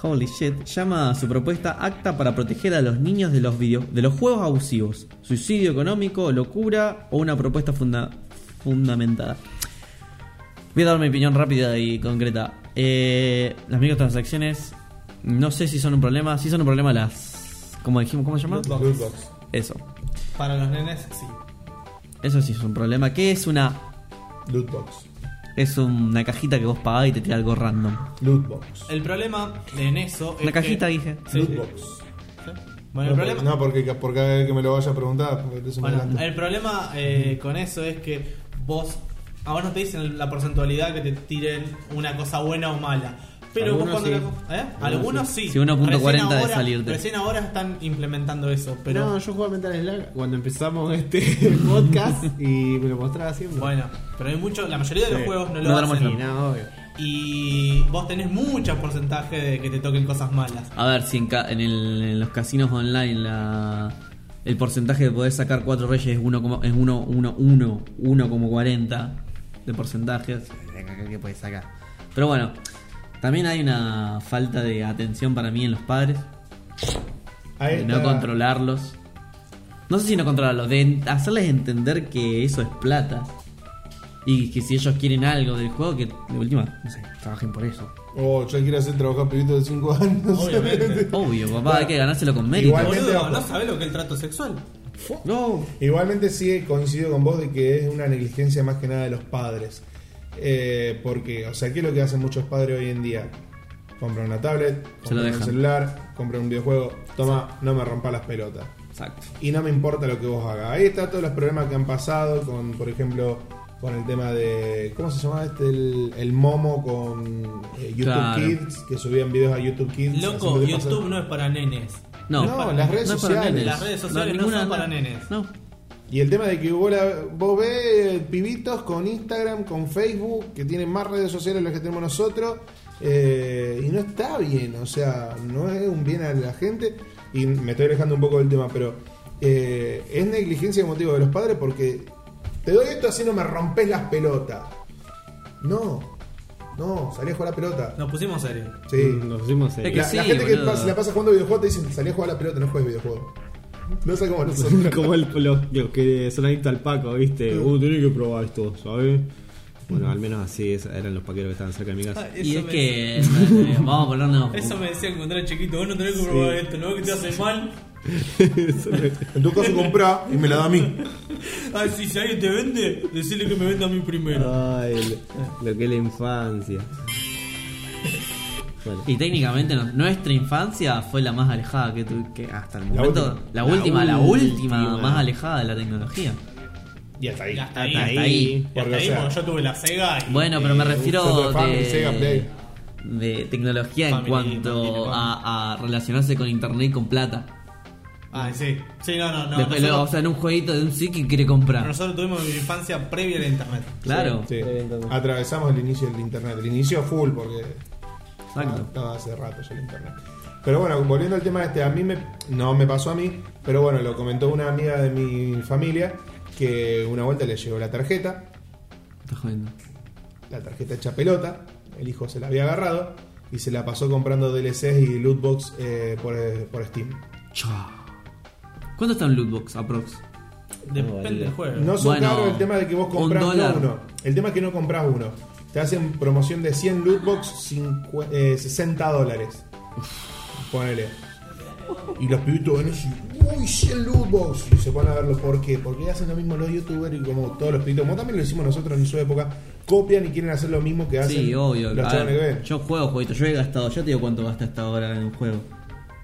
[SPEAKER 4] Holy shit, llama a su propuesta acta para proteger a los niños de los, video- de los juegos abusivos, suicidio económico, locura o una propuesta funda- fundamentada. Voy a dar mi opinión rápida y concreta. Eh, las microtransacciones, no sé si son un problema, si son un problema las... ¿Cómo dijimos? ¿Cómo se llama?
[SPEAKER 1] Loot box.
[SPEAKER 2] Loot box.
[SPEAKER 4] Eso.
[SPEAKER 1] Para los nenes, sí.
[SPEAKER 4] Eso sí es un problema. ¿Qué es una...
[SPEAKER 2] Loot box.
[SPEAKER 4] Es una cajita que vos pagás y te tira algo random.
[SPEAKER 2] Loot box.
[SPEAKER 1] El problema en eso es.
[SPEAKER 4] Una cajita,
[SPEAKER 1] que-
[SPEAKER 4] dije.
[SPEAKER 1] Sí.
[SPEAKER 2] Loot box.
[SPEAKER 1] Sí. Bueno, el
[SPEAKER 2] no,
[SPEAKER 1] problema.
[SPEAKER 2] no, porque por cada vez que me lo vaya a preguntar, porque te
[SPEAKER 1] Bueno, el problema eh, con eso es que vos, a vos no te dicen la porcentualidad que te tiren una cosa buena o mala. Pero vos
[SPEAKER 3] Algunos
[SPEAKER 1] cuando
[SPEAKER 3] sí.
[SPEAKER 1] la- ¿eh?
[SPEAKER 3] Algunos
[SPEAKER 1] Algunos
[SPEAKER 3] sí.
[SPEAKER 1] sí.
[SPEAKER 4] Sí, 1.40 de
[SPEAKER 1] Recién ahora-
[SPEAKER 4] salirte.
[SPEAKER 1] Recién ahora están implementando eso, pero
[SPEAKER 3] No, yo jugaba Mental Slack cuando empezamos este *laughs* podcast y me lo mostraba siempre.
[SPEAKER 1] bueno, pero hay mucho, la mayoría de los
[SPEAKER 3] Sí.
[SPEAKER 1] juegos no
[SPEAKER 4] No
[SPEAKER 1] lo
[SPEAKER 4] te lo
[SPEAKER 1] hacen.
[SPEAKER 3] Y nada, obvio.
[SPEAKER 1] Y vos tenés mucho porcentaje de que te toquen cosas malas.
[SPEAKER 4] A ver, si en, ca- en el- en los casinos online la, el porcentaje de poder sacar cuatro reyes es 1, coma- es 1, 1, 1, 1,40 de porcentajes. ¿Qué puedes sacar? Pero bueno, también hay una falta de atención para mí en los padres,
[SPEAKER 2] A
[SPEAKER 4] de no
[SPEAKER 2] esta-
[SPEAKER 4] controlarlos. No sé si no controlarlos, de en- hacerles entender que eso es plata. Y que si ellos quieren algo del juego, que de última, no sé, trabajen por eso.
[SPEAKER 2] Oh, yo quiero hacer trabajar pibito de 5 años. *laughs*
[SPEAKER 1] Obviamente.
[SPEAKER 4] Obvio, papá, hay que ganárselo con mérito.
[SPEAKER 2] Igual- Igualmente
[SPEAKER 1] *laughs* Boludo,
[SPEAKER 2] ojo.
[SPEAKER 1] no sabés lo que es el trato sexual.
[SPEAKER 4] No,
[SPEAKER 2] Igualmente sí coincido con vos de que es una negligencia más que nada de los padres. Eh, porque, o sea, ¿qué es lo que hacen muchos padres hoy en día? Compran una tablet,
[SPEAKER 4] Se
[SPEAKER 2] compran
[SPEAKER 4] lo
[SPEAKER 2] un
[SPEAKER 4] dejan.
[SPEAKER 2] celular, compran un videojuego, toma, no me rompa las pelotas.
[SPEAKER 4] exacto.
[SPEAKER 2] y no me importa lo que vos hagas. Ahí está todos los problemas que han pasado con, por ejemplo, con el tema de. ¿Cómo se llamaba este? El, el momo con eh, YouTube
[SPEAKER 4] Claro.
[SPEAKER 2] Kids, que subían videos a YouTube Kids.
[SPEAKER 1] Loco,
[SPEAKER 2] haciendo que
[SPEAKER 1] YouTube
[SPEAKER 2] pasen-
[SPEAKER 1] no es para nenes.
[SPEAKER 4] No,
[SPEAKER 2] No,
[SPEAKER 4] para-
[SPEAKER 2] las redes
[SPEAKER 4] es para
[SPEAKER 2] sociales.
[SPEAKER 4] nenes.
[SPEAKER 1] Las redes sociales no son para nenes.
[SPEAKER 4] No.
[SPEAKER 2] Y el tema de que vos, la- vos ves eh, pibitos con Instagram, con Facebook, que tienen más redes sociales de las que tenemos nosotros, eh, y no está bien, o sea, no es un bien a la gente, y me estoy alejando un poco del tema, pero eh, es negligencia como te digo de los padres porque te doy esto así no me rompes las pelotas. No, no, salí a jugar a la pelota.
[SPEAKER 1] Nos pusimos serios.
[SPEAKER 2] Sí.
[SPEAKER 3] Nos hicimos
[SPEAKER 4] Es
[SPEAKER 2] La,
[SPEAKER 4] que sí,
[SPEAKER 2] la gente que
[SPEAKER 4] boludo.
[SPEAKER 2] pa- se la pasa jugando videojuegos te dicen, salí a jugar a la pelota, no juegues videojuegos. No sé
[SPEAKER 4] *laughs*
[SPEAKER 2] cómo nosotros.
[SPEAKER 5] *laughs* Como el, los, los que son adictos al Paco, ¿viste? Uh, tenés que probar esto, ¿sabes? Bueno, al menos así es- eran los paqueros que estaban cerca de mi casa. *laughs*
[SPEAKER 1] Ah,
[SPEAKER 4] Y
[SPEAKER 1] eso
[SPEAKER 4] es
[SPEAKER 1] me- *laughs*
[SPEAKER 4] que. eh, Vamos a ponernos.
[SPEAKER 1] Eso me decían cuando era chiquito, vos no tenés que probar esto, no que te hace mal.
[SPEAKER 5] *laughs*
[SPEAKER 2] En tu caso comprá y me la da a mí.
[SPEAKER 1] Ay, Ah, si si alguien te vende, decirle que me venda a mí primero.
[SPEAKER 5] Ah. Ay, lo, lo que es la infancia. Bueno,
[SPEAKER 4] Y técnicamente no- nuestra infancia fue la más alejada que, tu- que hasta el
[SPEAKER 2] La
[SPEAKER 4] momento.
[SPEAKER 2] última.
[SPEAKER 4] La
[SPEAKER 5] La
[SPEAKER 4] última, la última,
[SPEAKER 5] última.
[SPEAKER 4] más alejada de la tecnología.
[SPEAKER 2] Eh, Y hasta ahí.
[SPEAKER 1] Hasta
[SPEAKER 5] hasta
[SPEAKER 1] ahí.
[SPEAKER 5] ahí.
[SPEAKER 1] Y hasta
[SPEAKER 2] Porque, o
[SPEAKER 1] ahí,
[SPEAKER 2] sea,
[SPEAKER 1] porque yo tuve la Sega y.
[SPEAKER 4] Bueno, pero me
[SPEAKER 2] Super
[SPEAKER 4] refiero
[SPEAKER 2] Family,
[SPEAKER 4] de,
[SPEAKER 2] Sega Play.
[SPEAKER 4] de tecnología en
[SPEAKER 1] Family, Family,
[SPEAKER 4] cuanto
[SPEAKER 1] Family.
[SPEAKER 4] a, a relacionarse con internet y con plata.
[SPEAKER 1] Ah, sí. Sí, no, no, no.
[SPEAKER 4] Después,
[SPEAKER 1] nosotros,
[SPEAKER 4] luego, o sea, en un jueguito de un psiqui quiere comprar.
[SPEAKER 1] nosotros tuvimos una infancia previa al internet.
[SPEAKER 4] Claro,
[SPEAKER 2] Sí.
[SPEAKER 5] Está bien, entonces.
[SPEAKER 2] Atravesamos el inicio del internet. El inicio full porque
[SPEAKER 4] exacto.
[SPEAKER 2] Estaba hace rato ya el internet. Pero bueno, volviendo al tema este, a mí me, no me pasó a mí, pero bueno, lo comentó una amiga de mi familia que una vuelta le llegó la tarjeta,
[SPEAKER 4] Estás jodiendo.
[SPEAKER 2] la tarjeta hecha pelota, el hijo se la había agarrado y se la pasó comprando DLCs y lootbox eh, por, por Steam.
[SPEAKER 4] Chao. ¿Cuánto está un lootbox aprox?
[SPEAKER 1] Depende del juego.
[SPEAKER 2] No son
[SPEAKER 4] Bueno,
[SPEAKER 2] caros el tema de que vos
[SPEAKER 4] un
[SPEAKER 2] compras no
[SPEAKER 4] dólar.
[SPEAKER 2] uno, el tema es que no compras uno. Te hacen promoción de 100 lootbox, cincu- eh, 60 dólares. Ponele. Y los pibitos van así, uy, 100 lootbox. Y se ponen a verlo, ¿por qué? Porque hacen lo mismo los youtubers y como todos los pibitos, como también lo hicimos nosotros en su época, copian y quieren hacer lo mismo que hacen
[SPEAKER 4] Sí, obvio.
[SPEAKER 2] los
[SPEAKER 4] A
[SPEAKER 2] chavales que
[SPEAKER 4] ver,
[SPEAKER 2] ven.
[SPEAKER 5] Yo juego jueguito, yo he gastado, yo te digo cuánto gasta hasta ahora en un juego.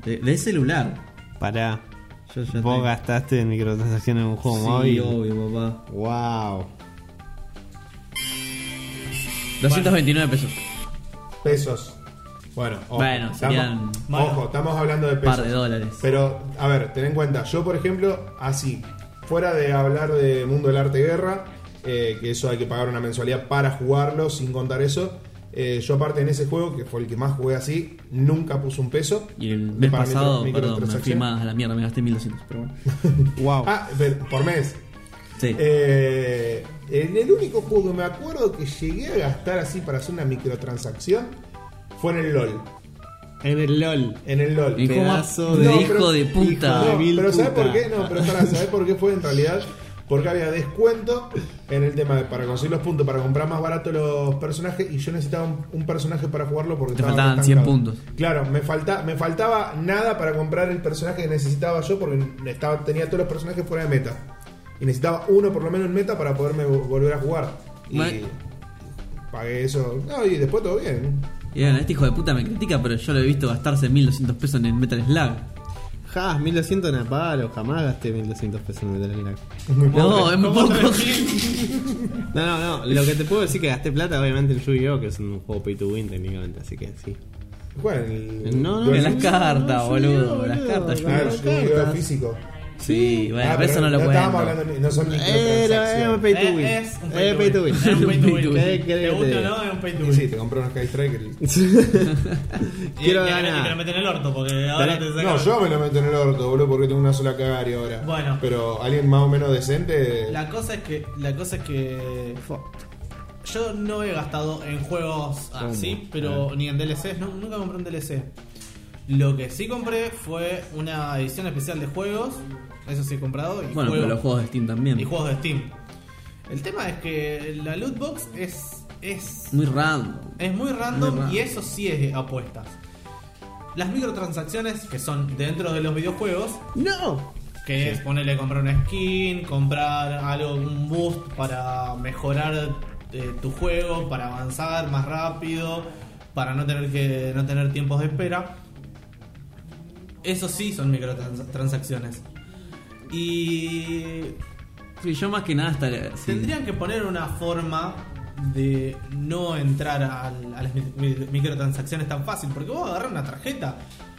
[SPEAKER 5] De, de celular.
[SPEAKER 8] Pará.
[SPEAKER 5] Yo ya
[SPEAKER 8] Vos
[SPEAKER 5] te-
[SPEAKER 8] gastaste en microtransacciones en un juego
[SPEAKER 5] Sí,
[SPEAKER 8] móvil.
[SPEAKER 5] obvio, papá.
[SPEAKER 8] Wow.
[SPEAKER 4] 229 pesos.
[SPEAKER 2] Pesos. Bueno, ojo,
[SPEAKER 4] Bueno,
[SPEAKER 2] estamos-
[SPEAKER 4] serían-
[SPEAKER 2] ojo, estamos hablando de pesos.
[SPEAKER 4] Par de dólares.
[SPEAKER 2] Pero, a ver, ten en cuenta, yo por ejemplo, así, fuera de hablar de Mundo del Arte Guerra, eh, que eso hay que pagar una mensualidad para jugarlo, sin contar eso, eh, yo aparte en ese juego, que fue el que más jugué así, nunca puse un peso.
[SPEAKER 4] Y el
[SPEAKER 2] de
[SPEAKER 4] mes
[SPEAKER 2] para
[SPEAKER 4] pasado,
[SPEAKER 2] micro-
[SPEAKER 4] perdón, me fui
[SPEAKER 2] microtransacción.
[SPEAKER 4] más a la mierda, me gasté 1200,
[SPEAKER 2] *laughs*
[SPEAKER 4] pero bueno.
[SPEAKER 8] Wow.
[SPEAKER 2] Ah, pero por mes.
[SPEAKER 5] Sí.
[SPEAKER 2] Eh, en el único juego que me acuerdo que llegué a gastar así para hacer una microtransacción fue en el LOL.
[SPEAKER 5] En el LOL.
[SPEAKER 2] En el LOL.
[SPEAKER 4] El
[SPEAKER 5] Pedazo
[SPEAKER 4] juego
[SPEAKER 5] de
[SPEAKER 4] de
[SPEAKER 2] No,
[SPEAKER 4] hijo
[SPEAKER 2] pero-
[SPEAKER 4] de puta.
[SPEAKER 2] No,
[SPEAKER 5] de vil
[SPEAKER 2] pero ¿sabes
[SPEAKER 5] puta.
[SPEAKER 2] por qué? No, pero para saber por qué fue en realidad. Porque había descuento en el tema de para conseguir los puntos, para comprar más barato los personajes. Y yo necesitaba un, un personaje para jugarlo porque
[SPEAKER 4] Te
[SPEAKER 2] estaba
[SPEAKER 4] faltaban
[SPEAKER 2] estancado.
[SPEAKER 4] 100 puntos.
[SPEAKER 2] Claro, me, falta, me faltaba nada para comprar el personaje que necesitaba yo porque estaba, tenía todos los personajes fuera de meta. Y necesitaba uno por lo menos en meta para poderme vo- volver a jugar. Y
[SPEAKER 4] Bueno.
[SPEAKER 2] pagué eso. No, y después todo bien.
[SPEAKER 4] Y bueno, este hijo de puta me critica, pero yo lo he visto gastarse 1200 pesos en el Metal Slug.
[SPEAKER 5] Ja, 1200 en Apalo, jamás gasté 1200 pesos en Metal Gear.
[SPEAKER 4] No, es muy poco.
[SPEAKER 5] No, no, no, lo que te puedo decir que gasté plata obviamente en Yu-Gi-Oh, que es un juego pay to win técnicamente, así que sí.
[SPEAKER 2] Bueno, el-
[SPEAKER 5] No, no,
[SPEAKER 2] yo-
[SPEAKER 4] En las
[SPEAKER 5] Yu-Gi-Oh,
[SPEAKER 4] cartas,
[SPEAKER 5] no,
[SPEAKER 4] boludo,
[SPEAKER 5] Yu-Gi-oh,
[SPEAKER 4] las
[SPEAKER 5] boludo.
[SPEAKER 4] cartas.
[SPEAKER 2] Ah,
[SPEAKER 4] yo-
[SPEAKER 5] Claro. las
[SPEAKER 2] yo digo
[SPEAKER 5] cartas.
[SPEAKER 2] físico.
[SPEAKER 4] *laughs* Sí, bueno,
[SPEAKER 2] Ah,
[SPEAKER 4] pero eso
[SPEAKER 2] pero
[SPEAKER 4] no lo
[SPEAKER 2] estábamos
[SPEAKER 4] cuento.
[SPEAKER 2] hablando, de- no son
[SPEAKER 5] Eh, Era
[SPEAKER 2] microtransacciones.
[SPEAKER 5] pay to win.
[SPEAKER 1] Eh, Es un
[SPEAKER 5] Era pay to win.
[SPEAKER 1] Es un pay to win.
[SPEAKER 5] *laughs* ¿Qué
[SPEAKER 1] Te
[SPEAKER 5] querés que
[SPEAKER 1] gusta o
[SPEAKER 5] diga?
[SPEAKER 1] no, es un pay to
[SPEAKER 2] Y
[SPEAKER 1] win.
[SPEAKER 2] sí, te compré unos Sky Striker. y-
[SPEAKER 4] *laughs*
[SPEAKER 5] Quiero
[SPEAKER 1] y, te- Y te la
[SPEAKER 5] ganar.
[SPEAKER 1] meten en el orto porque ahora te
[SPEAKER 5] Dale.
[SPEAKER 1] sacan.
[SPEAKER 2] No, yo me lo meto en el orto, boludo, porque tengo una sola cagaria ahora.
[SPEAKER 1] Bueno.
[SPEAKER 2] Pero alguien más o menos decente.
[SPEAKER 1] La cosa es que. La cosa es que. Yo no he gastado en juegos así, pero ni en DLCs, no, nunca compré un DLC. Lo que sí compré fue una edición especial de juegos, eso sí he comprado, y,
[SPEAKER 4] Bueno, pero
[SPEAKER 1] juegos,
[SPEAKER 4] los juegos de Steam también.
[SPEAKER 1] y juegos de Steam. El tema es que la loot box es es
[SPEAKER 4] Muy random.
[SPEAKER 1] es muy random,
[SPEAKER 4] Muy random.
[SPEAKER 1] y eso sí es de apuestas. Las microtransacciones que son dentro de los videojuegos,
[SPEAKER 5] No.
[SPEAKER 1] que es ponerle comprar una skin, comprar algo, un boost para mejorar eh, tu juego, para avanzar más rápido, para no tener que no tener tiempos de espera. Eso sí son microtransacciones. Y
[SPEAKER 4] Sí, yo más que nada hasta. la- sí.
[SPEAKER 1] Tendrían que poner una forma de no entrar al- a las mi- mi- microtransacciones tan fácil, porque vos agarrar una tarjeta,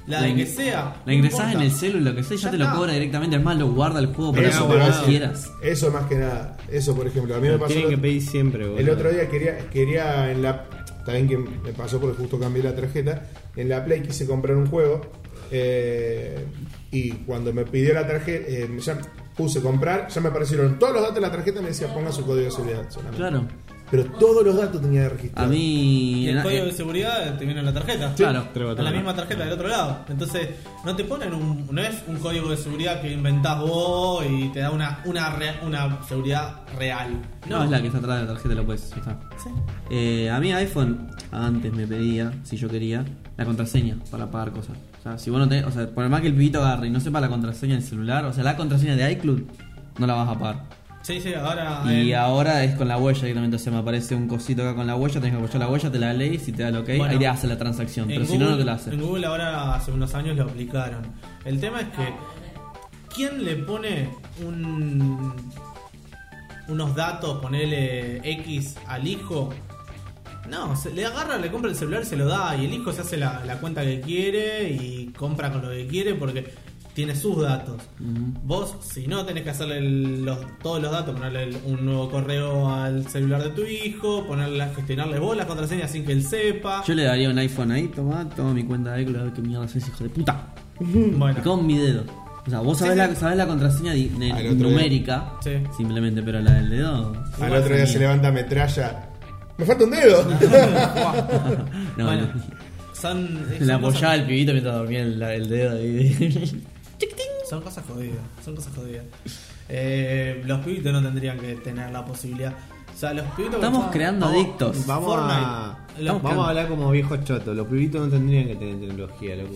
[SPEAKER 1] la de
[SPEAKER 4] La
[SPEAKER 1] que
[SPEAKER 4] ing-
[SPEAKER 1] sea.
[SPEAKER 4] La ingresás
[SPEAKER 1] no
[SPEAKER 4] en el
[SPEAKER 1] importa.
[SPEAKER 4] celular, lo que sea, ya,
[SPEAKER 1] Ya
[SPEAKER 4] te lo
[SPEAKER 1] está.
[SPEAKER 4] cobra directamente. Además, lo guarda el juego para
[SPEAKER 2] eso,
[SPEAKER 4] lo
[SPEAKER 2] te va a
[SPEAKER 4] que
[SPEAKER 2] decir.
[SPEAKER 4] quieras.
[SPEAKER 2] eso más que nada. Eso, por ejemplo. A mí me pasó.
[SPEAKER 5] Tienen
[SPEAKER 2] lo-
[SPEAKER 5] que pedir siempre, boludo.
[SPEAKER 2] El otro día quería, quería en la. También que me pasó porque justo cambié la tarjeta. En la Play quise comprar un juego. eh, y cuando me pidió la tarjeta, eh, ya puse comprar, ya me aparecieron todos los datos de la tarjeta y me decía ponga su código de seguridad solamente.
[SPEAKER 4] Claro.
[SPEAKER 2] Pero todos los datos tenía registrados.
[SPEAKER 4] A mí.
[SPEAKER 1] Y
[SPEAKER 4] en-
[SPEAKER 1] el código
[SPEAKER 4] eh,
[SPEAKER 1] de seguridad te viene en la tarjeta.
[SPEAKER 4] Sí, claro.
[SPEAKER 1] En la misma tarjeta del otro lado. Entonces, no te ponen un. No es un código de seguridad que inventás vos y te da una, una, re- una seguridad real.
[SPEAKER 4] No, es la que está atrás de la tarjeta, lo puedes usar.
[SPEAKER 1] Sí.
[SPEAKER 4] Eh, a mí iPhone antes me pedía, si yo quería, la contraseña para pagar cosas. O sea, si vos no tenés, o sea, por más que el pibito agarre y no sepa la contraseña del celular, o sea, la contraseña de iCloud no la vas a pagar.
[SPEAKER 1] Sí, sí, ahora.
[SPEAKER 4] Y
[SPEAKER 1] eh,
[SPEAKER 4] ahora es con la huella directamente, o sea, me aparece un cosito acá con la huella, tenés que apoyar la huella, te la lees y te da el ok,
[SPEAKER 1] Bueno,
[SPEAKER 4] ahí te hace la transacción,
[SPEAKER 1] en
[SPEAKER 4] pero si no, no te la
[SPEAKER 1] En
[SPEAKER 4] hace.
[SPEAKER 1] Google ahora hace unos años lo aplicaron. El tema es que. ¿Quién le pone un. unos datos, ponele X al hijo? No, se- le agarra, le compra el celular, se lo da y el hijo se hace la, la cuenta que quiere y compra con lo que quiere porque tiene sus datos. Vos, si no, tenés que hacerle el- los, todos los datos, ponerle el- un nuevo correo al celular de tu hijo, ponerle, gestionarle vos las contraseñas sin que él sepa.
[SPEAKER 4] Yo le daría un iPhone ahí, toma, toma mi cuenta de iCloud, a ver qué mierda haces, hijo de puta.
[SPEAKER 1] Bueno.
[SPEAKER 4] Con mi dedo. O sea, vos
[SPEAKER 1] Sí,
[SPEAKER 4] sabés,
[SPEAKER 1] sí.
[SPEAKER 4] La, sabés la contraseña di- de-
[SPEAKER 2] Al otro
[SPEAKER 4] numérica,
[SPEAKER 1] dedo. Sí.
[SPEAKER 4] simplemente, pero la del dedo.
[SPEAKER 2] Al otro día se levanta metralla. ¡Me falta un dedo!
[SPEAKER 4] No,
[SPEAKER 1] bueno,
[SPEAKER 4] no. *laughs*
[SPEAKER 1] son, eh,
[SPEAKER 4] Le
[SPEAKER 1] son
[SPEAKER 4] apoyaba
[SPEAKER 1] cosas,
[SPEAKER 4] al pibito mientras dormía el, el dedo ahí. *laughs*
[SPEAKER 1] son cosas jodidas, son cosas jodidas. Eh, los pibitos no tendrían que tener la posibilidad. O sea, los pibitos
[SPEAKER 4] Estamos
[SPEAKER 1] que-
[SPEAKER 4] creando adictos.
[SPEAKER 3] Vamos a,
[SPEAKER 1] Fortnite. Los-
[SPEAKER 3] vamos a hablar como viejos chotos. Los pibitos no tendrían que tener tecnología, loco.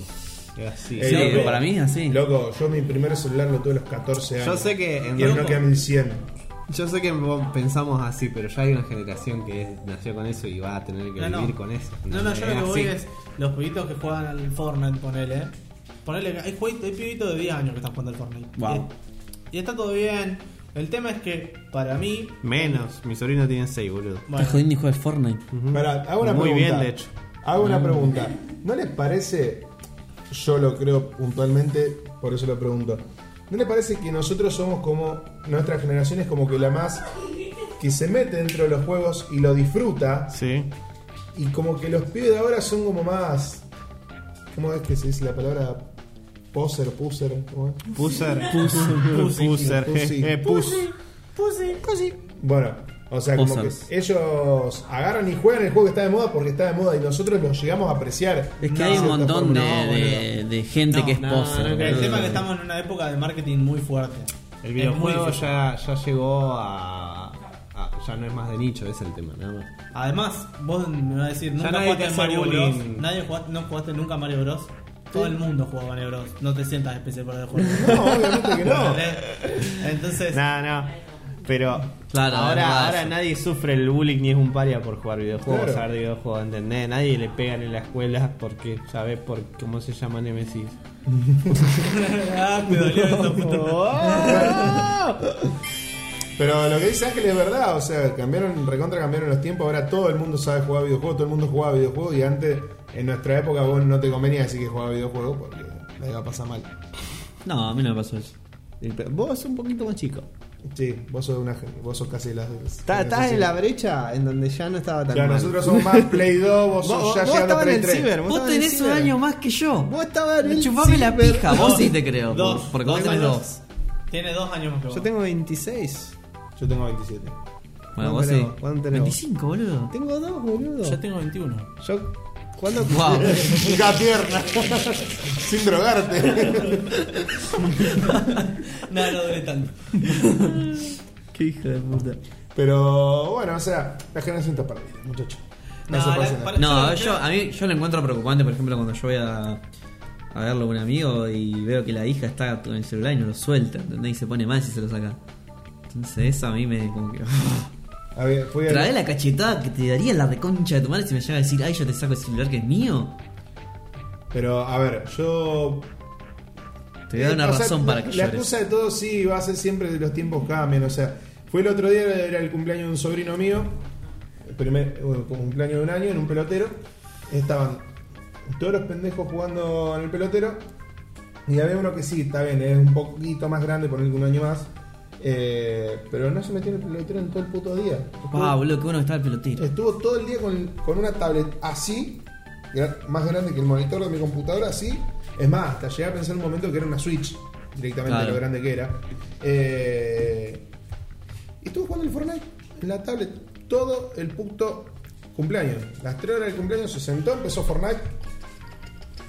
[SPEAKER 3] Es
[SPEAKER 2] *laughs*
[SPEAKER 3] así.
[SPEAKER 4] Sí,
[SPEAKER 2] Eh, loco.
[SPEAKER 4] para mí es así.
[SPEAKER 2] Loco, yo mi primer celular lo tuve a los 14 años.
[SPEAKER 3] Yo sé que en
[SPEAKER 2] Y en Nokia
[SPEAKER 3] realidad-
[SPEAKER 2] 1100.
[SPEAKER 3] yo sé que vos pensamos así, pero ya hay una generación que es- nació con eso y va a tener que
[SPEAKER 1] No, no.
[SPEAKER 3] vivir con eso.
[SPEAKER 1] No, no, yo lo
[SPEAKER 3] Es
[SPEAKER 1] que voy
[SPEAKER 3] así.
[SPEAKER 1] es los pibitos que juegan al Fortnite, ponele. Ponele, que hay, jueguito- hay pibitos de 10 años que están jugando al Fortnite.
[SPEAKER 4] Wow.
[SPEAKER 1] Y, y está todo bien. El tema es que, para mí.
[SPEAKER 3] Menos, mi sobrino tiene 6, boludo.
[SPEAKER 1] Bueno,
[SPEAKER 4] Estás jodiendo hijo de Fortnite.
[SPEAKER 2] Pará, hago una
[SPEAKER 3] Muy
[SPEAKER 2] pregunta.
[SPEAKER 3] bien, de hecho.
[SPEAKER 2] Hago una pregunta. ¿No les parece, yo lo creo puntualmente, por eso lo pregunto, ¿no les parece que nosotros somos como, nuestra generación es como que la más que se mete dentro de los juegos y lo disfruta?
[SPEAKER 3] Sí.
[SPEAKER 2] Y como que los pibes de ahora son como más. ¿Cómo es que se dice la palabra? Poser, puser, ¿cómo es?
[SPEAKER 3] Puser. *laughs* Puser.
[SPEAKER 2] Pussy.
[SPEAKER 3] jeje, Pus.
[SPEAKER 2] Bueno, o sea, como que
[SPEAKER 4] Posers.
[SPEAKER 2] ellos agarran y juegan el juego que está de moda porque está de moda y nosotros los llegamos a apreciar.
[SPEAKER 4] Es que
[SPEAKER 2] de
[SPEAKER 4] hay un
[SPEAKER 2] cierta
[SPEAKER 4] montón
[SPEAKER 2] forma.
[SPEAKER 4] de,
[SPEAKER 2] No, boludo.
[SPEAKER 4] de, de gente
[SPEAKER 1] No,
[SPEAKER 4] que es
[SPEAKER 1] no,
[SPEAKER 4] poser.
[SPEAKER 1] el
[SPEAKER 4] boludo.
[SPEAKER 1] tema es que estamos en una época de marketing muy fuerte.
[SPEAKER 3] El videojuego
[SPEAKER 1] Es muy difícil.
[SPEAKER 3] ya, ya llegó a, a- Ya no es más de nicho, ese es el tema, nada más.
[SPEAKER 1] Además, vos me vas a decir, nunca
[SPEAKER 3] nadie te
[SPEAKER 1] jugaste a
[SPEAKER 3] hace
[SPEAKER 1] Mario
[SPEAKER 3] bullying.
[SPEAKER 1] Bros. Nadie jugaste, no jugaste nunca a Mario Bros. Todo el mundo juega a Mario Bros. No te sientas especial por el juego.
[SPEAKER 2] No, obviamente que no.
[SPEAKER 1] Entonces,
[SPEAKER 5] No, no. Pero
[SPEAKER 4] Claro, es
[SPEAKER 5] ahora,
[SPEAKER 4] verdad
[SPEAKER 5] ahora
[SPEAKER 4] eso.
[SPEAKER 5] nadie sufre el bullying ni es un paria por jugar videojuegos,
[SPEAKER 2] Claro.
[SPEAKER 5] saber de videojuegos, ¿entendés? Nadie le pegan en la escuela porque sabes por cómo se llama Nemesis.
[SPEAKER 1] ah, me dolió eso, puto.
[SPEAKER 5] Oh. *laughs*
[SPEAKER 2] Pero lo que dice Ángel es verdad, o sea, cambiaron, recontra cambiaron los tiempos, ahora todo el mundo sabe jugar videojuegos, todo el mundo jugaba videojuegos y antes, en nuestra época, vos no te convenía decir que jugaba videojuegos porque la iba a pasar mal.
[SPEAKER 4] No, a mí no me pasó eso.
[SPEAKER 5] Vos un poquito más chico.
[SPEAKER 2] Sí, vos sos una gen- vos sos casi las
[SPEAKER 5] Está- Estás en la brecha en donde ya no estaba tan
[SPEAKER 2] Ya,
[SPEAKER 5] mal.
[SPEAKER 2] nosotros somos más
[SPEAKER 5] *laughs*
[SPEAKER 2] Play 2, vos
[SPEAKER 5] Vos,
[SPEAKER 2] sos
[SPEAKER 5] vos
[SPEAKER 2] ya llegando a
[SPEAKER 5] estabas en
[SPEAKER 2] Play
[SPEAKER 5] el
[SPEAKER 2] 3.
[SPEAKER 5] ciber.
[SPEAKER 4] Vos
[SPEAKER 5] estabas en el
[SPEAKER 4] tenés un
[SPEAKER 5] ciber.
[SPEAKER 4] año más que yo.
[SPEAKER 5] Vos estabas en el
[SPEAKER 4] Chupame la
[SPEAKER 5] ciber.
[SPEAKER 4] pija, vos sí te creo.
[SPEAKER 1] Dos.
[SPEAKER 4] Porque vos
[SPEAKER 1] Tengo
[SPEAKER 4] tenés
[SPEAKER 1] dos.
[SPEAKER 4] dos.
[SPEAKER 1] Tiene dos años más que vos.
[SPEAKER 5] Yo tengo 26.
[SPEAKER 2] Yo tengo 27.
[SPEAKER 4] Bueno,
[SPEAKER 5] ¿Cuánto
[SPEAKER 4] vos sí.
[SPEAKER 5] tenemos? ¿Cuánto tenemos?
[SPEAKER 4] 25, boludo.
[SPEAKER 5] Tengo dos, boludo.
[SPEAKER 9] Oh.
[SPEAKER 1] Yo tengo 21.
[SPEAKER 5] Yo. ¿Cuándo?
[SPEAKER 4] Wow.
[SPEAKER 2] *laughs* Chica tierna. *laughs* Sin drogarte. *laughs*
[SPEAKER 1] No, no duele tanto.
[SPEAKER 4] Qué hija de puta.
[SPEAKER 2] Pero bueno, o sea, la generación está perdida, muchacho. No,
[SPEAKER 1] No,
[SPEAKER 2] se
[SPEAKER 1] la-
[SPEAKER 2] pasa nada.
[SPEAKER 1] para-
[SPEAKER 4] No, yo, a mí yo lo encuentro preocupante, por ejemplo, cuando yo voy a, a verlo a un amigo y veo que la hija está con el celular y no lo suelta, ¿entendés? Y se pone mal si se lo saca. Entonces eso a mí me como que... *laughs*
[SPEAKER 2] A ver, fui a-
[SPEAKER 4] Trae la cachetada que te daría la reconcha de tu madre si me llega a decir, ay, yo te saco el celular que es mío.
[SPEAKER 2] Pero a ver, yo.
[SPEAKER 4] Te voy a dar una
[SPEAKER 2] Eh, O sea,
[SPEAKER 4] razón para que
[SPEAKER 2] La
[SPEAKER 4] llores.
[SPEAKER 2] excusa de todo sí va a ser siempre de los tiempos cambian. O sea, fue el otro día, era el cumpleaños de un sobrino mío. el primer bueno, cumpleaños de un año en un pelotero. Estaban todos los pendejos jugando en el pelotero. Y había uno que sí, está bien, es un poquito más grande, ponerle un año más. eh, pero no se metió en el pelotero en todo el puto día.
[SPEAKER 4] Wow, boludo, qué bueno que estaba el pelotero.
[SPEAKER 2] Estuvo todo el día con, con una tablet así, gra- más grande que el monitor de mi computadora, así. Es más, hasta llegué a pensar un momento que era una Switch, directamente
[SPEAKER 4] Claro.
[SPEAKER 2] lo grande que era. Eh, y estuvo jugando el Fortnite. en la tablet todo el puto cumpleaños. Las 3 horas del cumpleaños se sentó, empezó Fortnite.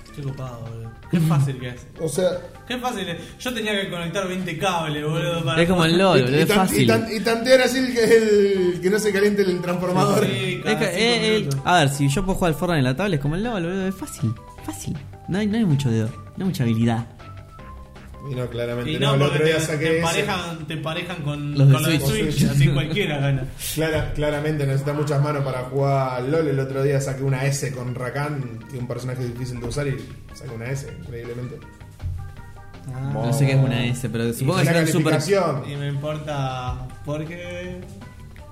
[SPEAKER 1] Estoy copado, boludo. Qué fácil que es.
[SPEAKER 2] O sea,
[SPEAKER 1] Qué fácil es. Yo tenía que conectar 20 cables, boludo. Para
[SPEAKER 9] Es como el LOL, boludo,
[SPEAKER 2] Este, y,
[SPEAKER 9] es
[SPEAKER 2] tan- y,
[SPEAKER 9] fácil.
[SPEAKER 2] tan- y tantear así el, que- el que no se caliente el transformador.
[SPEAKER 1] Sí, cada
[SPEAKER 9] Es que,
[SPEAKER 1] cinco
[SPEAKER 9] eh, eh,
[SPEAKER 1] minutos.
[SPEAKER 9] a ver, si yo puedo jugar al Fortnite en la tablet es como el LOL, boludo, es fácil, fácil. No hay, no hay mucho dedo, no hay mucha habilidad.
[SPEAKER 2] Y no, claramente
[SPEAKER 1] Y
[SPEAKER 2] no,
[SPEAKER 1] no,
[SPEAKER 2] el
[SPEAKER 1] porque
[SPEAKER 2] otro día
[SPEAKER 1] te,
[SPEAKER 2] saqué
[SPEAKER 1] te
[SPEAKER 2] ese.
[SPEAKER 1] emparejan, te emparejan con,
[SPEAKER 9] Los de
[SPEAKER 1] con los de
[SPEAKER 2] Switch.
[SPEAKER 1] Switch, así cualquiera gana.
[SPEAKER 2] Clara- claramente necesitas muchas manos para jugar al LOL. El otro día saqué una S con Rakan, que es un personaje difícil de usar, y saqué una S, increíblemente.
[SPEAKER 9] No sé qué es una S, pero supongo que
[SPEAKER 2] es una
[SPEAKER 9] será super.
[SPEAKER 2] calificación.
[SPEAKER 1] Y me importa porque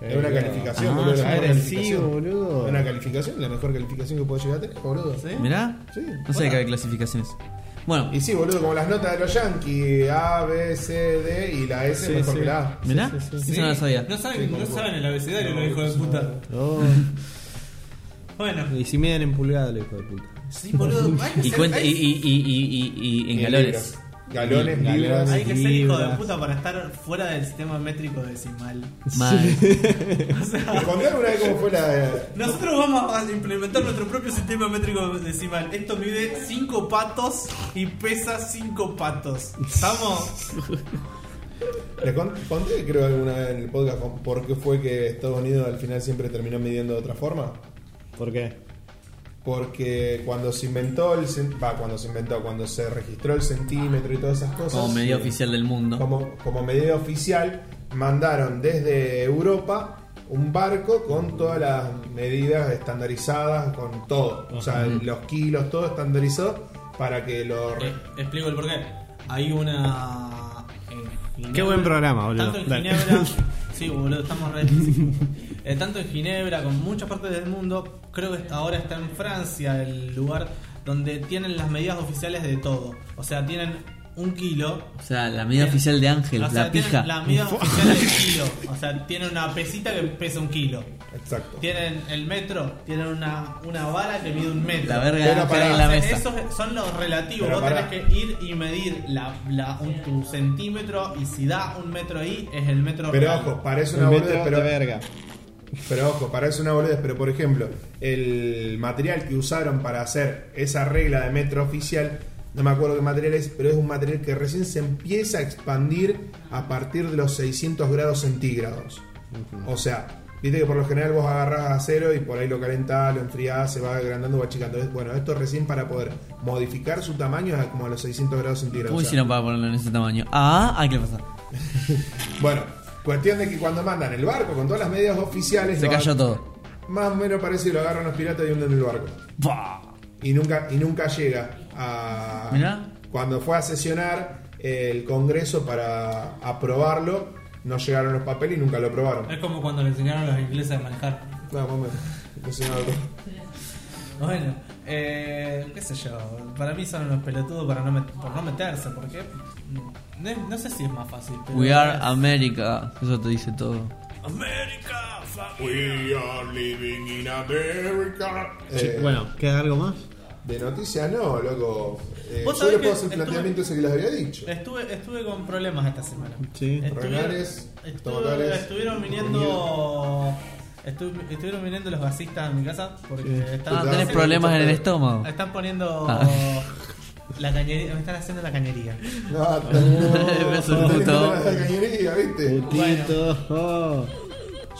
[SPEAKER 2] Es una calificación,
[SPEAKER 9] Ah,
[SPEAKER 2] boludo. es la
[SPEAKER 9] ya
[SPEAKER 2] mejor
[SPEAKER 5] agresivo,
[SPEAKER 2] calificación.
[SPEAKER 5] boludo.
[SPEAKER 2] Es Una calificación, la mejor calificación que puedes llegar a tener, boludo.
[SPEAKER 9] Mirá,
[SPEAKER 2] Sí,
[SPEAKER 9] no sé
[SPEAKER 2] hola.
[SPEAKER 9] qué hay clasificaciones. Bueno,
[SPEAKER 2] Y sí, boludo, como las notas de los Yankees, A, B, C, D y la S
[SPEAKER 5] Sí,
[SPEAKER 2] mejor
[SPEAKER 5] sí.
[SPEAKER 2] que la A.
[SPEAKER 9] mirá,
[SPEAKER 5] Sí, sí, sí.
[SPEAKER 9] eso no lo sabía.
[SPEAKER 1] no
[SPEAKER 2] Sí,
[SPEAKER 1] saben,
[SPEAKER 2] como
[SPEAKER 1] no
[SPEAKER 2] fue.
[SPEAKER 1] saben el abecedario
[SPEAKER 2] No,
[SPEAKER 1] los hijos de puta.
[SPEAKER 5] No.
[SPEAKER 1] Bueno,
[SPEAKER 5] Oh, *laughs* Y si miden en pulgadas, lo hijo de puta.
[SPEAKER 1] *laughs* sí, boludo, hay que
[SPEAKER 9] Y
[SPEAKER 1] ser-
[SPEAKER 9] cuenta, y,
[SPEAKER 1] hay-
[SPEAKER 9] y, y, y, y- y en
[SPEAKER 2] Y
[SPEAKER 9] galones.
[SPEAKER 2] libras. Galones, libras.
[SPEAKER 1] hay que ser hijo de
[SPEAKER 5] libras.
[SPEAKER 1] puta para estar fuera del sistema métrico *laughs* decimal.
[SPEAKER 9] Mal.
[SPEAKER 1] O sea,
[SPEAKER 2] Contame una vez cómo fue la.
[SPEAKER 1] nosotros vamos a implementar nuestro propio sistema métrico decimal. Esto mide 5 patos y pesa 5 patos. ¿Estamos?
[SPEAKER 2] Les con- conté, creo, alguna vez en el podcast con- por qué fue que Estados Unidos al final siempre terminó midiendo de otra forma.
[SPEAKER 5] ¿Por qué?
[SPEAKER 2] Porque cuando se inventó el cen- va, cuando se inventó, cuando se registró el centímetro y todas esas cosas.
[SPEAKER 9] Como medida
[SPEAKER 2] sí,
[SPEAKER 9] oficial del mundo.
[SPEAKER 2] Como, como medida oficial, mandaron desde Europa un barco con todas las medidas estandarizadas, con todo. O sea, los kilos, todo estandarizado para que lo re-
[SPEAKER 1] Eh,
[SPEAKER 9] Eh,
[SPEAKER 1] explico el porqué. Hay una. eh,
[SPEAKER 5] Qué buen programa, boludo.
[SPEAKER 1] Tanto en
[SPEAKER 5] Dale. *laughs*
[SPEAKER 1] Ginebra. sí, boludo, estamos re. Eh, tanto en Ginebra como en muchas partes del mundo. Creo que ahora está en Francia el lugar donde tienen las medidas oficiales de todo. O sea, tienen un kilo.
[SPEAKER 9] O sea, la medida oficial de Ángel,
[SPEAKER 1] o sea,
[SPEAKER 9] la
[SPEAKER 1] tienen
[SPEAKER 9] pija.
[SPEAKER 1] La medida
[SPEAKER 9] *laughs*
[SPEAKER 1] oficial del kilo. O sea, tienen una pesita que pesa un kilo.
[SPEAKER 2] Exacto.
[SPEAKER 1] Tienen el metro, tienen una, una vara que mide un metro.
[SPEAKER 9] La verga de
[SPEAKER 2] Pero
[SPEAKER 9] Ángel
[SPEAKER 2] pará,
[SPEAKER 9] en la
[SPEAKER 1] Entonces,
[SPEAKER 9] mesa.
[SPEAKER 1] Esos son los relativos.
[SPEAKER 2] Pero
[SPEAKER 1] Vos
[SPEAKER 2] pará.
[SPEAKER 1] tenés que ir y medir la, la- un, tu centímetro y si da un metro ahí es el metro
[SPEAKER 2] Pero
[SPEAKER 1] real.
[SPEAKER 2] ojo, parece
[SPEAKER 5] Un
[SPEAKER 2] una
[SPEAKER 5] metro
[SPEAKER 2] boludez, pero
[SPEAKER 5] de verga.
[SPEAKER 2] Pero ojo, parece una boludez, pero por ejemplo, el material que usaron para hacer esa regla de metro oficial, no me acuerdo qué material es, pero es un material que recién se empieza a expandir a partir de los 600 grados centígrados. O sea, viste que por lo general vos agarrás acero y por ahí lo calentás, lo enfriás, se va agrandando, va achicando. Es- Bueno, esto recién para poder modificar su tamaño es como a los 600 grados centígrados.
[SPEAKER 9] ¿Cómo
[SPEAKER 2] O sea,
[SPEAKER 9] hicieron para ponerlo en ese tamaño? Ah, ah, ¿qué le pasa?
[SPEAKER 2] Bueno, cuestión de que cuando mandan el barco con todas las medidas oficiales...
[SPEAKER 9] Se
[SPEAKER 2] lo-
[SPEAKER 9] cayó todo.
[SPEAKER 2] Más o menos parece que lo agarran los piratas y hunden el barco.
[SPEAKER 9] Buah.
[SPEAKER 2] Y nunca, y nunca llega a.
[SPEAKER 9] Mirá.
[SPEAKER 2] Cuando fue a sesionar el Congreso para aprobarlo, no llegaron los papeles y nunca lo aprobaron.
[SPEAKER 1] Es como cuando le enseñaron a los ingleses a manejar.
[SPEAKER 2] No, más o menos. No sé, no, no.
[SPEAKER 1] Bueno, eh, qué sé yo. Para mí son unos pelotudos para no met- por no meterse, porque mm, no, es- no sé si es más fácil. pero-
[SPEAKER 9] We are America. Eso te dice todo.
[SPEAKER 1] America, fuck.
[SPEAKER 2] We are living in America.
[SPEAKER 5] Sí,
[SPEAKER 2] Eh,
[SPEAKER 5] bueno, ¿queda algo más?
[SPEAKER 2] De noticias no, loco. Eh,
[SPEAKER 1] Vos
[SPEAKER 2] yo
[SPEAKER 1] sabés
[SPEAKER 2] le puedo
[SPEAKER 1] que
[SPEAKER 2] hacer
[SPEAKER 1] estuve-
[SPEAKER 2] planteamiento ese que les había dicho.
[SPEAKER 1] Estuve, estuve con problemas esta semana.
[SPEAKER 5] Sí.
[SPEAKER 2] Regales,
[SPEAKER 1] estuve-
[SPEAKER 2] tomacales,
[SPEAKER 1] estuvieron viniendo. estu- estuvieron viniendo los gasistas a mi casa porque
[SPEAKER 9] Ah,
[SPEAKER 1] estaban.
[SPEAKER 2] Claro,
[SPEAKER 9] tenés
[SPEAKER 2] sí,
[SPEAKER 9] problemas en el
[SPEAKER 1] *laughs*
[SPEAKER 2] mucho
[SPEAKER 9] estómago.
[SPEAKER 1] Están poniendo.
[SPEAKER 9] Ah.
[SPEAKER 1] La cañería. Me están haciendo la cañería.
[SPEAKER 2] No, no,
[SPEAKER 9] *laughs*
[SPEAKER 2] no,
[SPEAKER 9] beso
[SPEAKER 2] no,
[SPEAKER 9] puto.
[SPEAKER 2] no, no, la cañería, ¿viste?
[SPEAKER 5] Putito. Oh.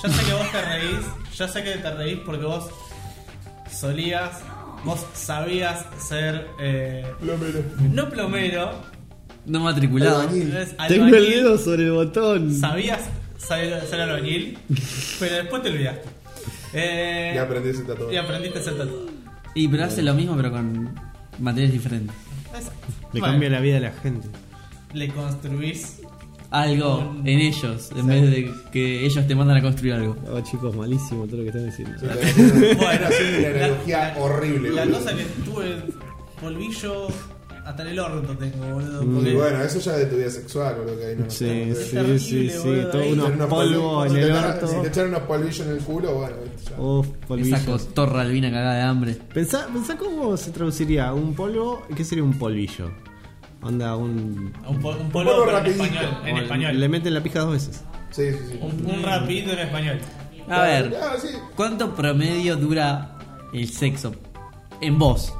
[SPEAKER 1] Yo sé que vos te reís. Yo sé que te reís porque vos solías. Vos sabías ser. eh,
[SPEAKER 2] Lo menos.
[SPEAKER 1] no plomero.
[SPEAKER 9] No matriculado.
[SPEAKER 2] Albañil.
[SPEAKER 1] es
[SPEAKER 5] Tengo el
[SPEAKER 1] albañil.
[SPEAKER 5] dedo sobre el botón.
[SPEAKER 1] Sabías ser ser albañil. pero después te olvidaste. Eh,
[SPEAKER 2] Ya aprendí ese tatuaje.
[SPEAKER 1] y aprendiste a ser tatuador.
[SPEAKER 9] Y pero hace lo mismo pero con materiales diferentes.
[SPEAKER 1] Exacto.
[SPEAKER 5] Le
[SPEAKER 1] Bueno,
[SPEAKER 5] cambia la vida a la gente.
[SPEAKER 1] Le construís.
[SPEAKER 9] Algo en ellos, en vez de que ellos te mandan a construir algo.
[SPEAKER 5] Oh, chicos, malísimo todo lo que están diciendo.
[SPEAKER 1] *laughs*
[SPEAKER 2] Sí, la verdad,
[SPEAKER 1] Bueno,
[SPEAKER 2] sí, una
[SPEAKER 1] la-
[SPEAKER 2] analogía
[SPEAKER 1] la-
[SPEAKER 2] horrible.
[SPEAKER 1] La
[SPEAKER 2] boludo.
[SPEAKER 1] cosa que tuve polvillo hasta en el orto tengo, boludo.
[SPEAKER 2] Y
[SPEAKER 1] porque-
[SPEAKER 2] Mm, bueno, eso ya es de tu vida sexual, boludo, que ahí no.
[SPEAKER 5] Sí,
[SPEAKER 2] Si
[SPEAKER 1] terrible,
[SPEAKER 5] sí, sí, sí.
[SPEAKER 1] boludo.
[SPEAKER 5] Todo
[SPEAKER 1] Ahí
[SPEAKER 5] unos
[SPEAKER 2] te echaron
[SPEAKER 5] polvos en
[SPEAKER 2] si te
[SPEAKER 5] el
[SPEAKER 2] echaron- Si te
[SPEAKER 5] orto.
[SPEAKER 2] echaron unos polvillos en el culo, bueno, ya.
[SPEAKER 5] Oh,
[SPEAKER 9] Esa
[SPEAKER 5] polvillos.
[SPEAKER 9] cotorra albina cagada de hambre.
[SPEAKER 5] Pensá, pensá cómo se traduciría un polvo. ¿Qué sería un polvillo? Onda, un.
[SPEAKER 1] Un, pol- un
[SPEAKER 2] polvo
[SPEAKER 1] polvo, pero en
[SPEAKER 2] rapidito.
[SPEAKER 1] español. En
[SPEAKER 5] o
[SPEAKER 1] español.
[SPEAKER 5] Le meten la pija dos veces.
[SPEAKER 2] Sí, sí, sí.
[SPEAKER 1] Un, un rapidito en español.
[SPEAKER 4] A ver,
[SPEAKER 2] Ah, sí.
[SPEAKER 4] ¿cuánto promedio dura el sexo? En vos.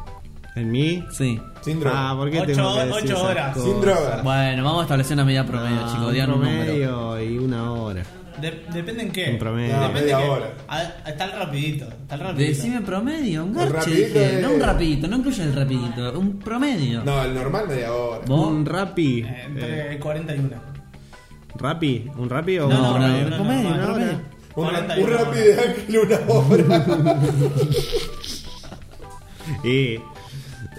[SPEAKER 5] ¿En mí?
[SPEAKER 4] Sí.
[SPEAKER 2] Sin droga.
[SPEAKER 5] Ah, ¿por qué
[SPEAKER 1] Ocho-
[SPEAKER 5] tengo que decir
[SPEAKER 1] ocho
[SPEAKER 5] esas
[SPEAKER 1] horas.
[SPEAKER 5] cosas?
[SPEAKER 2] Sin droga.
[SPEAKER 4] Bueno, vamos a establecer una medida promedio,
[SPEAKER 5] Ah,
[SPEAKER 4] chicos.
[SPEAKER 5] un
[SPEAKER 4] Digan un número.
[SPEAKER 5] promedio y una hora.
[SPEAKER 1] De- depende en qué.
[SPEAKER 5] En promedio.
[SPEAKER 2] Ah,
[SPEAKER 1] Depende
[SPEAKER 2] media
[SPEAKER 1] en qué.
[SPEAKER 2] hora.
[SPEAKER 1] Ah, Está el rapidito. Está el rapidito.
[SPEAKER 4] Decime promedio, un
[SPEAKER 2] Un
[SPEAKER 4] garche.
[SPEAKER 2] rapidito
[SPEAKER 4] dije.
[SPEAKER 2] de-
[SPEAKER 4] No un rapidito, no incluye el rapidito, un promedio.
[SPEAKER 2] No, el normal media hora.
[SPEAKER 4] ¿Vos?
[SPEAKER 5] Un rapi.
[SPEAKER 1] Eh,
[SPEAKER 5] eh,
[SPEAKER 1] Entre 40 y 1.
[SPEAKER 5] ¿Rapi? ¿Un rapi o
[SPEAKER 4] No, no,
[SPEAKER 5] un
[SPEAKER 4] no,
[SPEAKER 5] promedio?
[SPEAKER 4] no, promedio,
[SPEAKER 5] Una hora.
[SPEAKER 4] promedio.
[SPEAKER 2] Un, un
[SPEAKER 1] 41
[SPEAKER 2] rápido de ángel una hora. *laughs*
[SPEAKER 5] Eh,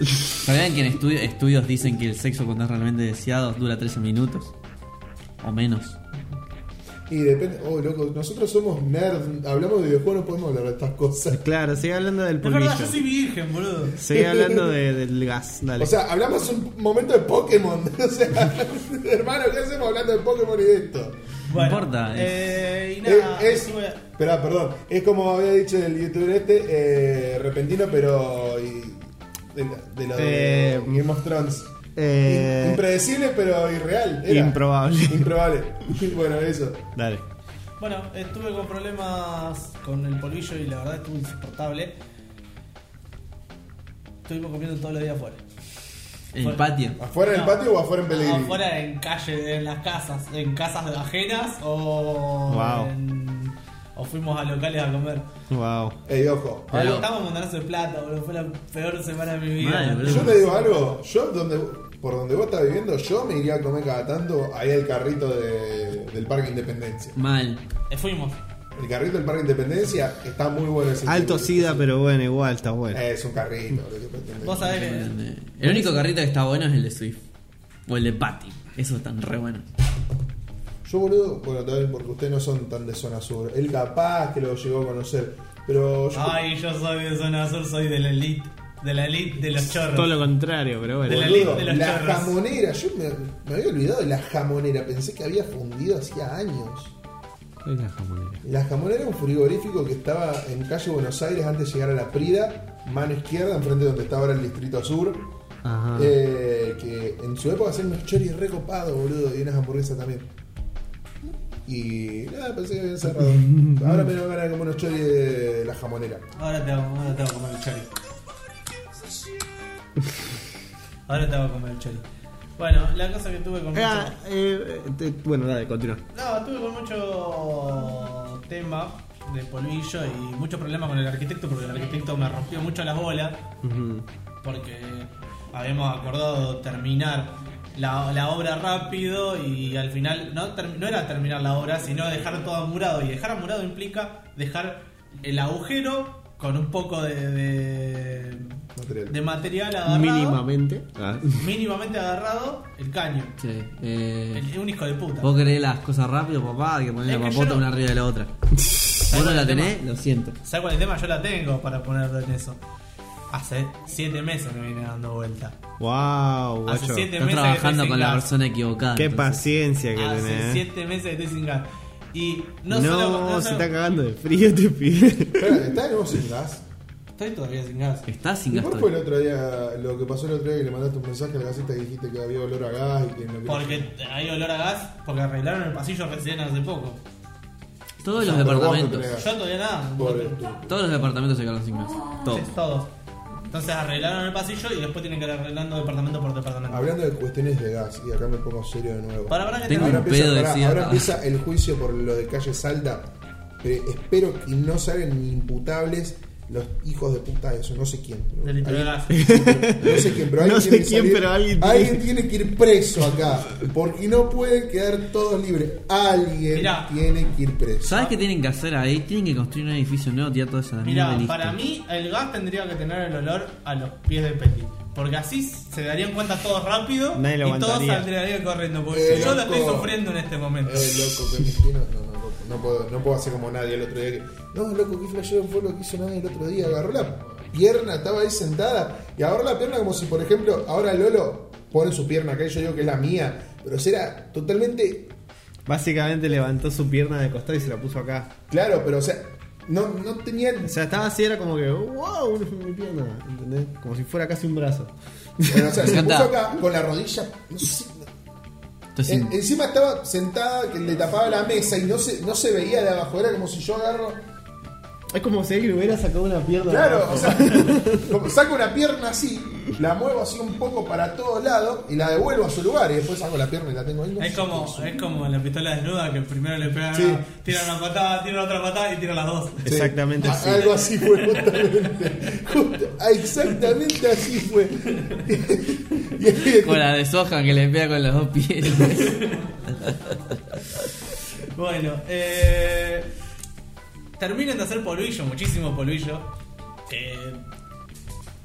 [SPEAKER 4] ¿Sabían que en estudio- estudios dicen que el sexo cuando es realmente deseado dura 13 minutos? O menos.
[SPEAKER 2] y depende. Oh, loco, nosotros somos nerds. Hablamos de videojuegos, no podemos hablar de estas cosas.
[SPEAKER 5] claro, sigue hablando del
[SPEAKER 1] Es
[SPEAKER 5] pulvillo.
[SPEAKER 1] verdad, yo soy virgen, boludo.
[SPEAKER 5] Sigue hablando de- del gas, dale.
[SPEAKER 2] O sea, hablamos un momento de Pokémon. *laughs* O sea, hermano, ¿qué hacemos hablando de Pokémon y de esto?
[SPEAKER 1] Bueno,
[SPEAKER 4] importa,
[SPEAKER 1] Eh, y
[SPEAKER 2] Eh,
[SPEAKER 1] nada,
[SPEAKER 2] es,
[SPEAKER 1] estuve-
[SPEAKER 2] esperá, ah, perdón. Es como había dicho el youtuber este, eh, repentino, pero. y- de, la- de lo de
[SPEAKER 5] Eh,
[SPEAKER 2] Game of Thrones.
[SPEAKER 5] Eh,
[SPEAKER 2] Impredecible, pero irreal. era.
[SPEAKER 5] Improbable. *laughs*
[SPEAKER 2] Improbable. *laughs* bueno, eso.
[SPEAKER 5] dale.
[SPEAKER 1] Bueno, estuve con problemas con el polvillo y la verdad estuvo insoportable. Estuvimos comiendo todos los días afuera.
[SPEAKER 4] En el
[SPEAKER 1] Bueno.
[SPEAKER 4] patio.
[SPEAKER 2] ¿Afuera en el
[SPEAKER 1] No.
[SPEAKER 2] patio o afuera en Pellegrini?
[SPEAKER 1] Afuera en calle, en las casas, en casas de ajenas o.
[SPEAKER 5] Wow.
[SPEAKER 1] en- o fuimos a locales a comer.
[SPEAKER 5] Wow.
[SPEAKER 2] Ey, ojo.
[SPEAKER 5] Ah,
[SPEAKER 1] Pero estamos mandando de plata, boludo. Fue la peor semana de mi vida.
[SPEAKER 4] Mal, boludo.
[SPEAKER 2] Yo te digo algo. Yo, donde, por donde vos estás viviendo, yo me iría a comer cada tanto ahí al carrito de- del Parque Independencia.
[SPEAKER 4] Mal.
[SPEAKER 1] Eh, fuimos.
[SPEAKER 2] El carrito del Parque Independencia está muy bueno. ese
[SPEAKER 5] Alto
[SPEAKER 2] carrito.
[SPEAKER 5] sida, pero bueno, igual está bueno.
[SPEAKER 2] Eh, Es un carrito. lo que pretende.
[SPEAKER 1] Vos sabés que.
[SPEAKER 4] El único carrito que está bueno es el de Swift. O el de Patty. Esos están re buenos.
[SPEAKER 2] Yo, boludo, bueno, tal vez porque ustedes no son tan de zona sur. Él capaz que lo llegó a conocer. Pero yo.
[SPEAKER 1] Ay, yo soy de zona sur, soy de la elite. De la elite de los chorros.
[SPEAKER 5] Todo lo contrario, pero bueno.
[SPEAKER 1] de la
[SPEAKER 2] Boludo,
[SPEAKER 1] lista de los
[SPEAKER 2] la
[SPEAKER 1] chorros.
[SPEAKER 2] jamonera, yo me, me había olvidado de la jamonera, pensé que había fundido hacía años.
[SPEAKER 5] ¿Cuál es la jamonera?
[SPEAKER 2] La jamonera era un frigorífico que estaba en calle Buenos Aires antes de llegar a la Prida, mano izquierda, enfrente de donde está ahora el Distrito Sur.
[SPEAKER 1] Ah.
[SPEAKER 5] Ajá.
[SPEAKER 2] eh, que en su época hacían unos choris recopados, boludo, y unas hamburguesas también. Y nada, pensé que
[SPEAKER 1] *laughs*
[SPEAKER 2] habían cerrado. Ahora me van a comer unos choris de la jamonera.
[SPEAKER 1] Ahora te hago, ahora te hago comer el chori. Ahora te hago comer el chori. Bueno, la cosa que tuve con
[SPEAKER 5] Ah,
[SPEAKER 1] mucho.
[SPEAKER 5] eh, eh, te- bueno, dale, continúa.
[SPEAKER 1] No, tuve con mucho tema de polvillo y mucho problema con el arquitecto porque el arquitecto me rompió mucho las bolas
[SPEAKER 5] Ujú.
[SPEAKER 1] porque habíamos acordado terminar la, la obra rápido y al final no, ter- no era terminar la obra, sino dejar todo murado. Y dejar murado implica dejar el agujero con un poco de, de,
[SPEAKER 2] Material.
[SPEAKER 1] de material agarrado.
[SPEAKER 5] Mínimamente.
[SPEAKER 1] Mínimamente agarrado el caño.
[SPEAKER 4] Sí. Eh,
[SPEAKER 1] El- un hijo de puta.
[SPEAKER 4] Vos querés las cosas rápido, papá, hay que poner
[SPEAKER 1] Es
[SPEAKER 4] la
[SPEAKER 1] que yo
[SPEAKER 4] papota
[SPEAKER 1] no-
[SPEAKER 4] una arriba de
[SPEAKER 1] *laughs*
[SPEAKER 4] la otra. Vos no la tenés, lo siento.
[SPEAKER 1] ¿Sabes cuál es el tema? Yo la tengo para ponerlo en eso. Hace siete meses me viene dando vuelta.
[SPEAKER 5] Wow,
[SPEAKER 1] Hace
[SPEAKER 5] guacho.
[SPEAKER 1] siete-
[SPEAKER 4] Estás
[SPEAKER 1] meses
[SPEAKER 4] trabajando
[SPEAKER 1] que
[SPEAKER 4] con la
[SPEAKER 1] tengas-
[SPEAKER 4] persona equivocada.
[SPEAKER 5] Qué
[SPEAKER 4] entonces.
[SPEAKER 5] paciencia que
[SPEAKER 1] Hace
[SPEAKER 5] tenés. eh.
[SPEAKER 1] siete meses que estoy sin gas. Y no,
[SPEAKER 5] No,
[SPEAKER 1] solo- no
[SPEAKER 5] se
[SPEAKER 1] solo-
[SPEAKER 5] está cagando de frío este pibe. *laughs*
[SPEAKER 2] Espera, ¿Está de nuevo sin gas?
[SPEAKER 1] Estoy todavía sin gas.
[SPEAKER 4] Estás sin
[SPEAKER 2] ¿Y
[SPEAKER 4] gasto.
[SPEAKER 2] cuál fue el otro día, lo que pasó el otro día que le mandaste un mensaje a la gasista que dijiste que había olor a gas y que no
[SPEAKER 1] Porque hay olor a gas, porque arreglaron el pasillo recién hace poco.
[SPEAKER 4] Todos los
[SPEAKER 2] Pero vos no
[SPEAKER 4] departamentos.
[SPEAKER 2] tenés
[SPEAKER 1] Yo todavía nada.
[SPEAKER 2] Pobre
[SPEAKER 1] Sí,
[SPEAKER 2] tú.
[SPEAKER 4] Todos los departamentos se quedaron sin gas. Todos.
[SPEAKER 1] todos. Entonces arreglaron el pasillo y después tienen que ir arreglando departamento por departamento.
[SPEAKER 2] Hablando de cuestiones de gas, y acá me pongo serio de nuevo.
[SPEAKER 1] Para, para que
[SPEAKER 4] Tengo
[SPEAKER 1] te-
[SPEAKER 2] ahora,
[SPEAKER 4] un
[SPEAKER 2] empieza,
[SPEAKER 4] pedo de
[SPEAKER 2] pará,
[SPEAKER 4] sida.
[SPEAKER 2] ahora empieza el juicio por lo de calle Salta. Pero espero que no salgan ni imputables los hijos de puta de eso, no sé quién. pero
[SPEAKER 1] Delito de
[SPEAKER 2] alguien-
[SPEAKER 1] gas.
[SPEAKER 2] *laughs* No sé quién, pero,
[SPEAKER 5] *laughs* No
[SPEAKER 2] alguien,
[SPEAKER 5] sé
[SPEAKER 2] tiene que
[SPEAKER 5] quién,
[SPEAKER 2] salir-
[SPEAKER 5] pero alguien tiene-
[SPEAKER 2] alguien tiene que ir preso acá. Porque no pueden quedar todos libres. Alguien
[SPEAKER 1] Mirá.
[SPEAKER 2] tiene que ir preso.
[SPEAKER 4] ¿Sabes qué tienen que hacer ahí? Tienen que construir un edificio nuevo, tirar toda esa mierda
[SPEAKER 1] Mira,
[SPEAKER 4] y listo.
[SPEAKER 1] para mí el gas tendría que tener el olor a los pies de Petit. Porque así se darían cuenta todos rápido
[SPEAKER 5] Nadie lo
[SPEAKER 1] y todos
[SPEAKER 5] aguantaría.
[SPEAKER 1] saldrían corriendo. Porque
[SPEAKER 2] Eh,
[SPEAKER 1] yo lo
[SPEAKER 2] loco.
[SPEAKER 1] estoy sufriendo en este momento.
[SPEAKER 2] Eh, loco, que me que no, no, no, loco, no puedo, no puedo hacer como nadie el otro día que. No, loco, que flashero fue lo que hizo nadie el otro día. Agarró la pierna, estaba ahí sentada. Y agarró la pierna como si, por ejemplo, ahora Lolo pone su pierna acá y yo digo que es la mía. Pero será totalmente.
[SPEAKER 5] Básicamente levantó su pierna de costado y se la puso acá.
[SPEAKER 2] Claro, pero o sea, no, no tenía.
[SPEAKER 5] O sea, estaba así, era como que, wow, mi pierna, ¿entendés? Como si fuera casi un brazo.
[SPEAKER 2] Bueno, o sea,
[SPEAKER 4] Me
[SPEAKER 2] se puso
[SPEAKER 4] encanta.
[SPEAKER 2] acá con la rodilla. No sé,
[SPEAKER 4] Te Entonces,
[SPEAKER 10] En- encima estaba sentada que le tapaba la mesa y no se, no se veía de abajo. Era como si yo agarro.
[SPEAKER 5] Es como si alguien hubiera sacado una pierna.
[SPEAKER 10] Claro, o sea, como saco una pierna así, la muevo así un poco para todos lados y la devuelvo a su lugar y después saco la pierna y la tengo ahí. No
[SPEAKER 1] Es
[SPEAKER 10] sé
[SPEAKER 1] como,
[SPEAKER 10] qué
[SPEAKER 1] es como la pistola desnuda que primero le pegan,
[SPEAKER 10] Sí.
[SPEAKER 1] una, tira una patada, tira otra patada y tira las dos.
[SPEAKER 10] Sí.
[SPEAKER 5] Exactamente
[SPEAKER 1] Ah,
[SPEAKER 10] A-
[SPEAKER 5] así.
[SPEAKER 10] Algo así fue, justamente. Justo- ah, exactamente así fue. Y
[SPEAKER 2] eh,
[SPEAKER 10] ahí-
[SPEAKER 4] con la de soja que le pega con los dos pies. *laughs*
[SPEAKER 1] Bueno, eh, terminan de hacer polvillo, muchísimo polvillo. que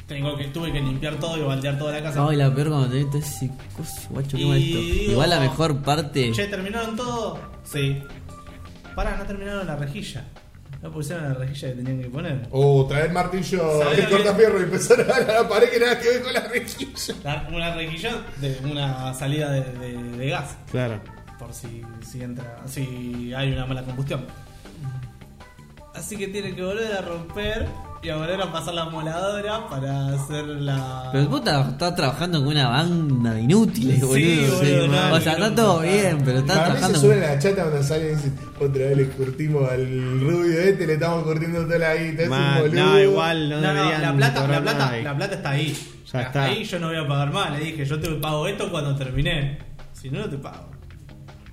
[SPEAKER 1] tengo que, tuve que limpiar todo y baldear toda la casa.
[SPEAKER 4] No, y la peor cuando te viste ese coso, guacho, qué
[SPEAKER 1] Y
[SPEAKER 4] molesto.
[SPEAKER 1] digo,
[SPEAKER 4] Igual la mejor parte.
[SPEAKER 1] Che, ¿terminaron todo? Sí. Pará, no terminaron la rejilla. No pusieron la rejilla que tenían que poner.
[SPEAKER 10] O traer martillo,
[SPEAKER 1] ¿Sabés
[SPEAKER 10] el
[SPEAKER 1] lo que-
[SPEAKER 10] cortafierro y empezar a dar a la pared que nada que ver con la rejilla.
[SPEAKER 1] Dar Una rejilla de una salida de, de- de gas.
[SPEAKER 5] Claro.
[SPEAKER 1] Por si, si entra. si hay una mala combustión. Así que tienen que volver a romper y a volver a pasar la moladora para hacer la.
[SPEAKER 4] Pero puta, está trabajando con una banda de inútiles,
[SPEAKER 1] Sí,
[SPEAKER 4] boludo. sí.
[SPEAKER 1] boludo, no,
[SPEAKER 4] o sea,
[SPEAKER 1] no,
[SPEAKER 4] está todo
[SPEAKER 1] no,
[SPEAKER 4] bien, pero está
[SPEAKER 10] Para mí se
[SPEAKER 4] trabajando
[SPEAKER 10] suben a la chata cuando salen y dicen, otra vez le curtimos al rubio este, le estamos curtiendo toda la guita, es un
[SPEAKER 5] Man,
[SPEAKER 10] boludo.
[SPEAKER 5] no, igual
[SPEAKER 1] No,
[SPEAKER 5] no,
[SPEAKER 1] no,
[SPEAKER 5] deberían
[SPEAKER 1] la plata, la
[SPEAKER 5] cobrar
[SPEAKER 1] plata,
[SPEAKER 5] nada.
[SPEAKER 1] la plata está ahí.
[SPEAKER 5] Ya
[SPEAKER 1] Hasta
[SPEAKER 5] está.
[SPEAKER 1] ahí yo no voy a pagar más. Le dije, yo te pago esto cuando terminé. Si no, no te pago.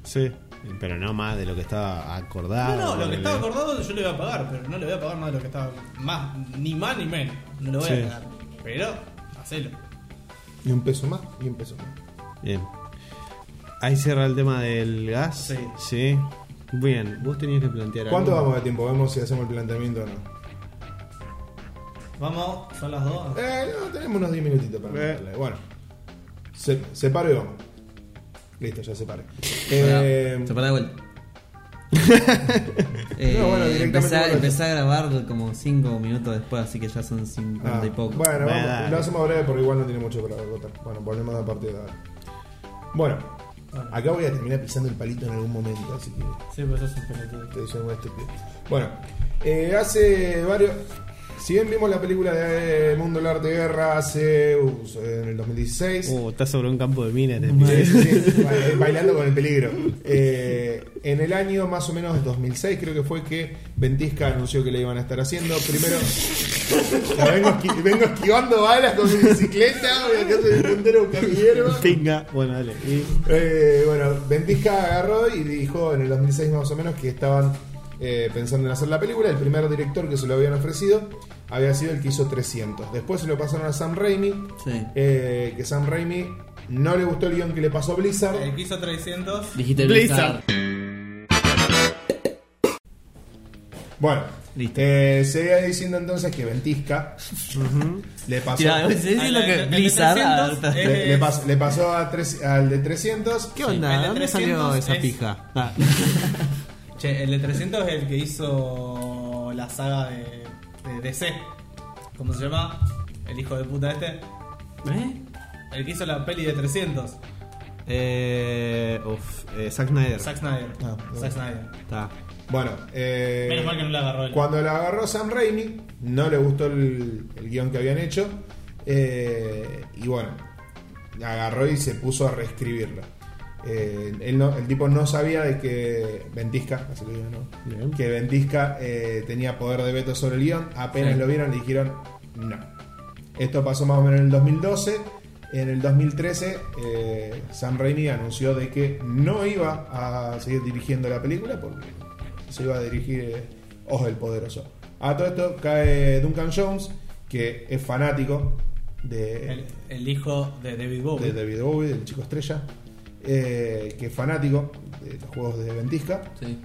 [SPEAKER 5] Sí. Pero no más de lo que estaba
[SPEAKER 1] no,
[SPEAKER 5] acordado.
[SPEAKER 1] no, lo que
[SPEAKER 5] ponele.
[SPEAKER 1] estaba acordado yo le voy a pagar, pero no le voy a pagar más de lo que estaba. Más, ni más ni menos. No lo voy
[SPEAKER 5] Sí.
[SPEAKER 1] a pagar. Pero, hacelo.
[SPEAKER 10] Y un peso más, y un peso más.
[SPEAKER 5] Bien. Ahí cierra el tema del gas.
[SPEAKER 1] Sí.
[SPEAKER 5] Sí. Bien, vos tenías que plantear
[SPEAKER 2] ¿Cuánto
[SPEAKER 5] algo.
[SPEAKER 2] vamos de tiempo? Vemos si hacemos el planteamiento o no.
[SPEAKER 1] Vamos, son las dos.
[SPEAKER 2] Eh, no, tenemos unos 10 minutitos para
[SPEAKER 5] Eh.
[SPEAKER 2] meterle. Bueno, se, separo y vamos. Listo, ya separe. Eh,
[SPEAKER 4] Se para de vuelta. eh,
[SPEAKER 2] No, bueno, directamente
[SPEAKER 4] empecé, a-
[SPEAKER 2] vuelta.
[SPEAKER 4] empecé a grabar como 5 minutos después, así que ya son 50
[SPEAKER 2] ah,
[SPEAKER 4] y poco.
[SPEAKER 2] Bueno,
[SPEAKER 5] Bueno,
[SPEAKER 2] vamos-
[SPEAKER 5] dale.
[SPEAKER 2] lo hacemos breve porque igual no tiene mucho para agotar. Bueno, volvemos a partir de ahora. Bueno,
[SPEAKER 10] Acá voy a terminar pisando el palito en algún momento, así que
[SPEAKER 1] Sí, pues sos un pelotudo.
[SPEAKER 10] te soy muy estúpido.
[SPEAKER 2] Bueno, eh, hace varios. Si bien vimos la película de eh, Mundo del Arte de Guerra hace. uh, en el 2016.
[SPEAKER 5] Uh, estás sobre un campo de minas. te
[SPEAKER 2] Sí, sí, *laughs* sí. Ba- Bailando con el peligro. Eh, en el año más o menos 2006 creo que fue que Ventisca anunció que le iban a estar haciendo. *laughs* Primero, La vengo, esqui- vengo esquivando balas con mi bicicleta, voy acá soy el puntero buscando hierba.
[SPEAKER 5] Pinga. Bueno, dale. Y-
[SPEAKER 2] Eh, bueno, Ventisca agarró y dijo en el 2006 más o menos que estaban eh, pensando en hacer la película. El primer director que se lo habían ofrecido había sido el que hizo 300. Después se lo pasaron a Sam Raimi,
[SPEAKER 4] Sí.
[SPEAKER 2] eh, que Sam Raimi no le gustó el guión que le pasó a Blizzard.
[SPEAKER 1] El piso 300.
[SPEAKER 4] Dijiste
[SPEAKER 5] Blizzard.
[SPEAKER 4] Blizzard.
[SPEAKER 2] Bueno,
[SPEAKER 4] Listo.
[SPEAKER 2] eh, seguía diciendo entonces que Ventisca le pasó.
[SPEAKER 4] Tira, ¿sí
[SPEAKER 1] Ah,
[SPEAKER 4] lo
[SPEAKER 1] la-
[SPEAKER 4] que
[SPEAKER 1] la- la
[SPEAKER 4] Blizzard.
[SPEAKER 1] 300,
[SPEAKER 4] ah,
[SPEAKER 1] eh.
[SPEAKER 2] Le, le pas- le pasó a tres- al de 300.
[SPEAKER 5] ¿Qué onda?
[SPEAKER 1] el de
[SPEAKER 5] ¿Dónde salió
[SPEAKER 1] 300
[SPEAKER 5] esa
[SPEAKER 1] es-
[SPEAKER 5] pija? Ah.
[SPEAKER 1] Che, el de 300 es el que hizo la saga de, de DC. ¿Cómo se llama? El hijo de puta este.
[SPEAKER 4] ¿Eh?
[SPEAKER 1] El que hizo la peli de 300.
[SPEAKER 5] Eh, uf, eh, Zack Snyder.
[SPEAKER 1] Zack Snyder.
[SPEAKER 5] Ah,
[SPEAKER 1] Zack Snyder.
[SPEAKER 5] Está.
[SPEAKER 2] Bueno, eh,
[SPEAKER 1] Menos mal que no la agarró él.
[SPEAKER 2] Cuando la agarró Sam Raimi, no le gustó el, el guión que habían hecho. eh, y bueno, la agarró y se puso a reescribirla. Eh, él no- el tipo no sabía de que Ventisca, así lo digo, ¿no?
[SPEAKER 5] Bien.
[SPEAKER 2] que Ventisca eh, tenía poder de veto sobre el guión. Apenas
[SPEAKER 4] Sí.
[SPEAKER 2] lo vieron, le dijeron no. Esto pasó más o menos en el 2012. En el 2013, eh, Sam Raimi anunció de que no iba a seguir dirigiendo la película porque se iba a dirigir eh, Oz el Poderoso. A todo esto cae Duncan Jones, que es fanático de,
[SPEAKER 1] El, el hijo de David Bowie.
[SPEAKER 2] de David Bowie, del chico estrella, eh, que es fanático de los juegos de Ventisca.
[SPEAKER 4] Sí.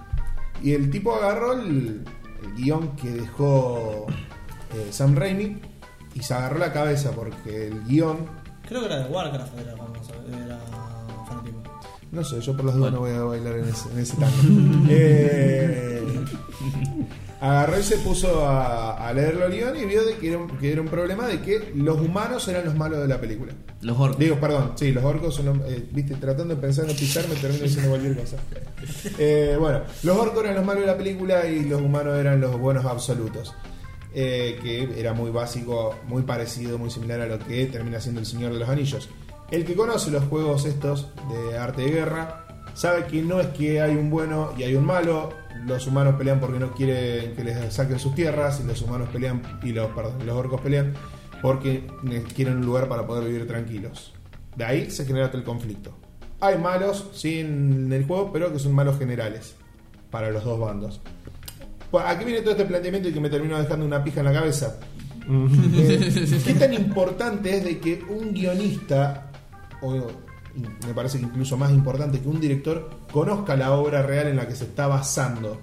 [SPEAKER 2] Y el tipo agarró el, el guión que dejó eh, Sam Raimi y se agarró la cabeza porque el guión,
[SPEAKER 1] Creo que era de Warcraft, era famoso, era fanático.
[SPEAKER 2] no sé, yo por las dudas no voy a bailar en ese, en ese tango. Eh, agarró y se puso a, a leerlo el guión y vio de que, era un, que era un problema de que los humanos eran los malos de la película.
[SPEAKER 4] Los orcos.
[SPEAKER 2] Digo, perdón, sí, los orcos son los- eh, viste, tratando de pensar en pisarme termino diciendo cualquier cosa. Eh, bueno, los orcos eran los malos de la película y los humanos eran los buenos absolutos. Eh, que era muy básico, muy parecido, muy similar a lo que termina siendo el Señor de los Anillos. El que conoce los juegos estos de arte de guerra sabe que no es que hay un bueno y hay un malo. Los humanos pelean porque no quieren que les saquen sus tierras y los humanos pelean y los, perdón, los orcos pelean porque ne- quieren un lugar para poder vivir tranquilos. De ahí se genera todo el conflicto. Hay malos, sí, en el juego, pero que son malos generales para los dos bandos. Bueno, Aquí viene todo este planteamiento y que me termino dejando una pija en la cabeza. Eh, ¿Qué tan importante es de que un guionista, o me parece que incluso más importante que un director, conozca la obra real en la que se está basando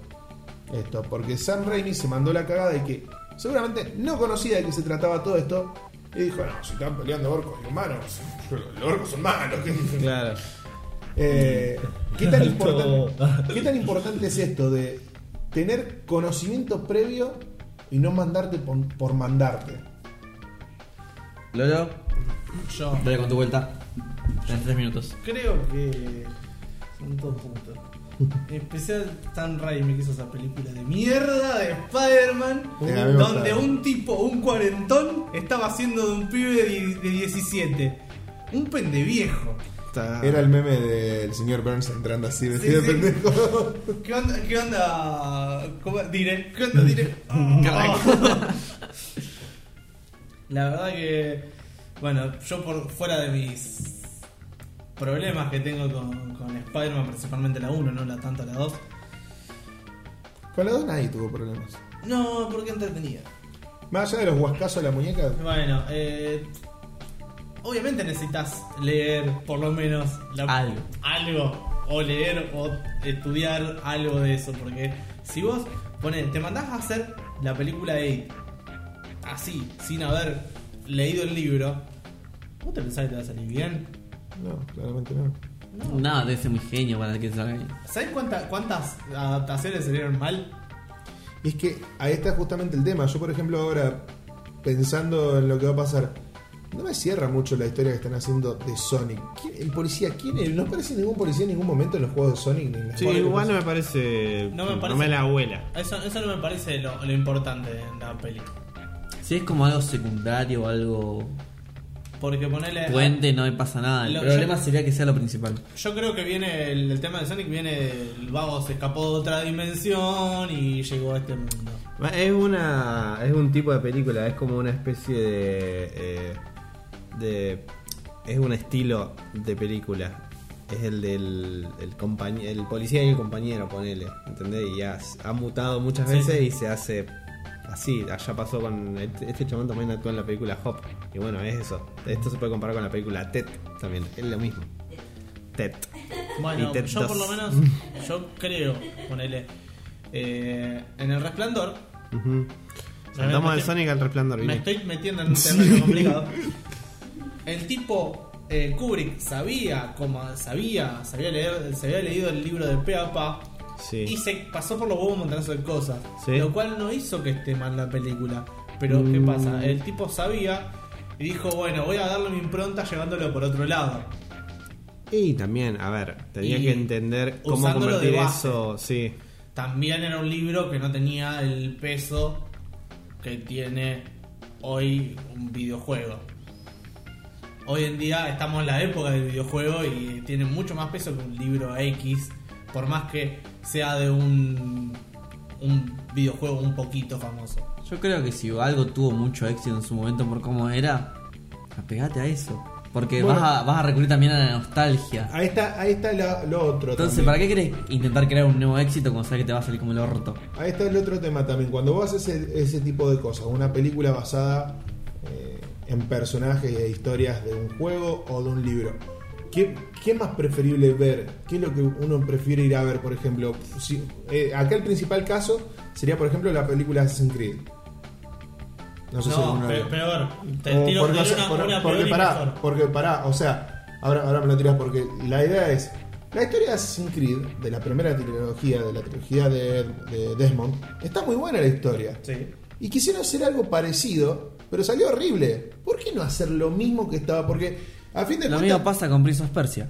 [SPEAKER 2] esto? Porque Sam Raimi se mandó la cagada de que seguramente no conocía de qué se trataba todo esto y dijo: No, si están peleando orcos y humanos, *laughs* los orcos son malos. *laughs* ¿qué?".
[SPEAKER 5] Claro.
[SPEAKER 2] Eh, ¿qué, tan importante, ¿Qué tan importante es esto de tener conocimiento previo y no mandarte por, por mandarte?
[SPEAKER 9] Lolo,
[SPEAKER 1] Yo
[SPEAKER 9] dale con tu vuelta. Tienes tres minutos.
[SPEAKER 1] creo que son todos puntos. En especial Sam Raimi que hizo esa película de mierda de Spider-Man,
[SPEAKER 2] Sí, a mí me
[SPEAKER 1] donde
[SPEAKER 2] gusta.
[SPEAKER 1] un tipo, un cuarentón, estaba haciendo de un pibe de, die- de 17. Un pendeviejo.
[SPEAKER 2] Ah. Era el meme del señor Burns entrando así
[SPEAKER 1] Sí,
[SPEAKER 2] vestido
[SPEAKER 1] sí.
[SPEAKER 2] de pendejo.
[SPEAKER 1] ¿Qué onda? ¿Qué onda? ¿Cómo? Dire. ¿Qué onda? Dire. Ah. La verdad que. Bueno, yo por fuera de mis problemas que tengo con, con Spider-Man, principalmente la 1, no la tanto la 2.
[SPEAKER 2] Con la dos nadie tuvo problemas.
[SPEAKER 1] No, porque entretenía.
[SPEAKER 2] Más allá de los huascazos de la muñeca,
[SPEAKER 1] Bueno, eh, obviamente necesitas leer por lo menos la-
[SPEAKER 9] Algo.
[SPEAKER 1] algo, o leer o estudiar algo de eso, porque si vos ponés, te mandás a hacer la película de It, así, sin haber leído el libro, ¿vos te pensás que te va a salir bien?
[SPEAKER 2] no, claramente no.
[SPEAKER 9] Nada, debe ser muy genio para que salga bien.
[SPEAKER 1] ¿Sabés cuánta- cuántas adaptaciones salieron mal?
[SPEAKER 2] Y es que ahí está justamente el tema. Yo, por ejemplo, ahora pensando en lo que va a pasar, no me cierra mucho la historia que están haciendo de Sonic. ¿Quién- el policía, ¿quién es? No aparece ningún policía en ningún momento en los juegos de Sonic. Ni en las
[SPEAKER 5] Sí,
[SPEAKER 2] jugadas que
[SPEAKER 5] igual no
[SPEAKER 2] pasan.
[SPEAKER 5] me parece.
[SPEAKER 1] No me parece.
[SPEAKER 5] No me la abuela.
[SPEAKER 1] Eso, eso no me parece lo, lo importante en la peli.
[SPEAKER 9] Si es como algo secundario o algo
[SPEAKER 1] Porque ponerle...
[SPEAKER 9] puente, no me pasa nada. El
[SPEAKER 1] Eh, Lo-
[SPEAKER 9] problema
[SPEAKER 1] yo-
[SPEAKER 9] sería que sea lo principal.
[SPEAKER 1] Yo creo que viene el, el tema de Sonic, viene el vago se escapó de otra dimensión y llegó a este mundo.
[SPEAKER 5] Es una. Es un tipo de película, es como una especie de. eh, de. Es un estilo de película. Es el del el, compañ- el policía y el compañero, ponele. ¿Entendés? Y ya s- ha mutado muchas veces y se hace así. Allá pasó con. Este, este chabón también actuó en la película Hop. Y bueno, es eso. Esto se puede comparar con la película Ted también. Es lo mismo. Ted.
[SPEAKER 1] Bueno,
[SPEAKER 5] Y Ted
[SPEAKER 1] yo por lo
[SPEAKER 5] 2.
[SPEAKER 1] menos,
[SPEAKER 5] *laughs*
[SPEAKER 1] yo creo, ponele, eh, en el resplandor,
[SPEAKER 5] Ujú. Saltamos
[SPEAKER 1] me
[SPEAKER 5] del
[SPEAKER 1] estoy-
[SPEAKER 5] Sonic al resplandor.
[SPEAKER 1] me
[SPEAKER 5] Vini.
[SPEAKER 1] estoy metiendo
[SPEAKER 5] *laughs*
[SPEAKER 1] en un terreno complicado. El tipo eh, Kubrick sabía, como sabía, sabía leer, se había leído el libro de Peapa
[SPEAKER 5] Sí.
[SPEAKER 1] y se pasó por los huevos un montonazo de cosas,
[SPEAKER 5] Sí.
[SPEAKER 1] lo cual no hizo que esté mal la película. Pero ¿qué pasa? El tipo sabía y dijo, bueno, voy a darle mi impronta llevándolo por otro lado.
[SPEAKER 5] Y también, a ver, tenía
[SPEAKER 1] Y
[SPEAKER 5] que entender cómo
[SPEAKER 1] usándolo
[SPEAKER 5] convertir
[SPEAKER 1] de base.
[SPEAKER 5] eso, sí.
[SPEAKER 1] También era un libro que no tenía el peso que tiene hoy un videojuego. Hoy en día estamos en la época del videojuego y tiene mucho más peso que un libro X, por más que sea de un, un videojuego un poquito famoso.
[SPEAKER 9] Yo creo que si algo tuvo mucho éxito en su momento por cómo era, apegate a eso. Porque
[SPEAKER 2] Bueno.
[SPEAKER 9] vas, a, vas a recurrir también a la nostalgia.
[SPEAKER 2] Ahí está, ahí está la- lo otro.
[SPEAKER 9] Entonces,
[SPEAKER 2] también.
[SPEAKER 9] ¿para qué querés intentar crear un nuevo éxito cuando sabes que te va a salir como el orto?
[SPEAKER 2] Ahí está el otro tema también. Cuando vos haces ese, ese tipo de cosas, una película basada eh, en personajes e historias de un juego o de un libro, ¿qué, qué es más preferible ver? ¿Qué es lo que uno prefiere ir a ver, por ejemplo? Si- eh, acá el principal caso sería, por ejemplo, la película Assassin's Creed. No sé si
[SPEAKER 1] No,
[SPEAKER 2] alguno
[SPEAKER 1] pe-
[SPEAKER 2] vio.
[SPEAKER 1] peor. Te
[SPEAKER 2] O
[SPEAKER 1] tiro
[SPEAKER 2] porque,
[SPEAKER 1] una,
[SPEAKER 2] o sea, por-
[SPEAKER 1] una
[SPEAKER 2] porque
[SPEAKER 1] peor y
[SPEAKER 2] pará,
[SPEAKER 1] mejor.
[SPEAKER 2] porque pará, o sea, ahora, ahora me lo tiras porque la idea es. La historia de Assassin's Creed, de la primera trilogía, de la trilogía de, de Desmond, está muy buena la historia.
[SPEAKER 1] Sí.
[SPEAKER 2] Y quisieron hacer algo parecido, pero salió horrible. ¿Por qué no hacer lo mismo que estaba? Porque a fin de
[SPEAKER 9] Lo
[SPEAKER 2] cuentas-
[SPEAKER 9] mismo pasa con Prince of Persia.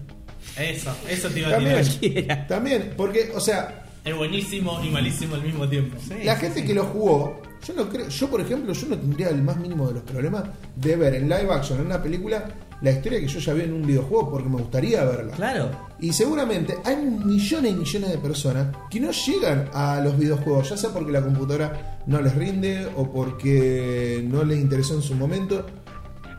[SPEAKER 1] Eso, eso te iba a tirar.
[SPEAKER 2] También, también, porque, o sea,
[SPEAKER 1] Es buenísimo y malísimo al mismo tiempo.
[SPEAKER 2] La gente que lo jugó, yo no creo, yo por ejemplo, yo no tendría el más mínimo de los problemas de ver en live action en una película la historia que yo ya vi en un videojuego porque me gustaría verla.
[SPEAKER 4] Claro.
[SPEAKER 2] Y seguramente hay millones y millones de personas que no llegan a los videojuegos, ya sea porque la computadora no les rinde o porque no les interesó en su momento.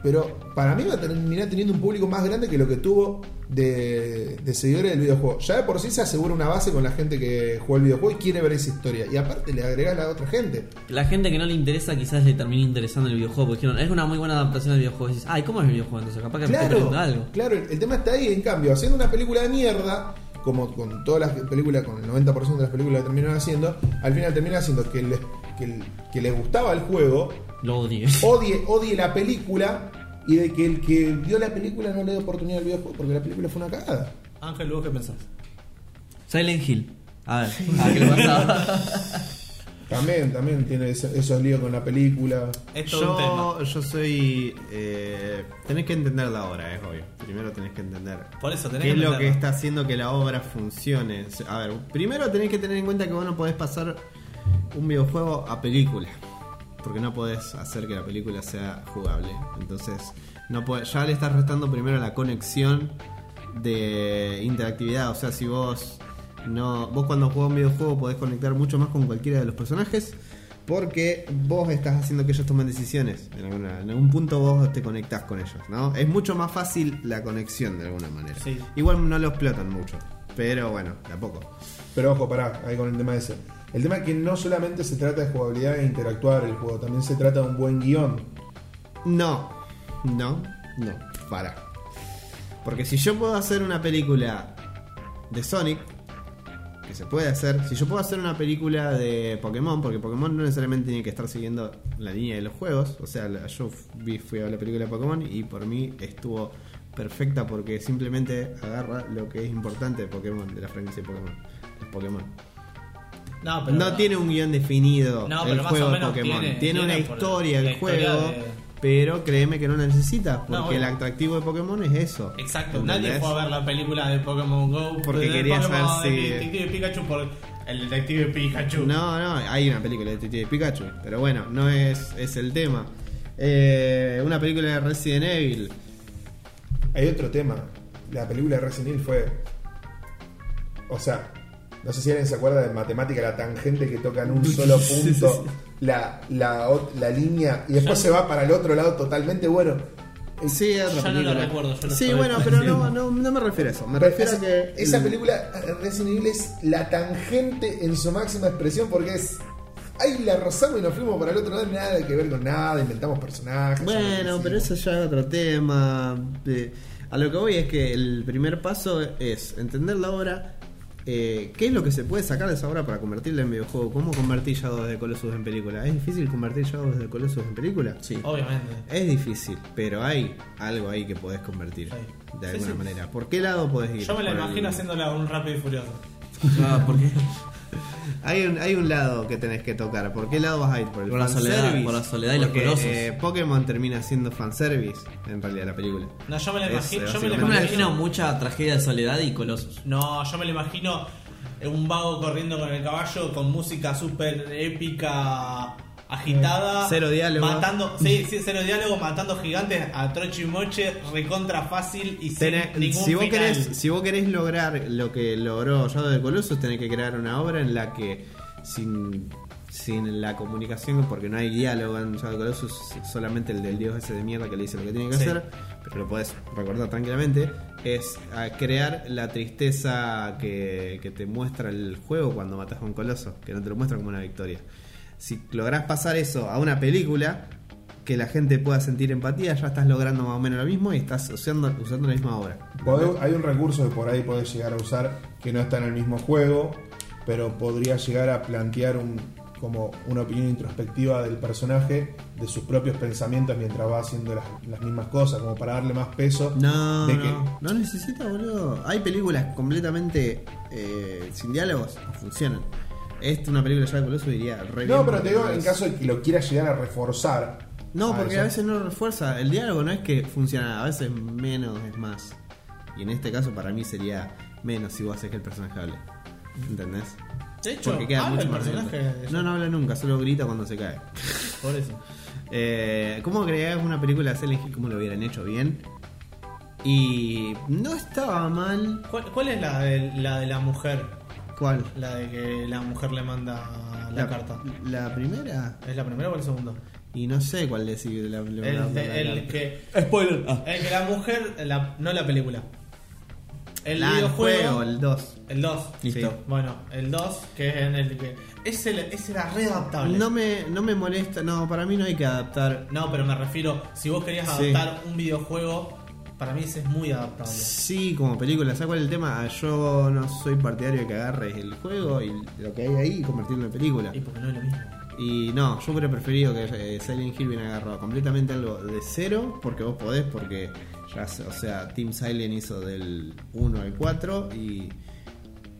[SPEAKER 2] Pero para mí va a terminar teniendo un público más grande que lo que tuvo de, de seguidores del videojuego. Ya de por sí se asegura una base con la gente que jugó el videojuego y quiere ver esa historia. Y aparte le agregás la otra gente.
[SPEAKER 4] La gente que no le interesa quizás le termine interesando el videojuego. Porque dijeron, es una muy buena adaptación del videojuego. Y dices, ay, ¿cómo es el videojuego? Entonces, capaz que me estoy
[SPEAKER 2] Claro,
[SPEAKER 4] perdiendo algo.
[SPEAKER 2] claro, el, el tema está ahí. En cambio, haciendo una película de mierda, como con todas las películas, con el 90% de las películas que terminaron haciendo, al final termina haciendo que les, que, el- que les gustaba el juego,
[SPEAKER 4] Lo
[SPEAKER 2] *laughs*
[SPEAKER 4] odio.
[SPEAKER 2] odie, odie la película y de que el que vio la película no le dé oportunidad al videojuego porque la película fue una cagada.
[SPEAKER 1] Ángel, ¿vos qué pensás?
[SPEAKER 4] Silent Hill. A ver, a ver qué le
[SPEAKER 2] *laughs*
[SPEAKER 4] pasaba.
[SPEAKER 2] También, también tiene eso- esos líos con la película.
[SPEAKER 1] Es todo un tema.
[SPEAKER 5] Yo, yo soy. Eh, tenés que entender la obra, es obvio. Primero tenés que entender.
[SPEAKER 1] Por eso tenés
[SPEAKER 5] ¿Qué es
[SPEAKER 1] que
[SPEAKER 5] lo que
[SPEAKER 1] entenderlo.
[SPEAKER 5] está haciendo que la obra funcione? O sea, A ver, primero tenés que tener en cuenta que vos no podés pasar un videojuego a película. Porque no podés hacer que la película sea jugable. Entonces, no podés- ya le estás restando primero la conexión de interactividad. O sea, si vos no. Vos cuando jugás un videojuego podés conectar mucho más con cualquiera de los personajes. Porque vos estás haciendo que ellos tomen decisiones. En, alguna- en algún punto vos te conectás con ellos, ¿no? Es mucho más fácil la conexión de alguna manera.
[SPEAKER 1] Sí.
[SPEAKER 5] Igual no lo explotan mucho. Pero bueno, tampoco.
[SPEAKER 2] Pero ojo, pará, ahí con el tema ese. El tema es que no solamente se trata de jugabilidad e interactuar el juego, también se trata de un buen guión.
[SPEAKER 5] No, no, no, para. Porque si yo puedo hacer una película de Sonic, que se puede hacer, si yo puedo hacer una película de Pokémon, porque Pokémon no necesariamente tiene que estar siguiendo la línea de los juegos, o sea, la- yo vi, fui a ver la película de Pokémon y por mí estuvo perfecta porque simplemente agarra lo que es importante de Pokémon, de la franquicia de Pokémon. Los Pokémon.
[SPEAKER 1] No,
[SPEAKER 5] no tiene un guión definido
[SPEAKER 1] No,
[SPEAKER 5] el
[SPEAKER 1] pero más
[SPEAKER 5] juego
[SPEAKER 1] o
[SPEAKER 5] de
[SPEAKER 1] menos
[SPEAKER 5] Pokémon.
[SPEAKER 1] tiene-
[SPEAKER 5] Tiene, una
[SPEAKER 1] tiene por
[SPEAKER 5] historia
[SPEAKER 1] la
[SPEAKER 5] el
[SPEAKER 1] historia
[SPEAKER 5] juego,
[SPEAKER 1] de-
[SPEAKER 5] pero créeme que no la necesitas, porque
[SPEAKER 1] No, bueno.
[SPEAKER 5] el atractivo de Pokémon es eso.
[SPEAKER 1] Exacto,
[SPEAKER 5] ¿entendés?
[SPEAKER 1] nadie fue a ver la película de Pokémon Go
[SPEAKER 5] Porque
[SPEAKER 1] del
[SPEAKER 5] quería
[SPEAKER 1] Pokémon,
[SPEAKER 5] saber si-
[SPEAKER 1] del Detective Pikachu por el Detective Pikachu.
[SPEAKER 5] No, no, hay una película de Detective Pikachu, pero bueno, no es, es el tema. Eh, una película de Resident Evil.
[SPEAKER 2] Hay otro tema. La película de Resident Evil fue. O sea, no sé si alguien se acuerda de matemática, la tangente que toca en
[SPEAKER 5] *laughs*
[SPEAKER 2] un solo punto, la, la, ot- la línea, y después se va para el otro lado totalmente bueno.
[SPEAKER 5] Sí, es otra
[SPEAKER 1] Ya no lo
[SPEAKER 5] película.
[SPEAKER 1] recuerdo, yo no
[SPEAKER 5] sí,
[SPEAKER 1] estoy
[SPEAKER 5] bueno,
[SPEAKER 1] *laughs*
[SPEAKER 5] pero no, no, no me refiero a eso. Me refiero
[SPEAKER 2] Esa-
[SPEAKER 5] a que.
[SPEAKER 2] esa
[SPEAKER 5] el-
[SPEAKER 2] película eh, Resident Evil es la tangente en su máxima expresión porque es. Ay, la rozamos y nos fuimos para el otro lado, nada que ver con nada, inventamos personajes.
[SPEAKER 5] Bueno,
[SPEAKER 2] hicimos.
[SPEAKER 5] pero eso ya es otro tema. Eh, a lo que voy es que el primer paso es entender la obra. eh, ¿Qué es lo que se puede sacar de esa obra para convertirla en videojuego? ¿Cómo convertir Shadows de Colossus en película? ¿Es difícil convertir Shadows de Colossus en película?
[SPEAKER 4] Sí.
[SPEAKER 1] Obviamente.
[SPEAKER 5] Es difícil, pero hay algo ahí que podés convertir
[SPEAKER 1] Sí.
[SPEAKER 5] de
[SPEAKER 1] Sí,
[SPEAKER 5] alguna
[SPEAKER 1] sí.
[SPEAKER 5] manera. ¿Por qué lado podés ir?
[SPEAKER 1] Yo me la
[SPEAKER 5] Por el-
[SPEAKER 1] imagino haciéndola un rápido y furioso.
[SPEAKER 4] Ah,
[SPEAKER 2] *laughs*
[SPEAKER 4] ¿por qué?
[SPEAKER 5] Hay un, hay un lado que tenés que tocar. ¿Por qué lado vas a ir? Por el
[SPEAKER 4] Por la
[SPEAKER 5] fanservice?
[SPEAKER 4] soledad, por la soledad y los
[SPEAKER 5] Porque,
[SPEAKER 4] colosos.
[SPEAKER 5] eh, Pokémon termina siendo fanservice en realidad la película.
[SPEAKER 1] No, yo me la
[SPEAKER 5] Es,
[SPEAKER 1] imagino. yo me la
[SPEAKER 5] básicamente-
[SPEAKER 4] Yo me imagino
[SPEAKER 1] imagino
[SPEAKER 4] mucha tragedia de soledad y colosos.
[SPEAKER 1] no, yo me la imagino un vago corriendo con el caballo con música súper épica, agitada.
[SPEAKER 5] Eh, Cero diálogo.
[SPEAKER 1] Matando,
[SPEAKER 5] *laughs*
[SPEAKER 1] sí, sí, cero diálogo, matando gigantes a troche y moche, recontra fácil y sin
[SPEAKER 5] Tenés-
[SPEAKER 1] ningún
[SPEAKER 5] si, vos
[SPEAKER 1] final.
[SPEAKER 5] querés, si vos querés lograr lo que logró Shadow de Colossus, tenés que crear una obra en la que sin, sin la comunicación, porque no hay diálogo en Shadow de Colossus, solamente el del dios ese de mierda que le dice lo que tiene que
[SPEAKER 1] Sí.
[SPEAKER 5] hacer, pero lo podés recordar tranquilamente, es a crear la tristeza que, que te muestra el juego cuando matas a un coloso, que no te lo muestra como una victoria. Si lográs pasar eso a una película, que la gente pueda sentir empatía, ya estás logrando más o menos lo mismo y estás usando, usando la misma obra.
[SPEAKER 2] Podés- hay un recurso que por ahí podés llegar a usar que no está en el mismo juego, pero podría llegar a plantear un, como una opinión introspectiva del personaje, de sus propios pensamientos mientras va haciendo las, las mismas cosas, como para darle más peso.
[SPEAKER 5] No,
[SPEAKER 2] de que-
[SPEAKER 5] no, no necesita, boludo. Hay películas completamente eh, sin diálogos, no funcionan. Esta una película ya de Coloso diría re
[SPEAKER 2] No,
[SPEAKER 5] bien,
[SPEAKER 2] pero te digo,
[SPEAKER 5] es-
[SPEAKER 2] en caso de que lo quieras llegar a reforzar.
[SPEAKER 5] No, porque
[SPEAKER 2] eso.
[SPEAKER 5] a veces no refuerza. El diálogo no es que funciona, a veces menos es más. Y en este caso para mí sería menos si vos haces que el personaje hable. ¿Entendés?
[SPEAKER 1] De hecho,
[SPEAKER 5] Porque queda
[SPEAKER 1] habla
[SPEAKER 5] mucho
[SPEAKER 1] ah, el
[SPEAKER 5] más
[SPEAKER 1] personaje.
[SPEAKER 5] violento. No, no habla nunca, solo grita cuando se cae.
[SPEAKER 1] Por eso.
[SPEAKER 5] Eh, ¿Cómo creas una película de Silent Hill? ¿Cómo lo hubieran hecho bien? Y no estaba mal.
[SPEAKER 1] ¿Cuál, cuál es la de, la de la mujer?
[SPEAKER 5] ¿Cuál?
[SPEAKER 1] La de que la mujer le manda la, carta.
[SPEAKER 5] La primera.
[SPEAKER 1] ¿Es la primera o el segundo?
[SPEAKER 5] Y no sé cuál decir. La, la-
[SPEAKER 1] el,
[SPEAKER 5] la- la-
[SPEAKER 1] el
[SPEAKER 5] la-
[SPEAKER 1] que,
[SPEAKER 11] Spoiler. Ah.
[SPEAKER 1] el que la mujer, la- no la película. El
[SPEAKER 5] la- el
[SPEAKER 1] videojuego.
[SPEAKER 5] juego, el 2.
[SPEAKER 1] El 2.
[SPEAKER 5] Listo.
[SPEAKER 1] Bueno, el 2, que es en el que. Ese, le- ese era readaptable.
[SPEAKER 5] No me, no me molesta, no, para mí no hay que adaptar.
[SPEAKER 1] No, pero me refiero, si vos querías
[SPEAKER 5] Sí.
[SPEAKER 1] adaptar un videojuego, para mí ese es muy adaptable.
[SPEAKER 5] Sí, como película, ¿sabes cuál es el tema? Ah, Yo no soy partidario de que agarres el juego y lo que hay ahí y convertirlo en película.
[SPEAKER 1] Y porque no es lo mismo.
[SPEAKER 5] Y no, yo hubiera preferido que eh, Silent Hill hubiera agarrado completamente algo de cero, porque vos podés, porque ya, se- o sea, Team Silent hizo del 1 al 4 y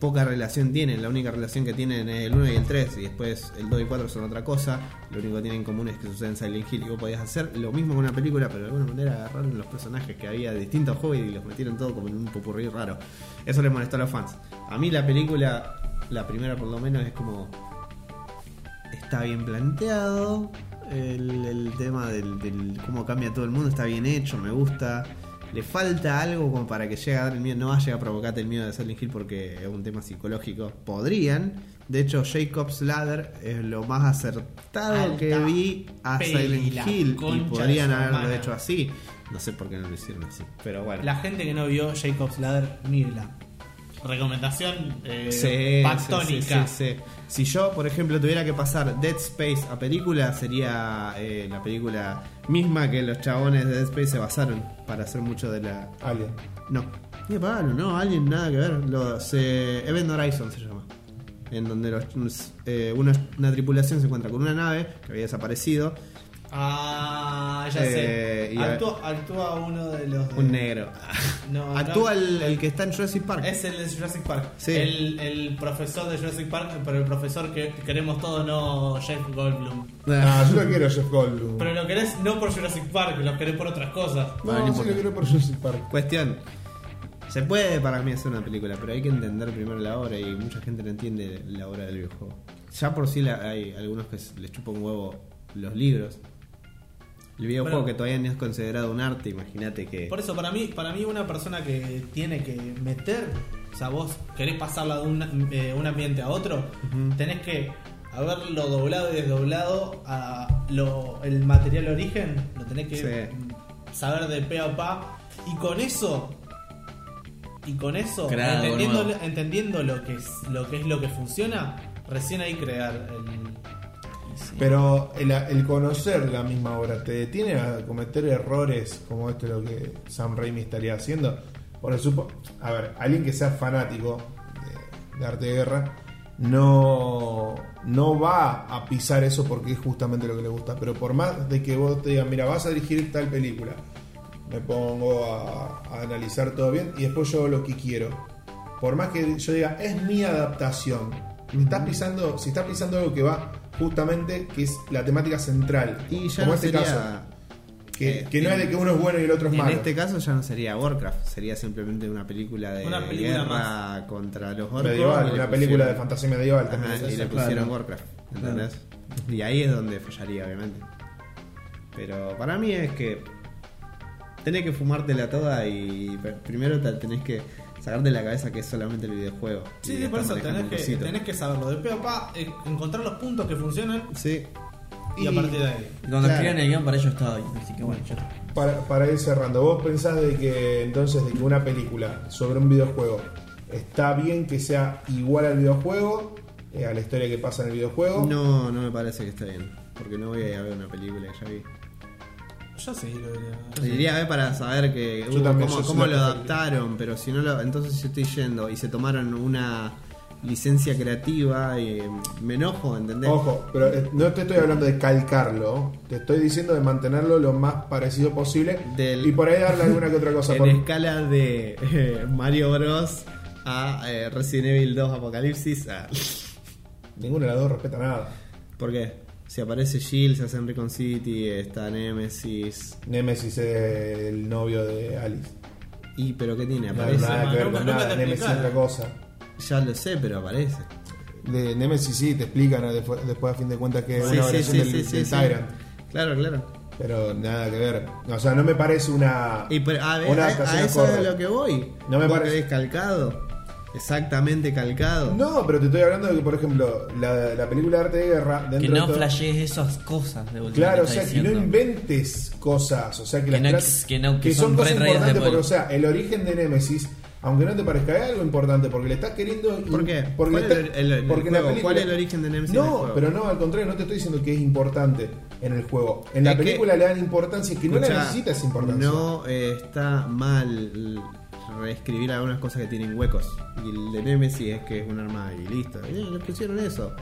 [SPEAKER 5] poca relación tienen, la única relación que tienen es el 1 y el 3, y después el 2 y el 4 son otra cosa, lo único que tienen en común es que sucede en Silent Hill y vos podías hacer lo mismo con una película, pero de alguna manera agarraron los personajes que había de distintos juegos y los metieron todo como en un popurrí raro. Eso les molestó a los fans. A mí la película, la primera por lo menos, es como está bien planteado. El, el tema del, del cómo cambia todo el mundo está bien hecho, me gusta. Le falta algo como para que llegue a dar el miedo. No va a llegar a provocarte el miedo de Silent Hill porque es un tema psicológico. Podrían. De hecho, Jacob's Ladder es lo más acertado
[SPEAKER 1] Alta
[SPEAKER 5] que vi a
[SPEAKER 1] pela,
[SPEAKER 5] Silent Hill. Y
[SPEAKER 1] concha de
[SPEAKER 5] podrían
[SPEAKER 1] su
[SPEAKER 5] haberlo
[SPEAKER 1] hermana.
[SPEAKER 5] hecho así. No sé por qué no lo hicieron así. Pero bueno.
[SPEAKER 1] La gente que no vio Jacob's Ladder, mírala. Recomendación eh,
[SPEAKER 5] Sí,
[SPEAKER 1] pactónica.
[SPEAKER 5] sí, sí, sí. Si yo, por ejemplo, tuviera que pasar Dead Space a película, sería eh, la película misma que los chabones de Dead Space se basaron para hacer mucho de la.
[SPEAKER 2] Alien.
[SPEAKER 5] No, ni palo, no, alguien nada que ver. Los, eh, Event Horizon se llama. En donde los, eh, una, una tripulación se encuentra con una nave que había desaparecido.
[SPEAKER 1] Ah, ya
[SPEAKER 5] Eh, y
[SPEAKER 1] sé.
[SPEAKER 5] a-
[SPEAKER 1] Actúa, actúa uno de los. de-
[SPEAKER 5] Un negro.
[SPEAKER 1] Eh, No,
[SPEAKER 5] Actúa
[SPEAKER 1] no.
[SPEAKER 5] el, el que está en Jurassic Park.
[SPEAKER 1] Es el de Jurassic Park.
[SPEAKER 5] Sí.
[SPEAKER 1] El, el profesor de Jurassic Park, pero el profesor que queremos todos, no Jeff Goldblum.
[SPEAKER 2] Ah, yo lo quiero, Jeff Goldblum.
[SPEAKER 1] Pero lo querés no por Jurassic Park, lo querés por otras cosas.
[SPEAKER 2] No, sí lo quiero por Jurassic Park.
[SPEAKER 5] Cuestión. Se puede para mí hacer una película, pero hay que entender primero la obra y mucha gente no entiende la obra del videojuego. Ya por sí la- hay algunos que se- les chupa un huevo los libros. El videojuego
[SPEAKER 1] Bueno.
[SPEAKER 5] que todavía no es considerado un arte, imagínate que...
[SPEAKER 1] Por eso, para mí, para mí una persona que tiene que meter, o sea, vos querés pasarla de un, eh, un ambiente a otro, tenés que haberlo doblado y desdoblado a lo, el material origen, lo tenés que
[SPEAKER 5] Sí.
[SPEAKER 1] mm, saber de pe a pa, y con eso, y con eso,
[SPEAKER 4] Crear algo
[SPEAKER 1] entendiendo,
[SPEAKER 4] nuevo.
[SPEAKER 1] entendiendo lo, que es, lo que es lo que funciona, recién ahí crear el...
[SPEAKER 2] Pero el, el conocer la misma obra te detiene a cometer errores como esto lo que Sam Raimi estaría haciendo. Por supo, a ver, alguien que sea fanático de, de arte de guerra no, no va a pisar eso porque es justamente lo que le gusta. Pero por más de que vos te digan, mira, vas a dirigir tal película, me pongo a, a analizar todo bien y después yo hago lo que quiero. Por más que yo diga, es mi adaptación. Estás pisando, si estás pisando algo que va justamente, que es la temática central.
[SPEAKER 5] Y ya
[SPEAKER 2] como
[SPEAKER 5] no
[SPEAKER 2] este
[SPEAKER 5] sería...
[SPEAKER 2] caso. Que,
[SPEAKER 5] eh,
[SPEAKER 2] que no es de que uno es bueno y el otro es
[SPEAKER 5] En
[SPEAKER 2] malo.
[SPEAKER 5] este caso ya no sería Warcraft, sería simplemente una película de
[SPEAKER 1] Una película
[SPEAKER 5] guerra
[SPEAKER 1] más.
[SPEAKER 5] contra los orcos.
[SPEAKER 2] medieval,
[SPEAKER 5] y le
[SPEAKER 2] una película de
[SPEAKER 5] pusieron-
[SPEAKER 2] fantasía medieval también.
[SPEAKER 5] Ajá,
[SPEAKER 2] es
[SPEAKER 5] y le
[SPEAKER 2] eso.
[SPEAKER 5] pusieron
[SPEAKER 4] Claro.
[SPEAKER 5] Warcraft, ¿entendés? Y ahí es donde fallaría, obviamente. Pero para mí es que tenés que fumártela toda y pe- primero te- tenés que sacarte de la cabeza que es solamente el videojuego.
[SPEAKER 1] Sí,
[SPEAKER 5] Y
[SPEAKER 1] sí,
[SPEAKER 5] estás
[SPEAKER 1] por eso
[SPEAKER 5] manejando
[SPEAKER 1] tenés
[SPEAKER 5] un
[SPEAKER 1] que,
[SPEAKER 5] cosito.
[SPEAKER 1] tenés que saberlo de pe a pa, eh, encontrar los puntos que funcionan
[SPEAKER 5] Sí,
[SPEAKER 1] y a partir de ahí.
[SPEAKER 4] Y cuando
[SPEAKER 5] Claro.
[SPEAKER 4] escribieron el guión, para ellos estaba ahí. Así que bueno, ya está.
[SPEAKER 2] Para, para ir cerrando, ¿vos pensás de que entonces de que una película sobre un videojuego está bien que sea igual al videojuego, eh, a la historia que pasa en el videojuego?
[SPEAKER 5] no, no me parece que esté bien. Porque no voy a ir a ver una película que ya vi.
[SPEAKER 1] Yo Ah, sí lo diría.
[SPEAKER 5] Lo Diría a ver para saber que
[SPEAKER 2] Yo
[SPEAKER 5] uh,
[SPEAKER 2] también,
[SPEAKER 5] cómo,
[SPEAKER 2] yo
[SPEAKER 5] cómo
[SPEAKER 2] soy
[SPEAKER 5] lo
[SPEAKER 2] la-
[SPEAKER 5] adaptaron, pero si no lo, entonces yo estoy yendo y se tomaron una licencia creativa y mm, me enojo, ¿entendés?
[SPEAKER 2] Ojo, pero eh, no te estoy hablando de calcarlo, te estoy diciendo de mantenerlo lo más parecido posible
[SPEAKER 5] Del-
[SPEAKER 2] y por ahí darle alguna que otra cosa.
[SPEAKER 5] en
[SPEAKER 2] por-
[SPEAKER 5] escala de eh, Mario Bros a eh, Resident Evil 2 Apocalipsis. a-
[SPEAKER 2] Ninguno de las dos respeta nada.
[SPEAKER 5] ¿Por qué? Si aparece Jill, se hace en Recon City, está Nemesis.
[SPEAKER 2] Nemesis es el novio de Alice.
[SPEAKER 5] ¿Y pero qué tiene?
[SPEAKER 2] No,
[SPEAKER 5] Aparece.
[SPEAKER 2] nada que ver
[SPEAKER 1] nunca-
[SPEAKER 2] con
[SPEAKER 1] nunca
[SPEAKER 2] nada,
[SPEAKER 1] te
[SPEAKER 2] Nemesis es
[SPEAKER 1] explicaron.
[SPEAKER 2] otra cosa.
[SPEAKER 5] Ya lo sé, pero aparece.
[SPEAKER 2] De Nemesis sí, te explican ¿no? después, después a fin de cuentas que es
[SPEAKER 5] Sí,
[SPEAKER 2] una
[SPEAKER 5] sí,
[SPEAKER 2] oración
[SPEAKER 5] sí,
[SPEAKER 2] del,
[SPEAKER 5] sí, sí,
[SPEAKER 2] del
[SPEAKER 5] sí.
[SPEAKER 2] Tyrant.
[SPEAKER 5] Claro, claro.
[SPEAKER 2] Pero nada que ver. O sea, no me parece una.
[SPEAKER 5] Y pero, a ver,
[SPEAKER 2] una
[SPEAKER 5] a,
[SPEAKER 2] adaptación
[SPEAKER 5] a eso
[SPEAKER 2] acorde.
[SPEAKER 5] es lo que voy.
[SPEAKER 2] No me
[SPEAKER 5] Porque
[SPEAKER 2] parece.
[SPEAKER 5] es calcado. Exactamente calcado.
[SPEAKER 2] No, pero te estoy hablando de que, por ejemplo, la, la película de arte de guerra. Dentro
[SPEAKER 4] Que
[SPEAKER 2] de
[SPEAKER 4] no
[SPEAKER 2] todo-
[SPEAKER 4] flashees esas cosas de última
[SPEAKER 2] Claro, o
[SPEAKER 4] que está
[SPEAKER 2] sea, que no
[SPEAKER 4] diciendo.
[SPEAKER 2] inventes cosas, o sea, que,
[SPEAKER 4] Que
[SPEAKER 2] las
[SPEAKER 4] no
[SPEAKER 2] tra-
[SPEAKER 4] ex- que no- que
[SPEAKER 2] que son
[SPEAKER 4] son
[SPEAKER 2] cosas
[SPEAKER 4] retraídas de
[SPEAKER 2] importantes, porque,
[SPEAKER 4] polvo.
[SPEAKER 2] o sea, el origen de Némesis, aunque no te parezca, es algo importante, porque le estás queriendo...
[SPEAKER 5] ¿Por qué?
[SPEAKER 2] Porque,
[SPEAKER 5] ¿Cuál
[SPEAKER 2] le
[SPEAKER 5] es
[SPEAKER 2] estás-
[SPEAKER 5] el- el- el
[SPEAKER 2] porque en la
[SPEAKER 5] juego?
[SPEAKER 2] película-
[SPEAKER 5] ¿Cuál es el origen de Némesis en el
[SPEAKER 2] No,
[SPEAKER 5] juego?
[SPEAKER 2] pero no, al contrario, no te estoy diciendo que es importante en el juego. En la
[SPEAKER 5] Es que-
[SPEAKER 2] película le dan importancia, que no la
[SPEAKER 5] Escuchá,
[SPEAKER 2] necesitas importancia.
[SPEAKER 5] No eh, está mal reescribir algunas cosas que tienen huecos. Y el de Nemesis es que es un arma y listo. Eh, le pusieron eso.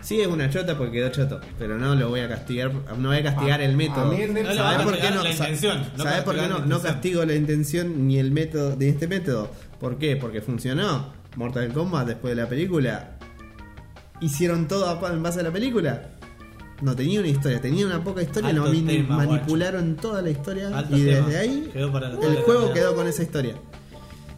[SPEAKER 5] Sí, es una chota porque quedó choto. Pero no lo voy a castigar. No voy a castigar el método.
[SPEAKER 2] a mí el
[SPEAKER 1] No
[SPEAKER 2] Nemesis-
[SPEAKER 1] lo
[SPEAKER 5] ¿Sabés
[SPEAKER 1] van a
[SPEAKER 5] por qué
[SPEAKER 1] castigar
[SPEAKER 5] no?
[SPEAKER 1] la
[SPEAKER 5] Sa-
[SPEAKER 1] intención, no
[SPEAKER 5] ¿sabés por qué
[SPEAKER 1] castigar
[SPEAKER 5] no?
[SPEAKER 1] la
[SPEAKER 5] No
[SPEAKER 1] intención.
[SPEAKER 5] castigo la intención ni el método de este método. ¿Por qué? Porque funcionó. Mortal Kombat después de la película. Hicieron todo a- en base a la película. No tenía una historia, tenía una poca historia,
[SPEAKER 1] Alto
[SPEAKER 5] lo mini-
[SPEAKER 1] tema, guacho.
[SPEAKER 5] manipularon toda la historia
[SPEAKER 1] Alto
[SPEAKER 5] y desde
[SPEAKER 1] tema.
[SPEAKER 5] ahí
[SPEAKER 1] Quedó para la
[SPEAKER 5] el
[SPEAKER 1] tele
[SPEAKER 5] juego
[SPEAKER 1] también.
[SPEAKER 5] quedó con esa historia.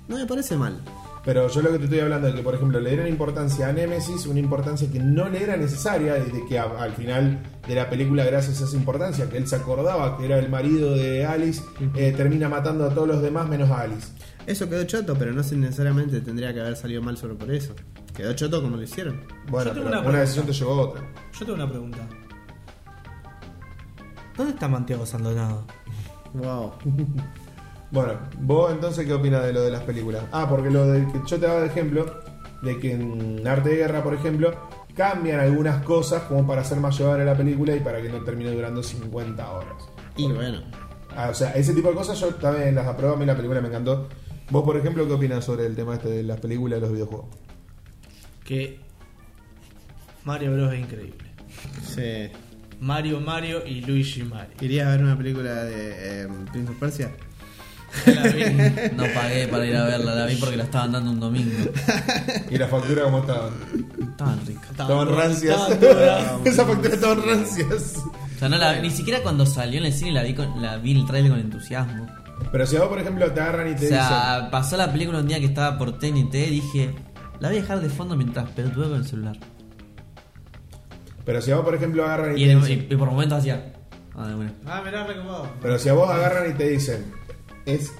[SPEAKER 5] No me parece mal.
[SPEAKER 2] Pero yo lo que te estoy hablando es que, por ejemplo, le dieron importancia a Nemesis, una importancia que no le era necesaria, desde que a- al final de la película, gracias a esa importancia, que él se acordaba que era el marido de Alice, eh, termina matando a todos los demás menos a Alice.
[SPEAKER 5] Eso quedó choto, pero no sé necesariamente tendría que haber salido mal solo por eso. Quedó choto como lo hicieron.
[SPEAKER 2] Bueno,
[SPEAKER 1] Yo tengo
[SPEAKER 2] pero
[SPEAKER 1] una
[SPEAKER 2] una,
[SPEAKER 1] pregunta.
[SPEAKER 2] decisión te llevó a otra.
[SPEAKER 1] Yo tengo una pregunta. ¿Dónde está Santiago Saldonado?
[SPEAKER 5] Wow.
[SPEAKER 2] Bueno, vos entonces, ¿qué opinas de lo de las películas? Ah, porque lo de que yo te daba de ejemplo, de que en Arte de Guerra, por ejemplo, cambian algunas cosas como para hacer más llevadera la película y para que no termine durando 50 horas.
[SPEAKER 5] Y bueno.
[SPEAKER 2] Ah, o sea, ese tipo de cosas yo también las apruebo. A mí la película me encantó. Vos, por ejemplo, ¿qué opinas sobre el tema este de las películas y los videojuegos?
[SPEAKER 1] Que Mario Bros es increíble.
[SPEAKER 5] Sí.
[SPEAKER 1] Mario Mario y Luigi Mario.
[SPEAKER 5] ¿Irías a ver una película de eh, Prince of Persia?
[SPEAKER 1] La vi.
[SPEAKER 4] No pagué para ir a verla, la vi porque la estaban dando un domingo.
[SPEAKER 2] ¿Y la factura cómo estaban?
[SPEAKER 4] Estaban ricas.
[SPEAKER 2] Estaban rancias. Esa factura estaban rancias.
[SPEAKER 4] O sea, no la, ni siquiera cuando salió en el cine la vi, con, la vi el trailer con entusiasmo.
[SPEAKER 2] Pero si a vos, por ejemplo, te agarran y
[SPEAKER 4] O
[SPEAKER 2] te dicen...
[SPEAKER 4] sea, pasó la película un día que estaba por TNT, dije, la voy a dejar de fondo mientras pelotudo con el celular.
[SPEAKER 2] Pero si a vos, por ejemplo, agarran y,
[SPEAKER 4] Y,
[SPEAKER 2] te
[SPEAKER 4] en-
[SPEAKER 2] dicen...
[SPEAKER 4] y- y por momentos hacía... Ah, bueno.
[SPEAKER 1] Ah, mirá, recopado.
[SPEAKER 2] Pero si a vos agarran y te dicen... Es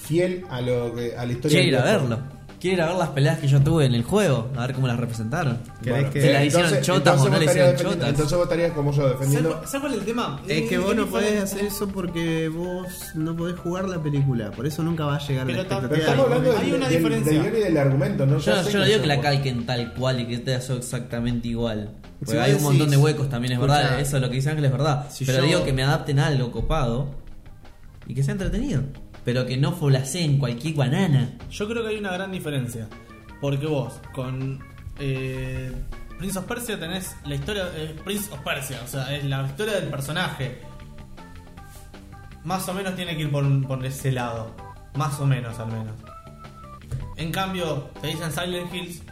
[SPEAKER 2] fiel a, lo que, a la historia...
[SPEAKER 4] Quiero ir a
[SPEAKER 2] del videojuego.
[SPEAKER 4] verlo. Quiero ir a ver las peleas que yo tuve en el juego, a ver cómo las representaron.
[SPEAKER 5] ¿Querés
[SPEAKER 2] Bueno,
[SPEAKER 5] que-
[SPEAKER 4] Si las hicieron
[SPEAKER 2] entonces-
[SPEAKER 4] chotas
[SPEAKER 2] entonces
[SPEAKER 4] o no
[SPEAKER 2] vos
[SPEAKER 4] las
[SPEAKER 2] estarías
[SPEAKER 4] hicieron
[SPEAKER 2] defendiendo-
[SPEAKER 4] chotas.
[SPEAKER 2] Entonces vos estarías como yo defendiendo...
[SPEAKER 1] ¿Sabes cuál es el tema?
[SPEAKER 5] Es que vos no
[SPEAKER 1] tipo de-
[SPEAKER 5] podés hacer eso porque vos no podés jugar la película. Por eso nunca va a llegar
[SPEAKER 1] Pero
[SPEAKER 5] la
[SPEAKER 1] tam-
[SPEAKER 2] Pero
[SPEAKER 5] expectativa.
[SPEAKER 2] estamos
[SPEAKER 5] del-
[SPEAKER 2] hablando del-
[SPEAKER 1] Hay una
[SPEAKER 2] del, del
[SPEAKER 1] diferencia.
[SPEAKER 2] guión y del argumento, ¿no?
[SPEAKER 4] Yo,
[SPEAKER 2] sé
[SPEAKER 4] yo no digo que la
[SPEAKER 2] yo-
[SPEAKER 4] calquen tal cual y que te haga exactamente igual. Porque
[SPEAKER 5] Si vos
[SPEAKER 4] hay un
[SPEAKER 5] decís-
[SPEAKER 4] montón de huecos también, es
[SPEAKER 5] Escuchá,
[SPEAKER 4] verdad. Eso es lo que dice Ángel, es verdad.
[SPEAKER 5] si
[SPEAKER 4] pero
[SPEAKER 5] yo-
[SPEAKER 4] digo que me adapten a algo copado y que sea entretenido. Pero que no en cualquier banana.
[SPEAKER 1] Yo creo que hay una gran diferencia. Porque vos, con eh, Prince of Persia tenés la historia. eh, Prince of Persia, o sea, es la historia del personaje. Más o menos tiene que ir por, por ese lado. Más o menos, al menos. En cambio, te dicen Silent Hills.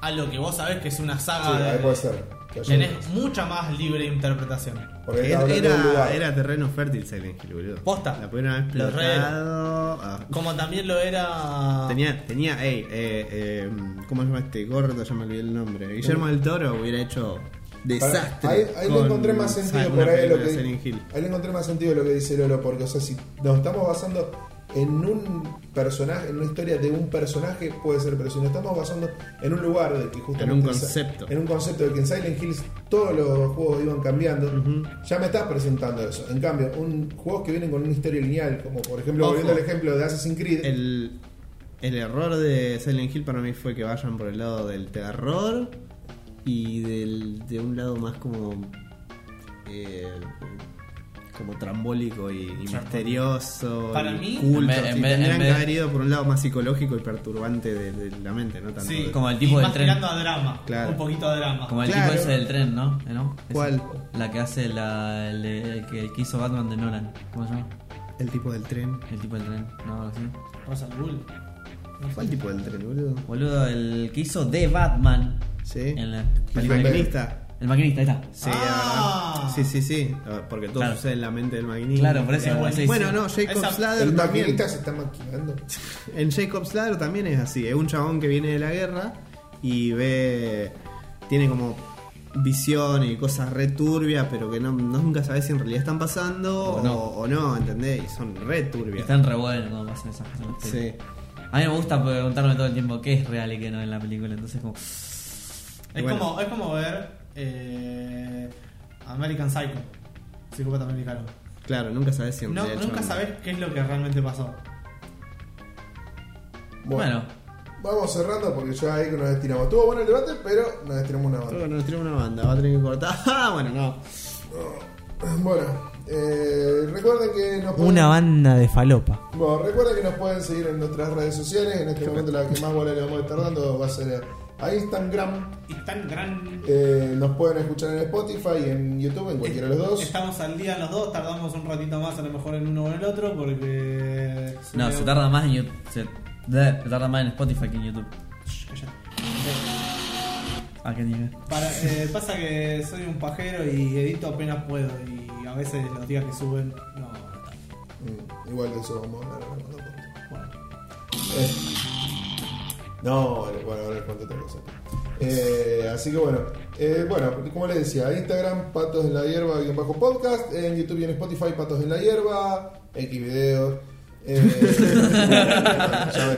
[SPEAKER 1] A lo que vos sabés que es una
[SPEAKER 2] Sí,
[SPEAKER 1] saga.
[SPEAKER 2] ahí
[SPEAKER 1] de-
[SPEAKER 2] puede ser. Que yo-
[SPEAKER 1] tenés mucha más libre interpretación.
[SPEAKER 2] Porque está
[SPEAKER 5] Era,
[SPEAKER 2] hablando de un lugar.
[SPEAKER 5] era terreno fértil Silent Hill, boludo.
[SPEAKER 1] Posta.
[SPEAKER 5] La pudieron haber
[SPEAKER 1] Lo re era.
[SPEAKER 5] explotado. ah.
[SPEAKER 1] Como también lo era.
[SPEAKER 5] Tenía, tenía, ey, eh, eh, ¿cómo se llama este gordo? Ya me olvidé el nombre. Guillermo del Toro hubiera hecho desastre.
[SPEAKER 2] Para- Ahí, ahí le
[SPEAKER 5] con
[SPEAKER 2] encontré más
[SPEAKER 5] Silent-
[SPEAKER 2] sentido
[SPEAKER 5] una
[SPEAKER 2] por ahí lo
[SPEAKER 5] película
[SPEAKER 2] que.
[SPEAKER 5] de Silent Hill.
[SPEAKER 2] Ahí le encontré más sentido lo que dice Lolo, porque o sea, si nos estamos basando en un personaje, en una historia de un personaje, puede ser, pero si nos estamos basando en un lugar de que justamente.
[SPEAKER 5] En un concepto.
[SPEAKER 2] En un concepto de que en Silent Hills todos los juegos iban cambiando, ya me estás presentando eso. En cambio, un juegos que vienen con una historia lineal, como por ejemplo,
[SPEAKER 5] Ojo.
[SPEAKER 2] volviendo al ejemplo de Assassin's Creed.
[SPEAKER 5] El, el error de Silent Hill para mí fue que vayan por el lado del terror y del, de un lado más como. eh, como trambólico y, y misterioso.
[SPEAKER 1] Para
[SPEAKER 5] y
[SPEAKER 1] mí,
[SPEAKER 5] culto.
[SPEAKER 4] en vez- en
[SPEAKER 5] Sí,
[SPEAKER 4] vez-
[SPEAKER 5] tendrían
[SPEAKER 4] en
[SPEAKER 5] que
[SPEAKER 4] vez-
[SPEAKER 5] haber ido por un lado más psicológico y perturbante de, de la mente, ¿no? Tanto
[SPEAKER 1] Sí,
[SPEAKER 5] de-
[SPEAKER 4] como el tipo
[SPEAKER 1] y
[SPEAKER 4] del
[SPEAKER 1] más
[SPEAKER 4] tren.
[SPEAKER 1] tirando a drama.
[SPEAKER 5] Claro.
[SPEAKER 1] Un poquito de drama.
[SPEAKER 4] Como el
[SPEAKER 5] Claro.
[SPEAKER 4] tipo ese del tren, ¿no? ¿Eh, no? Ese.
[SPEAKER 5] ¿Cuál?
[SPEAKER 4] La que hace la, el, el que, el que hizo Batman de Nolan. ¿Cómo se llama?
[SPEAKER 5] El tipo del tren.
[SPEAKER 4] El tipo del tren. No, algo así.
[SPEAKER 1] Rosa al Bull.
[SPEAKER 5] ¿Cuál tipo del tren, boludo?
[SPEAKER 4] Boludo, el que hizo de Batman.
[SPEAKER 5] Sí.
[SPEAKER 4] En la-
[SPEAKER 5] El
[SPEAKER 2] Batman.
[SPEAKER 5] maquinista.
[SPEAKER 4] el maquinista, ahí está.
[SPEAKER 5] Sí,
[SPEAKER 1] Ah.
[SPEAKER 5] la verdad. Sí, sí, sí. Ah, Porque todo
[SPEAKER 4] Claro.
[SPEAKER 5] sucede en la mente del maquinista.
[SPEAKER 4] Claro, por eso,
[SPEAKER 5] Es
[SPEAKER 4] por eso
[SPEAKER 5] Eh, Bueno,
[SPEAKER 4] hice-
[SPEAKER 5] no, Jacob
[SPEAKER 1] Esa-
[SPEAKER 5] Slader
[SPEAKER 2] el
[SPEAKER 5] también.
[SPEAKER 2] maquinista se está maquinando.
[SPEAKER 5] En Jacob's Ladder también es así. Es un chabón que viene de la guerra y ve. Tiene como visiones y cosas re turbias, pero que no, no- nunca sabes si en realidad están pasando o,
[SPEAKER 4] O no.
[SPEAKER 5] o no, ¿entendés? Y son re turbias.
[SPEAKER 4] Están re buenos cuando pasan esas cosas. en las
[SPEAKER 5] Sí.
[SPEAKER 4] A mí me gusta preguntarme todo el tiempo qué es real y qué no en la película, entonces como...
[SPEAKER 1] Es,
[SPEAKER 5] Bueno.
[SPEAKER 1] como, es como ver eh, American Psycho, psicópata americano.
[SPEAKER 5] Claro, nunca sabes si en
[SPEAKER 1] No,
[SPEAKER 5] realidad
[SPEAKER 1] nunca
[SPEAKER 5] son-
[SPEAKER 1] sabes qué es lo que realmente pasó.
[SPEAKER 4] Bueno,
[SPEAKER 2] Vamos cerrando porque ya ahí que nos destinamos. Estuvo bueno el debate, pero nos destinamos una
[SPEAKER 5] Creo
[SPEAKER 2] banda.
[SPEAKER 5] que nos tenemos una banda, va a tener que cortar. *laughs* Ah, bueno, no.
[SPEAKER 2] Bueno, eh, recuerden que nos pueden,
[SPEAKER 1] Una banda de falopa.
[SPEAKER 2] Bueno, recuerden que nos pueden seguir en nuestras redes sociales. En este momento la que más bola le vamos a estar dando va a ser a Instagram.
[SPEAKER 1] Y tan gran.
[SPEAKER 2] Eh, nos pueden escuchar en Spotify, en YouTube, en cualquiera de los dos.
[SPEAKER 1] Estamos al día los dos, tardamos un ratito más a lo mejor en uno o en el otro porque.
[SPEAKER 4] no, se tarda más en YouTube. Se, bleh, se tarda más en Spotify que en YouTube.
[SPEAKER 1] Shh, calla.
[SPEAKER 4] ¿A qué nivel?
[SPEAKER 1] Para-
[SPEAKER 4] *laughs*
[SPEAKER 1] eh, pasa que soy un pajero y edito apenas puedo y a veces los días que suben no. no está.
[SPEAKER 2] Mm, igual de eso vamos a hablar en otro punto.
[SPEAKER 1] Bueno,
[SPEAKER 2] Eh, No, bueno, ahora les cuento otra cosa. Eh, así que bueno, eh, bueno, como les decía, Instagram, Patos en la Hierba, bien bajo podcast, en YouTube y en Spotify, Patos en la Hierba, X videos. eh,
[SPEAKER 4] *laughs*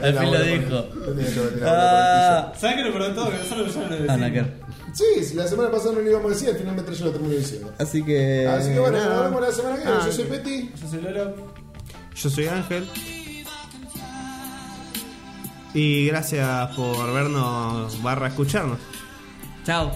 [SPEAKER 4] Al fin lo dijo. Ah.
[SPEAKER 1] ¿Sabes qué lo perdón todo? Que nosotros ya lo
[SPEAKER 4] Ah, no,
[SPEAKER 1] decimos.
[SPEAKER 4] que-
[SPEAKER 2] Sí, si la semana pasada no lo íbamos a decir, al final me yo lo terminé diciendo.
[SPEAKER 5] Así que.
[SPEAKER 2] Así que bueno,
[SPEAKER 5] nada.
[SPEAKER 2] nos vemos la semana que viene.
[SPEAKER 5] Eh, Ah,
[SPEAKER 2] Yo soy Peti.
[SPEAKER 1] Yo soy Lolo.
[SPEAKER 5] Yo soy Ángel. Y gracias por vernos barra escucharnos.
[SPEAKER 4] Chao.